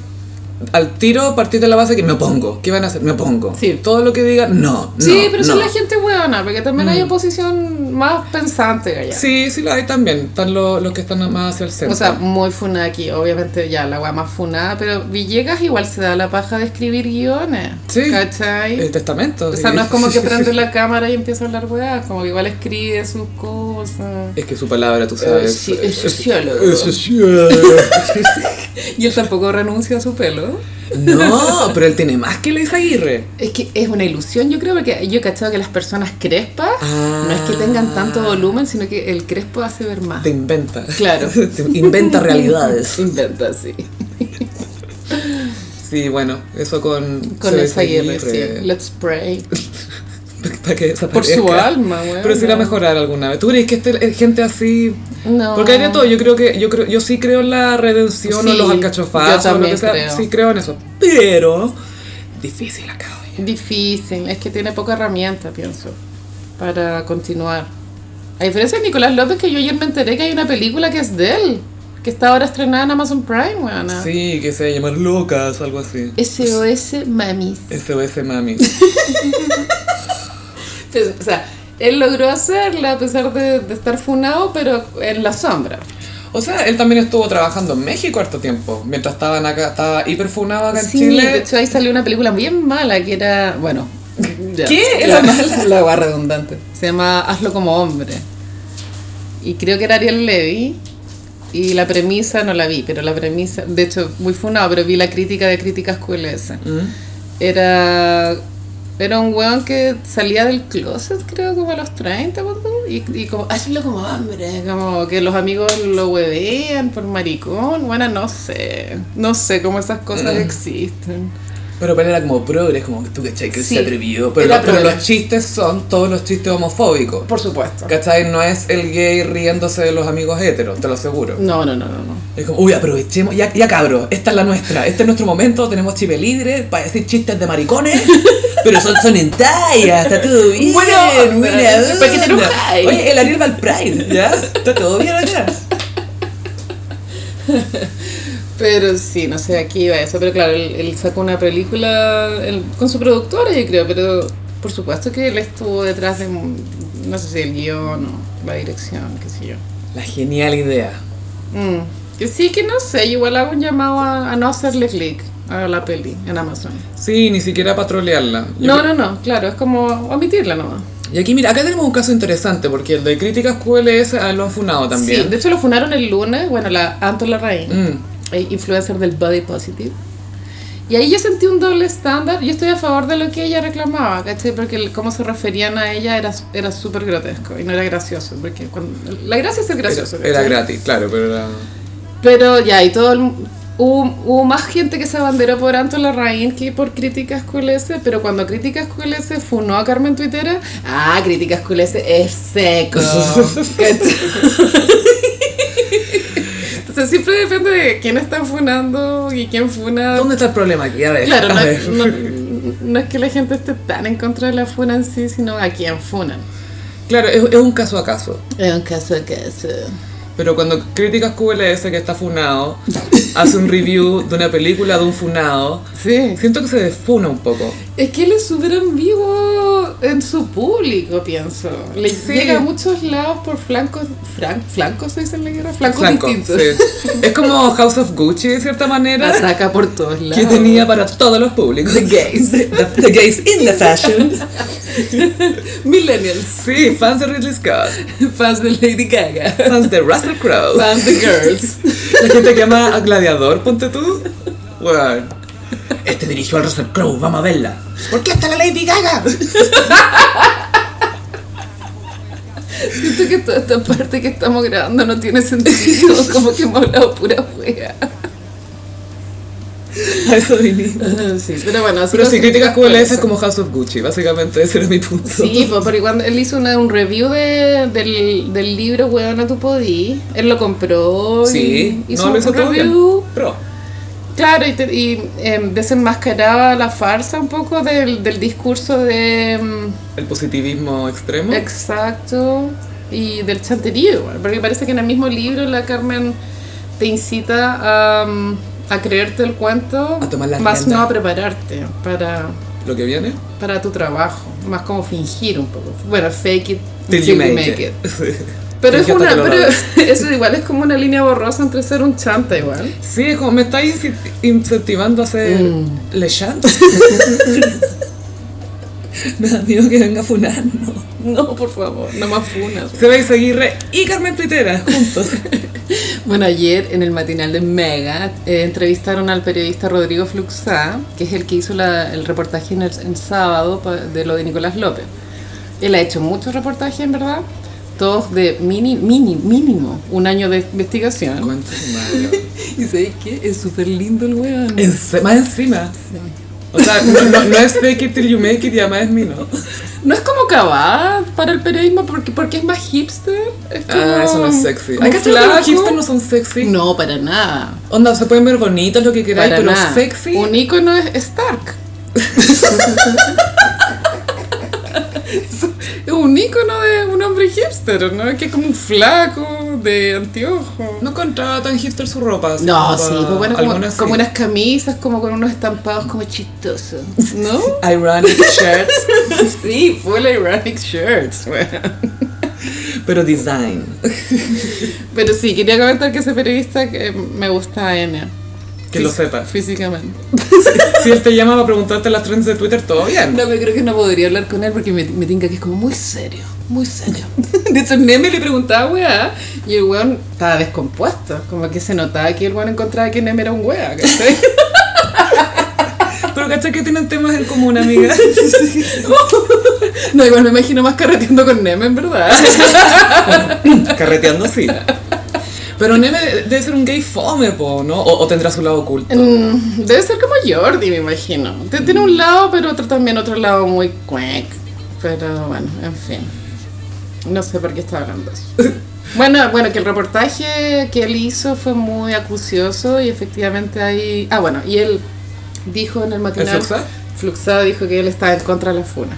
A: al tiro partir de la base que me opongo. ¿Qué van a hacer? Me opongo.
B: Sí.
A: Todo lo que digan, no.
B: sí,
A: no,
B: pero
A: no. Mm.
B: son la gente hueona, porque también hay oposición más pensante allá.
A: Sí, sí, la hay también. Están lo- los que están más hacia el centro.
B: O sea, muy funaki, obviamente ya la weá más funada, pero Villegas igual se da la paja de escribir guiones.
A: Sí.
B: ¿Cachai?
A: el testamento.
B: o sea, no es
A: sí.
B: como que prende la cámara y empieza a hablar weá, como que igual escribe sus cosas.
A: Es que su palabra, tú
B: Eh,
A: sabes.
B: sí, es sociólogo. [laughs] Y él tampoco renuncia a su pelo.
A: No, pero él tiene más que Luis Aguirre.
B: Es que es una ilusión, yo creo, porque yo he cachado que las personas crespas
A: Ah.
B: no es que tengan tanto volumen, sino que el crespo hace ver más.
A: Te inventa. [laughs]
B: Claro.
A: Te inventa realidades.
B: Inventa, sí.
A: Sí, bueno, eso con.
B: Con
A: Luis
B: esa guerra, sí. Let's pray.
A: [laughs] Para que
B: Por
A: desaparezca.
B: su alma, weón.
A: Pero sí la mejorar alguna vez. ¿Tú crees que este- es gente así?
B: No.
A: Porque hay de todo. Yo creo que yo creo, yo sí creo en la redención o
B: Sí,
A: los alcachofazos.
B: yo
A: o lo que
B: también
A: sea.
B: creo.
A: Sí creo en eso. Pero difícil acá hoy.
B: Difícil, es que tiene poca herramienta, pienso, para continuar. A diferencia de Nicolás López, que yo ayer me enteré que hay una película que es de él, que está ahora estrenada en Amazon Prime, weona.
A: Sí, que se llaman locas, algo así.
B: SOS Mamis.
A: SOS mami.
B: Pues, [laughs] o sea, él logró hacerla a pesar de, de estar funado, pero en la sombra.
A: O sea, él también estuvo trabajando en México harto tiempo. Mientras estaban acá, estaba hiperfunado acá en
B: Sí,
A: Chile.
B: de hecho ahí salió una película bien mala que era, bueno... ya.
A: ¿Qué?
B: La, mala? [laughs] La guarra redundante. Se llama Hazlo como hombre. Y creo que era Ariel Levy. Y la premisa no la vi, pero la premisa... De hecho, muy funado, pero vi la crítica de Críticas QLS.
A: Mm.
B: Era... Era un weón que salía del closet, creo, como a los 30, ponte tú, y, y como, hazlo como hombre, como que los amigos lo huevean por maricón, bueno, no sé, no sé cómo esas cosas existen.
A: Pero para él era como progres, como que tú cachai que
B: Sí,
A: se atrevió. Pero,
B: era
A: lo- pero
B: progre.
A: los chistes son todos los chistes homofóbicos.
B: Por supuesto.
A: ¿Cachai? No es el gay riéndose de los amigos heteros, te lo aseguro.
B: No, no, no, no, no.
A: Es como, uy, aprovechemos, ya, ya cabros, esta es la nuestra, este es nuestro momento, tenemos chive libre para decir chistes de
B: [laughs]
A: maricones, pero son, son en talla, está todo bien,
B: Buena onda,
A: ¿para
B: ¿para qué te enojáis?
A: Oye, el Ariel va al Pride, ¿ya? Está todo bien acá.
B: Pero sí, no sé, aquí iba eso, pero claro, él, él sacó una película él- con su productora, yo creo, pero por supuesto que él estuvo detrás de, un- no sé si el guión o la dirección, qué sé yo.
A: La genial idea.
B: Mm. Que sí, que no sé, igual hago un llamado a, a no hacerle clic a la peli en Amazon.
A: Sí, ni siquiera patrolearla. Yo
B: No,
A: creo-
B: no, no, claro, es como omitirla nomás.
A: Y aquí, mira, acá tenemos un caso interesante, porque el de críticas QLS ah, lo han funado también.
B: Sí, de hecho lo funaron el lunes, bueno, la Anto Larraín,
A: Mm.
B: eh, influencer del Body Positive. Y ahí yo sentí un doble estándar, yo estoy a favor de lo que ella reclamaba, ¿cachai? Porque el- cómo se referían a ella era, era súper grotesco y no era gracioso, porque cuando- la gracia es ser gracioso.
A: Era, era
B: ¿cachai?
A: gratis, claro, pero era...
B: Pero ya, y todo el- hubo, hubo más gente que se abanderó por Anto Larraín que por Críticas QLS, pero cuando Críticas QLS funó a Carmen Twittera, ah, Críticas QLS es
A: [laughs]
B: seco. Entonces siempre depende de quién está funando y quién funa.
A: ¿Dónde está el problema aquí? A ver,
B: Ah. Claro,
A: a
B: no,
A: ver.
B: no- no es que la gente esté tan en contra de la funa en sí, sino a quién funan.
A: Claro, es, es un caso a caso.
B: Es un caso de caso.
A: Pero cuando críticas QLS que está funado,
B: [laughs]
A: hace un review de una película de un funado,
B: Sí.
A: siento que se desfuna un poco.
B: Es que él es súper ambiguo en su público, pienso. Le
A: Sí.
B: llega a muchos lados por flancos. Flan, ¿Flancos se dice en la guerra? Flancos
A: Flanco,
B: distintos.
A: sí. Es como House of Gucci de cierta
B: [laughs] La
A: manera,
B: saca por todos lados.
A: que tenía para todos los públicos.
C: The gays. The, the gays in the fashion.
B: Millennials. [laughs]
A: Sí, fans de Ridley Scott,
B: Fans de Lady Gaga. [laughs]
A: fans de Russell Crowe,
B: Fans de Girls.
A: la gente que ama a Gladiador, ponte tú. Bueno. Este dirigió al Russell Crowe, vamos a verla.
C: ¿Por qué está la Lady Gaga?
B: Siento que toda esta parte que estamos [laughs] grabando no tiene sentido. Como que hemos hablado pura wea.
A: A eso vinimos.
B: Sí, pero bueno, así
A: Pero
B: lo
A: sí, críticas
B: por
A: QLS es
B: eso.
A: como House of Gucci, básicamente ese era mi punto.
B: Sí, pues, porque cuando él hizo una- un review de- del, del libro Huevona Tú Podí, él lo compró. y
A: Sí, no lo
B: hizo un
A: pues, hizo todo bien.
B: review.
A: Pero,
B: Claro, y, te- y, em, desenmascaraba la farsa un poco del, del discurso de. em,
A: el positivismo extremo.
B: Exacto. Y del chanterío, igual, porque parece que en el mismo libro la Carmen te incita a, mm, a creerte el cuento,
A: A tomar las
B: más
A: riendas.
B: no a prepararte para,
A: Lo que viene,
B: para tu trabajo, más como fingir un poco. Bueno, fake it
A: till you make, it.
B: Pero, es
A: Finge hasta
B: una,
A: que lo
B: pero [laughs] eso igual es como una línea borrosa entre ser un chanta igual.
A: Sí, es como me está inci- incentivando a hacer le [laughs] chant. me da miedo que venga a funarnos.
B: No, por favor, no más funas.
A: Se va a Aguirre y Carmen Tritera
B: [laughs]
A: juntos.
B: Bueno, ayer en el matinal de Mega eh, entrevistaron al periodista Rodrigo Fluxá, que es el que hizo la- el reportaje en el, en sábado pa- de lo de Nicolás López. Él ha hecho muchos reportajes, en verdad, todos de mini, mini, mínimo un año de investigación.
A: Cuánto malo.
B: Y sabéis que es súper lindo el weón.
A: Ence- más encima. O sea, no, no- no es fake it till you make it y además es mi no.
B: No es como cabada para el periodismo porque, porque es más hipster. Es como,
A: Ah, eso no es sexy.
B: como
A: Hay que que los
B: flaco.
A: hipsters no son sexy.
B: No, para nada.
A: Onda, se pueden ver bonitos lo que queráis,
B: Para
A: pero
B: nada.
A: sexy.
B: Un icono es Stark. [laughs] es un icono de un hombre hipster, ¿no? Que es como un flaco de anteojo.
A: No encontraba tan hipster su ropa. así
B: No,
A: como
B: sí,
A: para-
B: pues bueno, como,
A: algunas sí.
B: como unas camisas, como con unos estampados como chistosos, ¿no?
A: Ironic shirts,
B: [laughs] sí, full ironic shirts,
A: pero design.
B: Pero sí, quería comentar que ese periodista que me gusta a Enya.
A: Que lo
B: Fis-
A: sepa.
B: Físicamente.
A: Si él te llama para preguntarte las trends de Twitter, todo bien.
B: [laughs] No, pero creo que no podría hablar con él porque me, me tinca que es como muy serio, muy serio. [laughs] De hecho, el meme le preguntaba weá y el weón estaba descompuesto. Como que se notaba que el weón encontraba que Neme era un weá, ¿cachai?
A: Pero cachai que tienen temas en común,
B: [laughs]
A: amiga.
B: [laughs] No, igual me imagino más carreteando con Neme, en [laughs] verdad.
A: Carreteando así. Pero Neme debe ser un gay fome, po, ¿no? O, o tendrá su lado oculto.
B: Mm, Debe ser como Jordi, me imagino. Te- Tiene un lado, pero otro también otro lado muy cuec. Pero bueno, en fin. No sé por qué estaba hablando de eso. [laughs] Bueno, bueno, que el reportaje que él hizo fue muy acucioso y efectivamente ahí... Ah, bueno, y él dijo en el matinal...
A: ¿El Fluxá?
B: Fluxá dijo que él estaba en contra de la funa.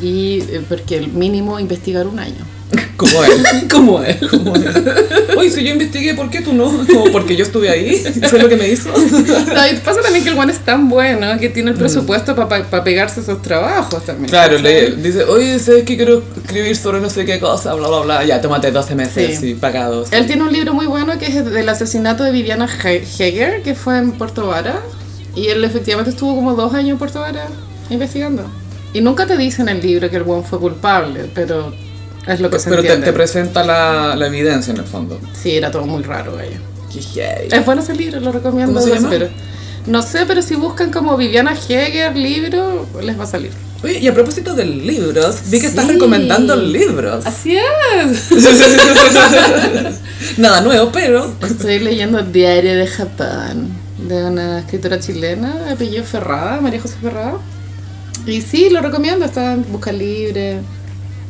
B: Y eh, porque el mínimo investigar
A: [laughs]
B: un año.
A: Como
B: [laughs]
A: él. Como él. Como él. Oye, si yo investigué, ¿por qué tú no? Como porque yo estuve ahí. Eso es lo que me hizo.
B: No, y pasa también que el one es tan bueno que tiene el presupuesto para pegarse esos trabajos también.
A: Mm. Claro,
B: ¿cachai?
A: le [laughs] dice, oye, ¿sabes que quiero escribir sobre no sé qué cosa? Bla, bla, bla. Ya, tómate 12 meses,
B: Sí.
A: sí, pagados.
B: Él tiene un libro muy bueno que es del asesinato de Viviana He- Heger, que fue en Puerto Vara. Y él efectivamente estuvo como dos años en Puerto Vara investigando. Y nunca te dicen en el libro que el buen fue culpable, pero es lo que se
A: Pero te,
B: entiende.
A: te presenta la, la evidencia en el fondo.
B: sí, era todo muy raro, vaya.
A: Qué gay.
B: Es bueno ese libro, lo recomiendo.
A: ¿Cómo se
B: no sé,
A: llama?
B: Pero, no sé, pero si buscan como Viviana Heger libro, les va a salir.
A: Oye, y a propósito de libros, vi que estás
B: Sí.
A: recomendando
B: [laughs]
A: libros. [laughs]
B: Así es.
A: Nada nuevo, pero.
B: Estoy leyendo Diario de Japón de una escritora chilena de apellido Ferrada, María José Ferrada. Y sí, lo recomiendo, está en Busca Libre,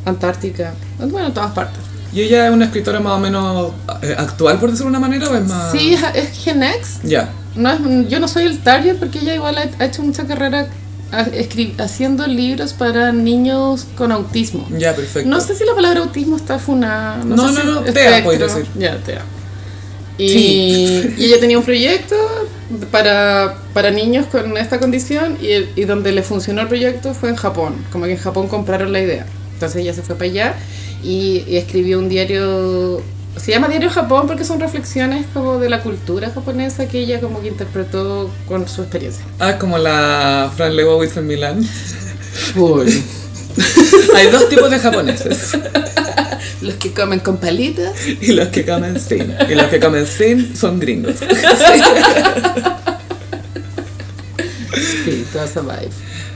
B: Antártica, bueno, en todas partes.
A: Y ella es una escritora más o menos eh, actual, por decirlo de una manera, o es más.
B: Sí, es, es Gen X.
A: Ya.
B: No es- yo no soy el target porque ella igual ha, ha hecho mucha carrera ah, escri- haciendo libros para niños con autismo.
A: Ya, perfecto.
B: No sé si la palabra autismo está funada.
A: No,
B: sé
A: no, no,
B: si
A: TEA
B: espectro.
A: podría ser.
B: Ya, TEA. Y, y ella tenía un proyecto para, para niños con esta condición y, y donde le funcionó el proyecto fue en Japón. Como que en Japón compraron la idea. Entonces ella se fue para allá y, y escribió un diario. Se llama Diario Japón porque son reflexiones como de la cultura japonesa que ella como que interpretó con su experiencia.
A: Ah, es como la Fran Lebowitz en Milán. [laughs]
B: Full.
A: Hay dos tipos de japoneses.
B: [laughs]
A: [laughs]
B: Los que comen con palitas
A: Y los que comen sin. Y los que comen sin son gringos.
B: Sí, toda esa vibe.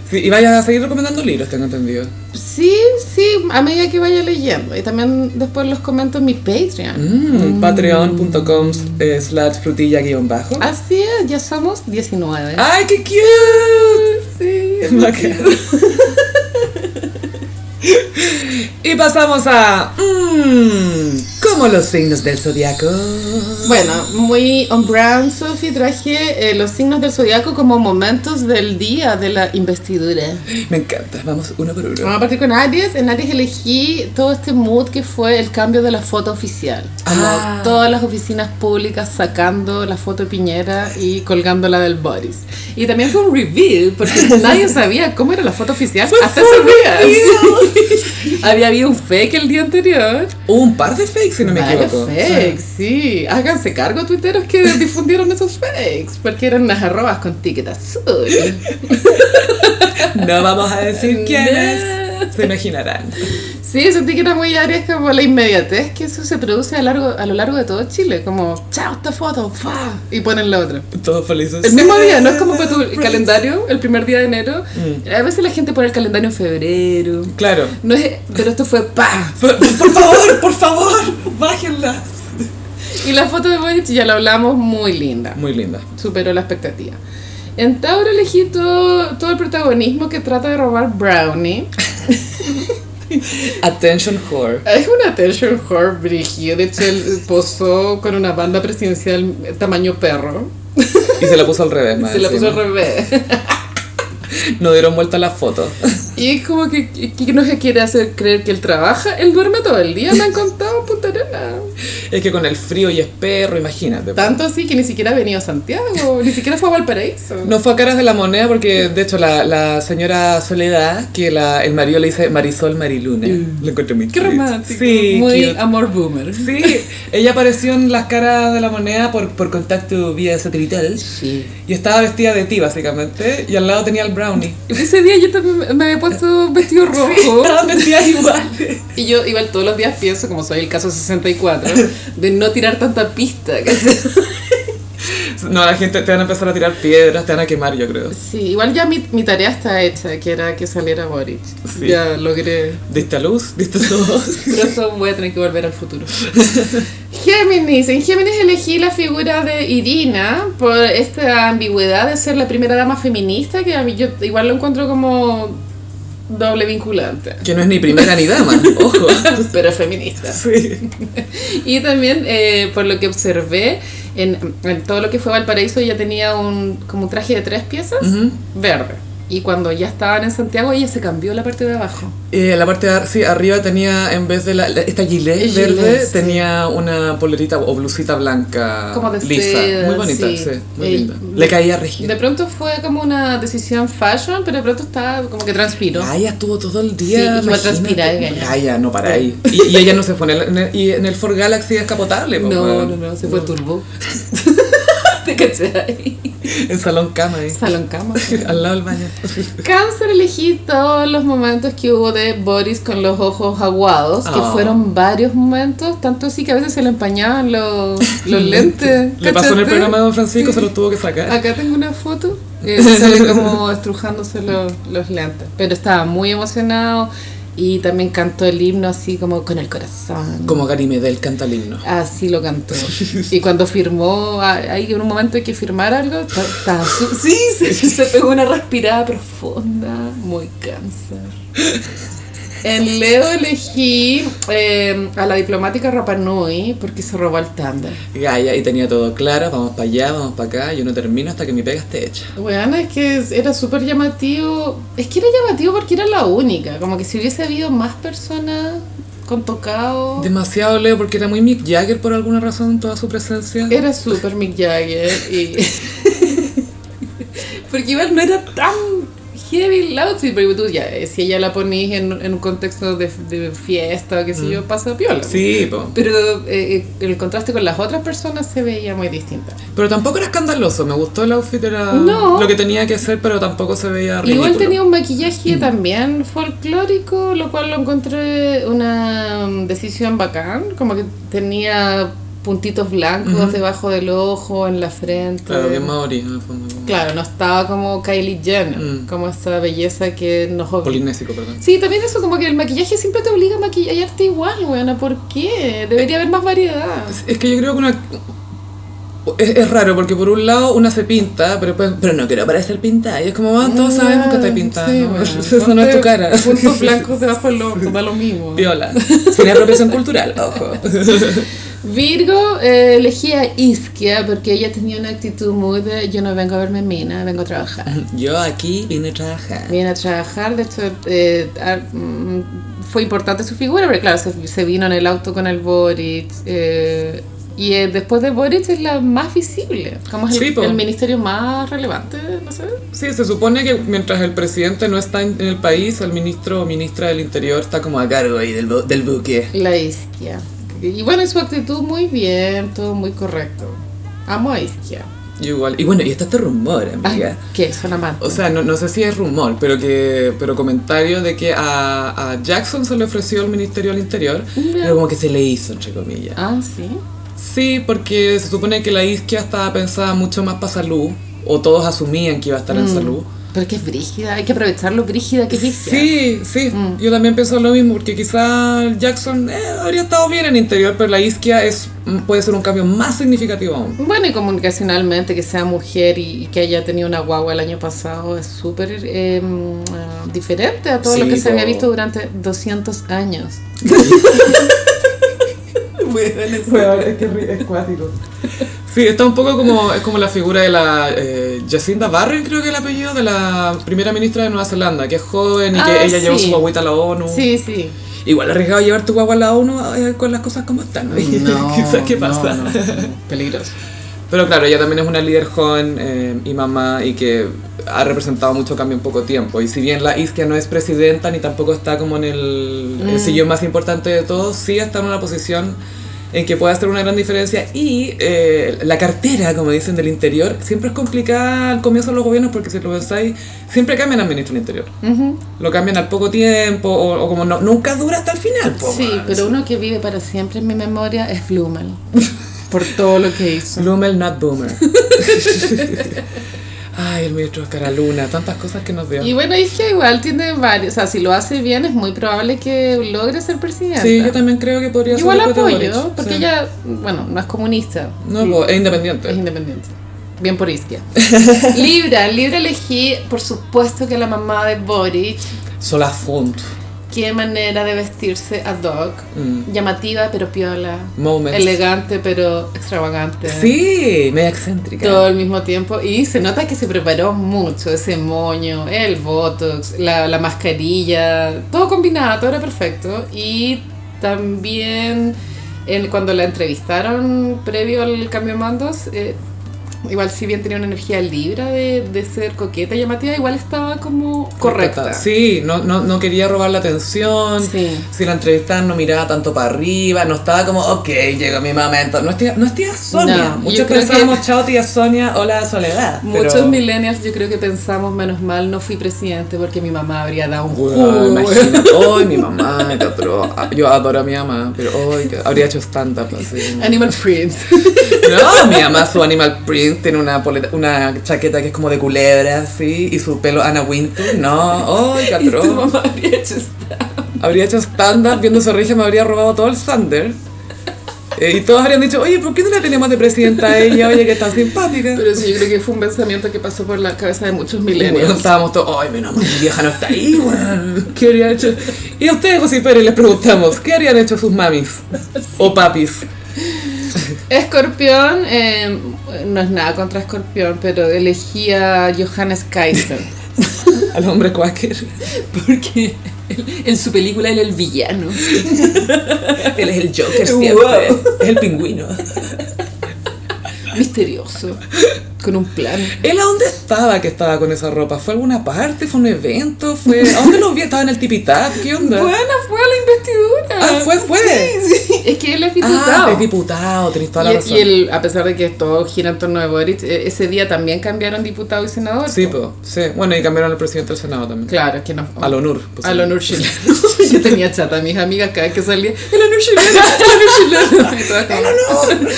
A: Sí, y vayas a seguir recomendando libros, tengo entendido.
B: Sí, sí, a medida que vaya leyendo. Y también después los comento en mi Patreon.
A: Mm, Patreon.com eh, slash frutilla guión bajo.
B: Así es, ya somos 19.
A: ¡Ay, qué cute!
B: Sí.
A: La que- [laughs] y pasamos a... Mmm, ¿Cómo los signos del zodiaco?
B: Bueno, muy on brand, Sophie, traje eh, los signos del zodiaco como momentos del día de la investidura.
A: Me encanta, vamos uno por uno.
B: Vamos a partir con Aries. En Aries elegí todo este mood que fue el cambio de la foto oficial. Como
A: Ah.
B: todas las oficinas públicas sacando la foto de Piñera y colgándola del Boris. Y también fue un reveal
A: [laughs]
B: porque nadie sabía cómo era la foto oficial hasta ese día. [laughs] Sí. Había habido un fake el día anterior.
A: Hubo un par de fakes, si no me
B: Varios
A: equivoco.
B: fakes, sí. Háganse cargo, tuiteros que difundieron esos fakes porque eran unas arrobas con ticket azul.
A: No vamos a
B: [laughs]
A: decir quiénes. Se imaginarán.
B: Sí, sentí que era muy Aries como la inmediatez que eso se produce a, largo, a lo largo de todo Chile, como, chao, esta foto, fa, y ponen la otra.
A: Todos felices.
B: El mismo día, no es como para tu calendario, el primer día de enero. A veces la gente pone el calendario en febrero.
A: Claro.
B: No es, pero esto fue pa.
A: Por, por favor, por favor, bájenla.
B: Y la foto de Boric ya la hablamos, muy linda.
A: Muy linda.
B: Superó la expectativa. En Tauro elegí todo, todo el protagonismo que trata de robar Brownie.
A: Attention whore.
B: Es una attention whore brígida. De hecho, él posó con una banda presidencial tamaño perro.
A: Y se la puso al revés, más
B: Se la puso al
A: encima.
B: revés. [laughs]
A: No dieron vuelta a la foto.
B: Y es como que, que no se quiere hacer creer que él trabaja. Él duerme todo el día, me han contado [laughs] en Punta Arenas.
A: Es que con el frío y es perro, imagínate.
B: Tanto así que ni siquiera ha venido a Santiago, ni siquiera fue a Valparaíso.
A: No fue a Caras de la Moneda porque, de hecho, la, la señora Soledad, que la, el marido le dice Marisol Mariluna. Lo encontré muy
B: Qué
A: cute.
B: romántico.
A: Sí,
B: Muy
A: cute.
B: amor boomer.
A: Sí, ella apareció en las caras de la moneda por, por contacto vía satelital. Y estaba vestida de ti, básicamente. Y al lado tenía el brownie.
B: Ese día yo también me había puesto vestido rojo. [laughs]
A: Estaban vestidas iguales.
B: Y yo igual todos los días pienso, como soy el caso 64, de no tirar tanta pista. ¿cachai?
A: No, la gente te van a empezar a tirar piedras, te van a quemar, yo creo.
B: Sí, igual ya mi, mi tarea está hecha, que era que saliera Boric.
A: Sí.
B: Ya logré.
A: Diste a luz, diste a
B: [laughs]
A: todos.
B: Pero eso voy a tener que volver al futuro. Géminis. En Géminis elegí la figura de Irina por esta ambigüedad de ser la primera dama feminista, que a mí yo igual lo encuentro como doble vinculante.
A: Que no es ni primera ni dama, ojo.
B: Pero feminista.
A: Sí.
B: Y también, eh, por lo que observé, en, en todo lo que fue Valparaíso, ella tenía un, como un traje de tres piezas, verde. Y cuando ya estaban en Santiago, ella se cambió la parte de abajo.
A: Eh, la parte de ar- sí, arriba tenía, en vez de la, la- esta gilet
B: Es
A: verde,
B: gilet, sí.
A: tenía una polerita o blusita blanca
B: Como de
A: lisa.
B: seda,
A: muy bonita,
B: sí.
A: sí. muy
B: Eh,
A: linda. Le caía regida.
B: De pronto fue como una decisión fashion, pero de pronto estaba como que transpiró.
A: Gaia estuvo todo el
B: Sí,
A: día.
B: iba a
A: imagínate.
B: transpirar, Gaia.
A: no para ahí. Y, y ella no se fue en el, en el- y en el Ford Galaxy descapotable. po,
B: No,
A: weón.
B: no, no, se fue turbo. [laughs] ¿Te cachai?
A: En salón cama ahí.
B: Salón cama.
A: [laughs] Al lado del baño.
B: Cáncer elegí todos los momentos que hubo de Boris con los ojos aguados, que
A: Ah.
B: fueron varios momentos, tanto así que a veces se le
A: [laughs]
B: empañaban los, [laughs] los lentes.
A: Le pasó en el
B: ¿cachaste? Ah.
A: programa de Don Francisco, se lo tuvo que sacar.
B: Acá tengo una foto
A: [laughs]
B: que sale como estrujándose los, los lentes, pero estaba muy emocionado y también cantó el himno así como con el corazón.
A: Como Gary Medel canta el himno.
B: Así lo [laughs] cantó. Y cuando firmó, ah, hay un momento en que firmar algo, ta- ta- su- sí, [laughs] se, se pegó una respirada profunda, muy cáncer. En Leo elegí eh, a la diplomática Rapa Nui porque se robó el tándem.
A: Gaia, y tenía todo claro, vamos para allá, vamos para acá, yo no termino hasta que mi pega esté hecha.
B: Bueno, es que era súper llamativo. Es que era llamativo porque era la única. Como que si hubiese habido más personas con tocado.
A: Demasiado Leo porque era muy Mick Jagger por alguna razón toda su presencia.
B: Era súper Mick Jagger y... [laughs] Porque igual no era tan heavy el outfit, pero tú ya, eh, si ella la ponís en, en un contexto de, de fiesta o qué sé yo, pasa piola.
A: Sí, po.
B: Pero eh, el contraste con las otras personas se veía muy distinta.
A: pero tampoco era escandaloso, me gustó el outfit, era
B: No.
A: lo que tenía que ser, pero tampoco se veía ridículo.
B: Igual tenía un maquillaje también mm, folclórico, lo cual lo encontré una mm, decisión bacán, como que tenía puntitos blancos debajo del ojo, en la frente.
A: Claro, bien maori en el fondo. como
B: Claro, no estaba como Kylie Jenner,
A: Mm.
B: como esa belleza que nos obliga.
A: Polinésico, perdón.
B: Sí, también eso, como que el maquillaje siempre te obliga a maquillarte igual, weona. ¿Por qué? Debería haber más variedad.
A: Es que yo creo que una... Es, es raro, porque por un lado una se pinta, pero después, pero no quiero parecer pintada. Y es como, ah, todos sabemos que te pintas,
B: Mm, Sí,
A: ¿no?
B: weona.
A: [laughs] Eso no es tu
B: Ponte
A: cara. [laughs]
B: Puntos blancos debajo del ojo, da lo mismo.
A: Viola. Sin apropiación cultural,
B: [laughs]
A: ojo.
B: Virgo eh, elegía a Isquia porque ella tenía una actitud muy de yo no vengo a verme mina, vengo a trabajar.
A: Yo aquí vine a trabajar.
B: Viene a trabajar, de hecho eh, a- mm, fue importante su figura, pero claro, se, se vino en el auto con el Boric. eh, y eh, después de Boric es la más visible, como es
A: Sí,
B: el,
A: po.
B: el ministerio más relevante, no sé.
A: Sí, se supone que mientras el presidente no está en en el país, el ministro o ministra del Interior está como a cargo ahí del, bu- del buque.
B: La Isquia. Y bueno, su actitud muy bien, todo muy correcto. Amo a Isquia.
A: Y igual. Y bueno, y está este rumor,
B: Ay,
A: amiga.
B: ¿Qué? Son amantes.
A: O sea, no, no sé si es rumor, pero que pero comentario de que a, a Jackson se le ofreció el Ministerio del Interior, pero como que se le hizo, entre comillas.
B: ah, sí.
A: Sí, porque se supone que la isquia estaba pensada mucho más para salud, o todos asumían que iba a estar en salud.
B: Pero que es brígida, hay que aprovechar lo brígida que es Isquia.
A: Sí, sí,
B: Mm.
A: yo también pienso lo mismo, porque quizá Jackson eh, habría estado bien en interior, pero la isquia es, mm, puede ser un cambio más significativo
B: [laughs]
A: aún.
B: Bueno, y comunicacionalmente, que sea mujer y, y que haya tenido una guagua el año pasado es súper eh, mm, diferente a todo lo
A: Sí,
B: que se
A: po.
B: había visto durante 200 años.
A: es que es cuático. Sí, está un poco como, es como la figura de la eh, Jacinda Barron, creo que es el apellido, de la primera ministra de Nueva Zelanda, que es joven y que
B: Ah,
A: ella llevó
B: sí.
A: su guaguita a la ONU.
B: Sí, sí.
A: Igual arriesgado llevar tu guagua a la ONU eh, con las cosas como están, ¿no? [laughs] quizás qué pasa.
B: Peligroso.
A: Pero claro, ella también es una líder joven eh, y mamá y que ha representado mucho cambio en poco tiempo. Y si bien la Isquia no es presidenta ni tampoco está como en el,
B: Mm.
A: el sillón más importante de todos, sí está en una posición en que puede hacer una gran diferencia. Y eh, la cartera, como dicen, del interior, siempre es complicada al comienzo de los gobiernos porque si lo pensáis, siempre cambian al ministro del interior. Lo cambian al poco tiempo o, o como no, nunca dura hasta el final. po,
B: Sí,
A: man.
B: pero uno que vive para siempre en mi memoria es Blumel.
A: [laughs]
B: Por todo lo que hizo.
A: Blumel, not boomer. [laughs] Ay, el ministro Oscar Aluna, tantas cosas que nos dio.
B: Y bueno, Isquia igual tiene varios. O sea, si lo hace bien, es muy probable que logre ser presidenta.
A: Sí, yo también creo que podría
B: Igual
A: ser. el Cote
B: apoyo,
A: Boric,
B: porque
A: sí.
B: ella, bueno, no es comunista.
A: No, po, es
B: Es
A: independiente.
B: independiente. Bien por Isquia. [laughs] Libra, Libra elegí, por supuesto, que la mamá de Boric.
A: Sola font.
B: Qué manera de vestirse ad hoc.
A: Mm.
B: Llamativa, pero piola.
A: Moments.
B: Elegante, pero extravagante.
A: Sí, media excéntrica.
B: Todo al mismo tiempo. Y se nota que se preparó mucho. Ese moño, el botox, la, la mascarilla. Todo combinado, todo era perfecto. Y también en- cuando la entrevistaron previo al cambio de mandos, eh, igual si bien tenía una energía libra de, de ser coqueta y llamativa, igual estaba como correcta.
A: Sí, no, no, no quería robar la atención.
B: Sí.
A: Si la entrevistaban no miraba tanto para arriba, no estaba como, ok, llegó mi momento. No es tía, no es tía Sonia.
B: No, yo
A: Muchos
B: creo que-
A: pensábamos, chao tía Sonia, hola Soledad.
B: Muchos
A: Pero-
B: millennials yo creo que pensamos, menos mal, no fui presidente porque mi mamá habría dado un
A: Wow,
B: jugo.
A: [laughs] imagínate. Hoy mi mamá me adoró. Yo adoro a mi mamá, pero hoy habría hecho stand-up así.
B: [laughs] Animal [laughs] Prince.
A: No, [laughs] mi mamá, su Animal Print, tiene una, poleta- una chaqueta que es como de culebra, así, y su pelo Anna Wintour. No, hoy
B: [laughs] Y tu
A: catrón.
B: mamá habría hecho esta-
A: Habría hecho stand-up viendo su regia, me habría robado todo el thunder. Eh, y todos habrían dicho, oye, ¿por qué no la tenemos de presidenta a ella? Oye, que es tan simpática.
B: Pero sí, yo creo que fue un pensamiento que pasó por la cabeza de muchos
A: Y bueno,
B: millennials.
A: estábamos todos, ay, menos mal, mi vieja no está ahí, weón. [laughs] ¿Qué habría hecho? Y a ustedes, José Pérez, les preguntamos, ¿qué habrían hecho sus mamis? O papis.
B: Escorpión, eh, no es nada contra Escorpión, pero elegía Johannes [laughs] Kaiser.
A: Al hombre cuáquer.
B: Porque en su película él era el villano.
C: Él es el Joker siempre.
A: Es el pingüino.
B: Misterioso. Con un plan.
A: ¿Él a dónde estaba que estaba con esa ropa? ¿Fue a alguna parte? ¿Fue a un evento? ¿Fue... ¿A dónde lo vi? ¿Estaba en el Tipitap? ¿Qué onda?
B: Bueno, fue a la investidura.
A: Ah, fue, fue.
B: Sí, es que él es
A: Ah,
B: diputado.
A: es diputado, tenés toda la
B: Y-
A: razón.
B: y, él, a pesar de que todo gira en torno de Boric, eh, ese día también cambiaron diputado y senador.
A: Sí,
B: po.
A: po, sí. Bueno, y cambiaron al presidente del Senado también.
B: Claro, que no.
A: Al honor.
B: [laughs] Al honor chileno. Yo tenía chata a mis amigas cada vez que salía. El anú chileno, [laughs] el anú chileno. Y todas como,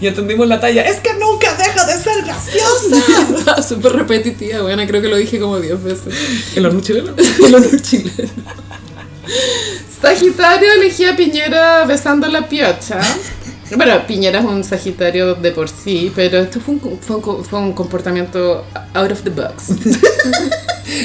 A: Y entendimos la talla. Es que nunca deja de ser graciosa.
B: [laughs] Estaba súper repetitiva, bueno, creo que lo dije como 10 veces.
A: El horno chileno.
B: El otro chileno. Sagitario elegía a Piñera besando la piocha. Bueno, Piñera es un Sagitario de por sí, pero esto fue un, fue un- fue un comportamiento out of the box.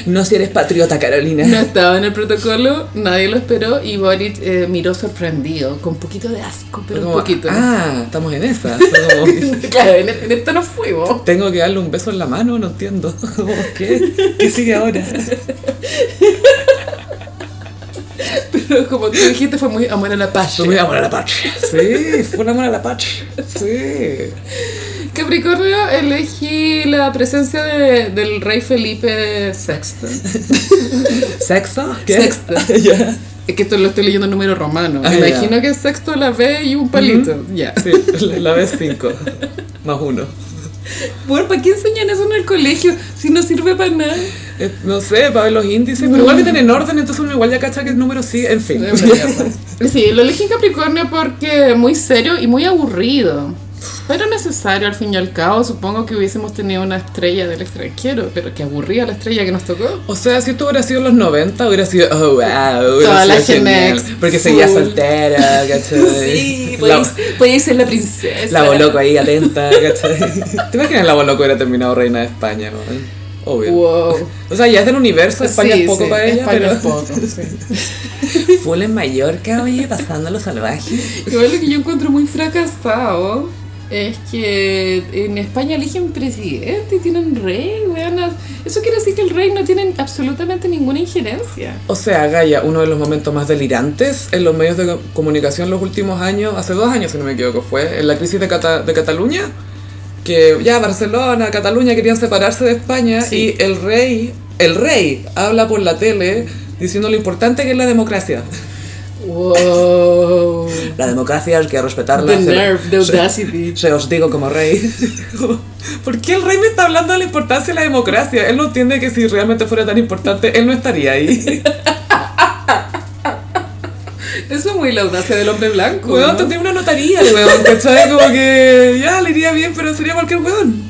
C: No si eres patriota, Carolina.
B: No estaba en el protocolo, nadie lo esperó y Boric eh, miró sorprendido, con un poquito de asco, pero un
A: Como,
B: poquito.
A: Ah, estamos en esa. Fue como,
B: [laughs] Claro, en, e-, en esto no fuimos. [laughs]
A: Tengo que darle un beso en la mano, no entiendo. [laughs] Como, ¿Qué? ¿Qué sigue ahora?
B: Pero como tú dijiste, fue muy amor a la paz.
A: Fue muy amor a la patria. Sí, fue un amor a la patria. Sí.
B: Capricornio, elegí la presencia de- del rey Felipe VI.
A: ¿Sexo?
B: Sexto.
A: [laughs]
B: Es que esto lo estoy leyendo en número romano.
A: Ah,
B: Me imagino que es sexto la B y un palito. Ya.
A: Sí, la- la vez cinco. Más uno.
B: Bueno, ¿para qué enseñan eso en el colegio si no sirve
A: [laughs]
B: para nada?
A: Eh, No sé, para ver los índices, pero igual vienen en orden, entonces uno igual ya cacha que el número sí, en fin.
B: Sí, lo elegí en Capricornio porque muy serio y muy aburrido. Pero necesario al fin y al cabo. Supongo que hubiésemos tenido una estrella del extranjero, pero que aburrida la estrella que nos tocó.
A: O sea, si esto hubiera sido en los 90, hubiera sido, oh wow, hubiera
B: Toda
A: sido
B: la
A: genial.
B: Gen X,
A: Porque seguía
B: full.
A: soltera,
B: [laughs]
A: ¿cachai? la,
B: podéis ser la princesa.
A: la Boloco ahí atenta, ¿cachai? [laughs] ¿Te imaginas la Boloco hubiera terminado reina de España? no? Obvio.
B: Wow.
A: O sea, ya es del universo, España
B: Sí,
A: es poco
B: sí,
A: para ella,
B: España
A: pero.
B: es
A: [laughs]
B: poco, sí.
C: Full en Mallorca, oye, pasando lo salvaje.
B: Igual lo que yo encuentro muy fracasado es que en España eligen presidente y tienen rey, weón. Eso quiere decir que el rey no tiene absolutamente ninguna injerencia.
A: O sea, Gaia, uno de los momentos más delirantes en los medios de co- comunicación los últimos años, hace dos años si no me equivoco fue, en la crisis de, Cata- de Cataluña, que ya Barcelona, Cataluña querían separarse de España
B: Sí.
A: y el rey, el rey habla por la tele diciendo lo importante que es la democracia.
B: Wow.
C: La democracia hay que respetarla.
B: The
C: Se-
B: nerve, the
C: se-
B: audacity.
C: se os digo
A: [laughs]
C: como rey.
A: ¿Por qué el rey me está hablando de la importancia de la democracia? Él no entiende que si realmente fuera tan importante, él no estaría
C: [laughs]
A: ahí.
B: Eso es muy la audacia del hombre blanco.
A: Weón,
B: ¿no?
A: tendría una notaría, weón, ¿cachai? Como que ya le iría bien, pero sería cualquier weón.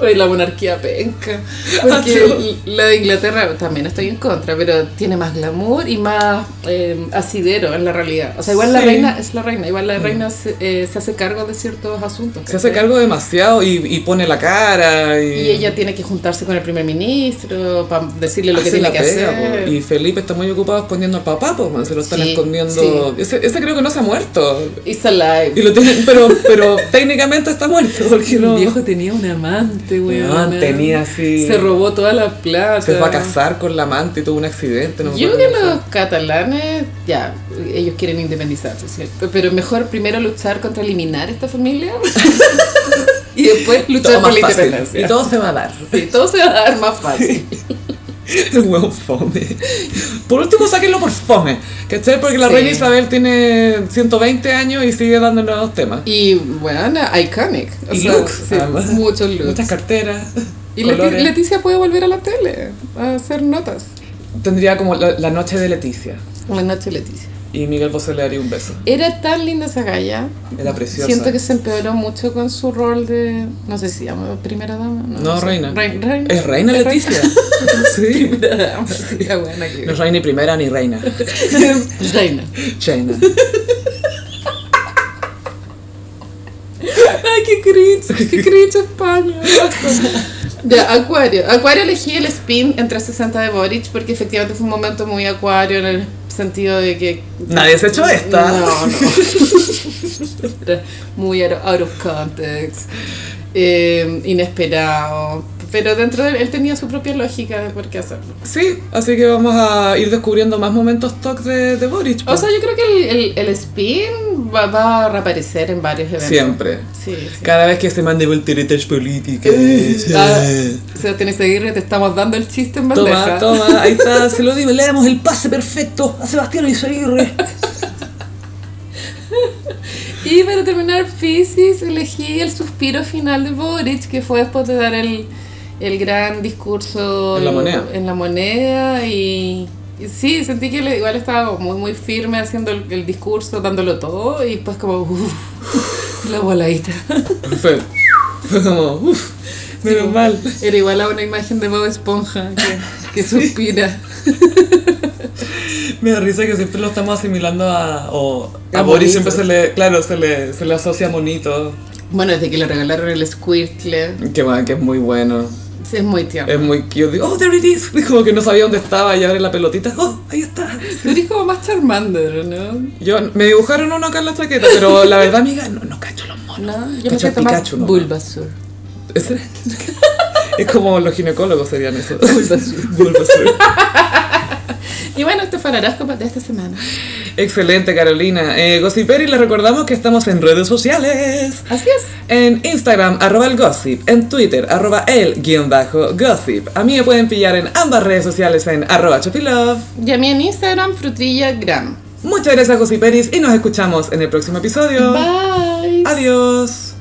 B: Oye, la monarquía penca.
A: Atro.
B: Porque la de Inglaterra también estoy en contra, pero tiene más glamour y más eh, asidero en la realidad. O sea, igual la
A: Sí. Mm.
B: reina es la reina, igual la reina se, eh, se hace cargo de ciertos asuntos.
A: Se hace
B: ¿cachai?
A: cargo demasiado y, y pone la cara y,
B: Y ella tiene que juntarse con el primer ministro para decirle lo que
A: hace
B: tiene
A: la
B: que
A: pega,
B: hacer.
A: po. Y Felipe está muy ocupado escondiendo al papá, pues se lo están
B: Sí,
A: escondiendo. Ese, ese creo que no se ha muerto.
B: It's alive.
A: Y lo tienen- pero, pero técnicamente está muerto porque no.
B: El viejo tenía un amante, weón.
A: Weón, tenía así-
B: Se robó toda la plata.
A: se va a casar con la amante y tuvo un accidente. No me
B: Yo
A: acuerdo
B: creo que
A: cómo
B: los catalanes, ya, ellos quieren independizarse, ¿cierto? Pero mejor primero luchar contra eliminar esta familia [laughs] y después
A: fue.
B: luchar
A: Todo
B: por
A: más
B: la
A: fácil.
B: independencia.
A: Y todo se va a dar.
B: Sí, todo se va a dar más fácil.
A: Un huevo fome. Por último, sáquenlo por fome. ¿Cachai? Porque la
B: Sí.
A: reina Isabel tiene 120 años y sigue dando nuevos temas.
B: Y bueno, iconic. O
A: Y
B: sea,
A: looks,
B: sí,
A: además.
B: muchos looks.
A: Muchas carteras.
B: y Leti-
A: colores.
B: Leticia puede volver a la tele a hacer notas.
A: Tendría como la, la noche de Leticia.
B: Buenas noches, Leticia.
A: Y Miguel Bosé le daría un beso.
B: Era tan linda esa galla.
A: Era preciosa.
B: Siento que se empeoró mucho con su rol de. No sé si se llama primera dama. No,
A: No,
B: sé.
A: reina.
B: Rein- reina.
A: Es reina
B: Es [laughs]
A: Leticia. sí.
B: Primera dama, [laughs] sí, la buena que-
A: No es reina ni primera ni reina.
B: [laughs] Reina.
A: Reina.
B: Ay, qué cringe, qué cringe España. Ya, Acuario. Acuario elegí el spin en 360 de Boric porque efectivamente fue un momento muy Acuario en el sentido de que.
A: Nadie se echó esta.
B: No, no. Era muy out out of context. eh, inesperado. Pero dentro de él, él tenía su propia lógica de por qué hacerlo.
A: Sí, así que vamos a ir descubriendo más momentos talk de, de Boric.
B: O
A: pues.
B: sea, yo creo que el, el, el spin va, va a reaparecer en varios eventos.
A: pues. Siempre.
B: Sí, sí.
A: Cada vez que se mande volteretas políticas.
B: Ah, Sebastián Izaguirre, te estamos dando el chiste en bandeja.
A: Toma, toma, ahí está, se lo digo.
C: Le damos el pase perfecto a Sebastián Izaguirre.
B: Y para terminar, Pisces elegí el suspiro final de Boric, que fue después de dar el, el gran discurso
A: En La Moneda.
B: en La Moneda y, y sí, sentí que él igual estaba como muy muy firme haciendo el, el discurso, dándolo todo y pues como uff, [laughs] la voladita.
A: Fue, fue como, uff, menos
B: Sí,
A: mal.
B: Era igual a una imagen de Bob Esponja que,
A: [laughs]
B: que suspira.
A: Me da risa que siempre lo estamos asimilando a. O, a
B: A
A: Boris
B: Bonito.
A: siempre se le. Claro, se le, se le asocia a Monito.
B: Bueno, desde que le regalaron el Squirtle,
A: Que va, que es muy bueno.
B: sí, es muy tierno.
A: Es muy cute. Digo, oh, there it is. Y como que no sabía dónde estaba y abre la pelotita. Oh, ahí está.
B: Tú eres como más Charmander, ¿no?
A: Yo, me dibujaron uno acá en la chaqueta, pero la verdad, amiga, no, no cacho los monos.
B: No,
A: Cacho
B: siento más
A: Pikachu nomás.
B: Bulbasaur.
A: Ese- Es como los ginecólogos serían esos. Bulbasur.
B: Y bueno, este fue el horóscopo de esta semana.
A: Excelente, Carolina. Eh, Gossiperi, les recordamos que estamos en redes sociales.
B: Así es.
A: En Instagram, arroba el gossip. En Twitter, arroba el guión bajo gossip. A mí me pueden pillar en ambas redes sociales en arroba chopilove.
B: Y a mí en Instagram, frutillagram.
A: Muchas gracias, Gossiperis, y nos escuchamos en el próximo episodio.
B: Bye.
A: Adiós.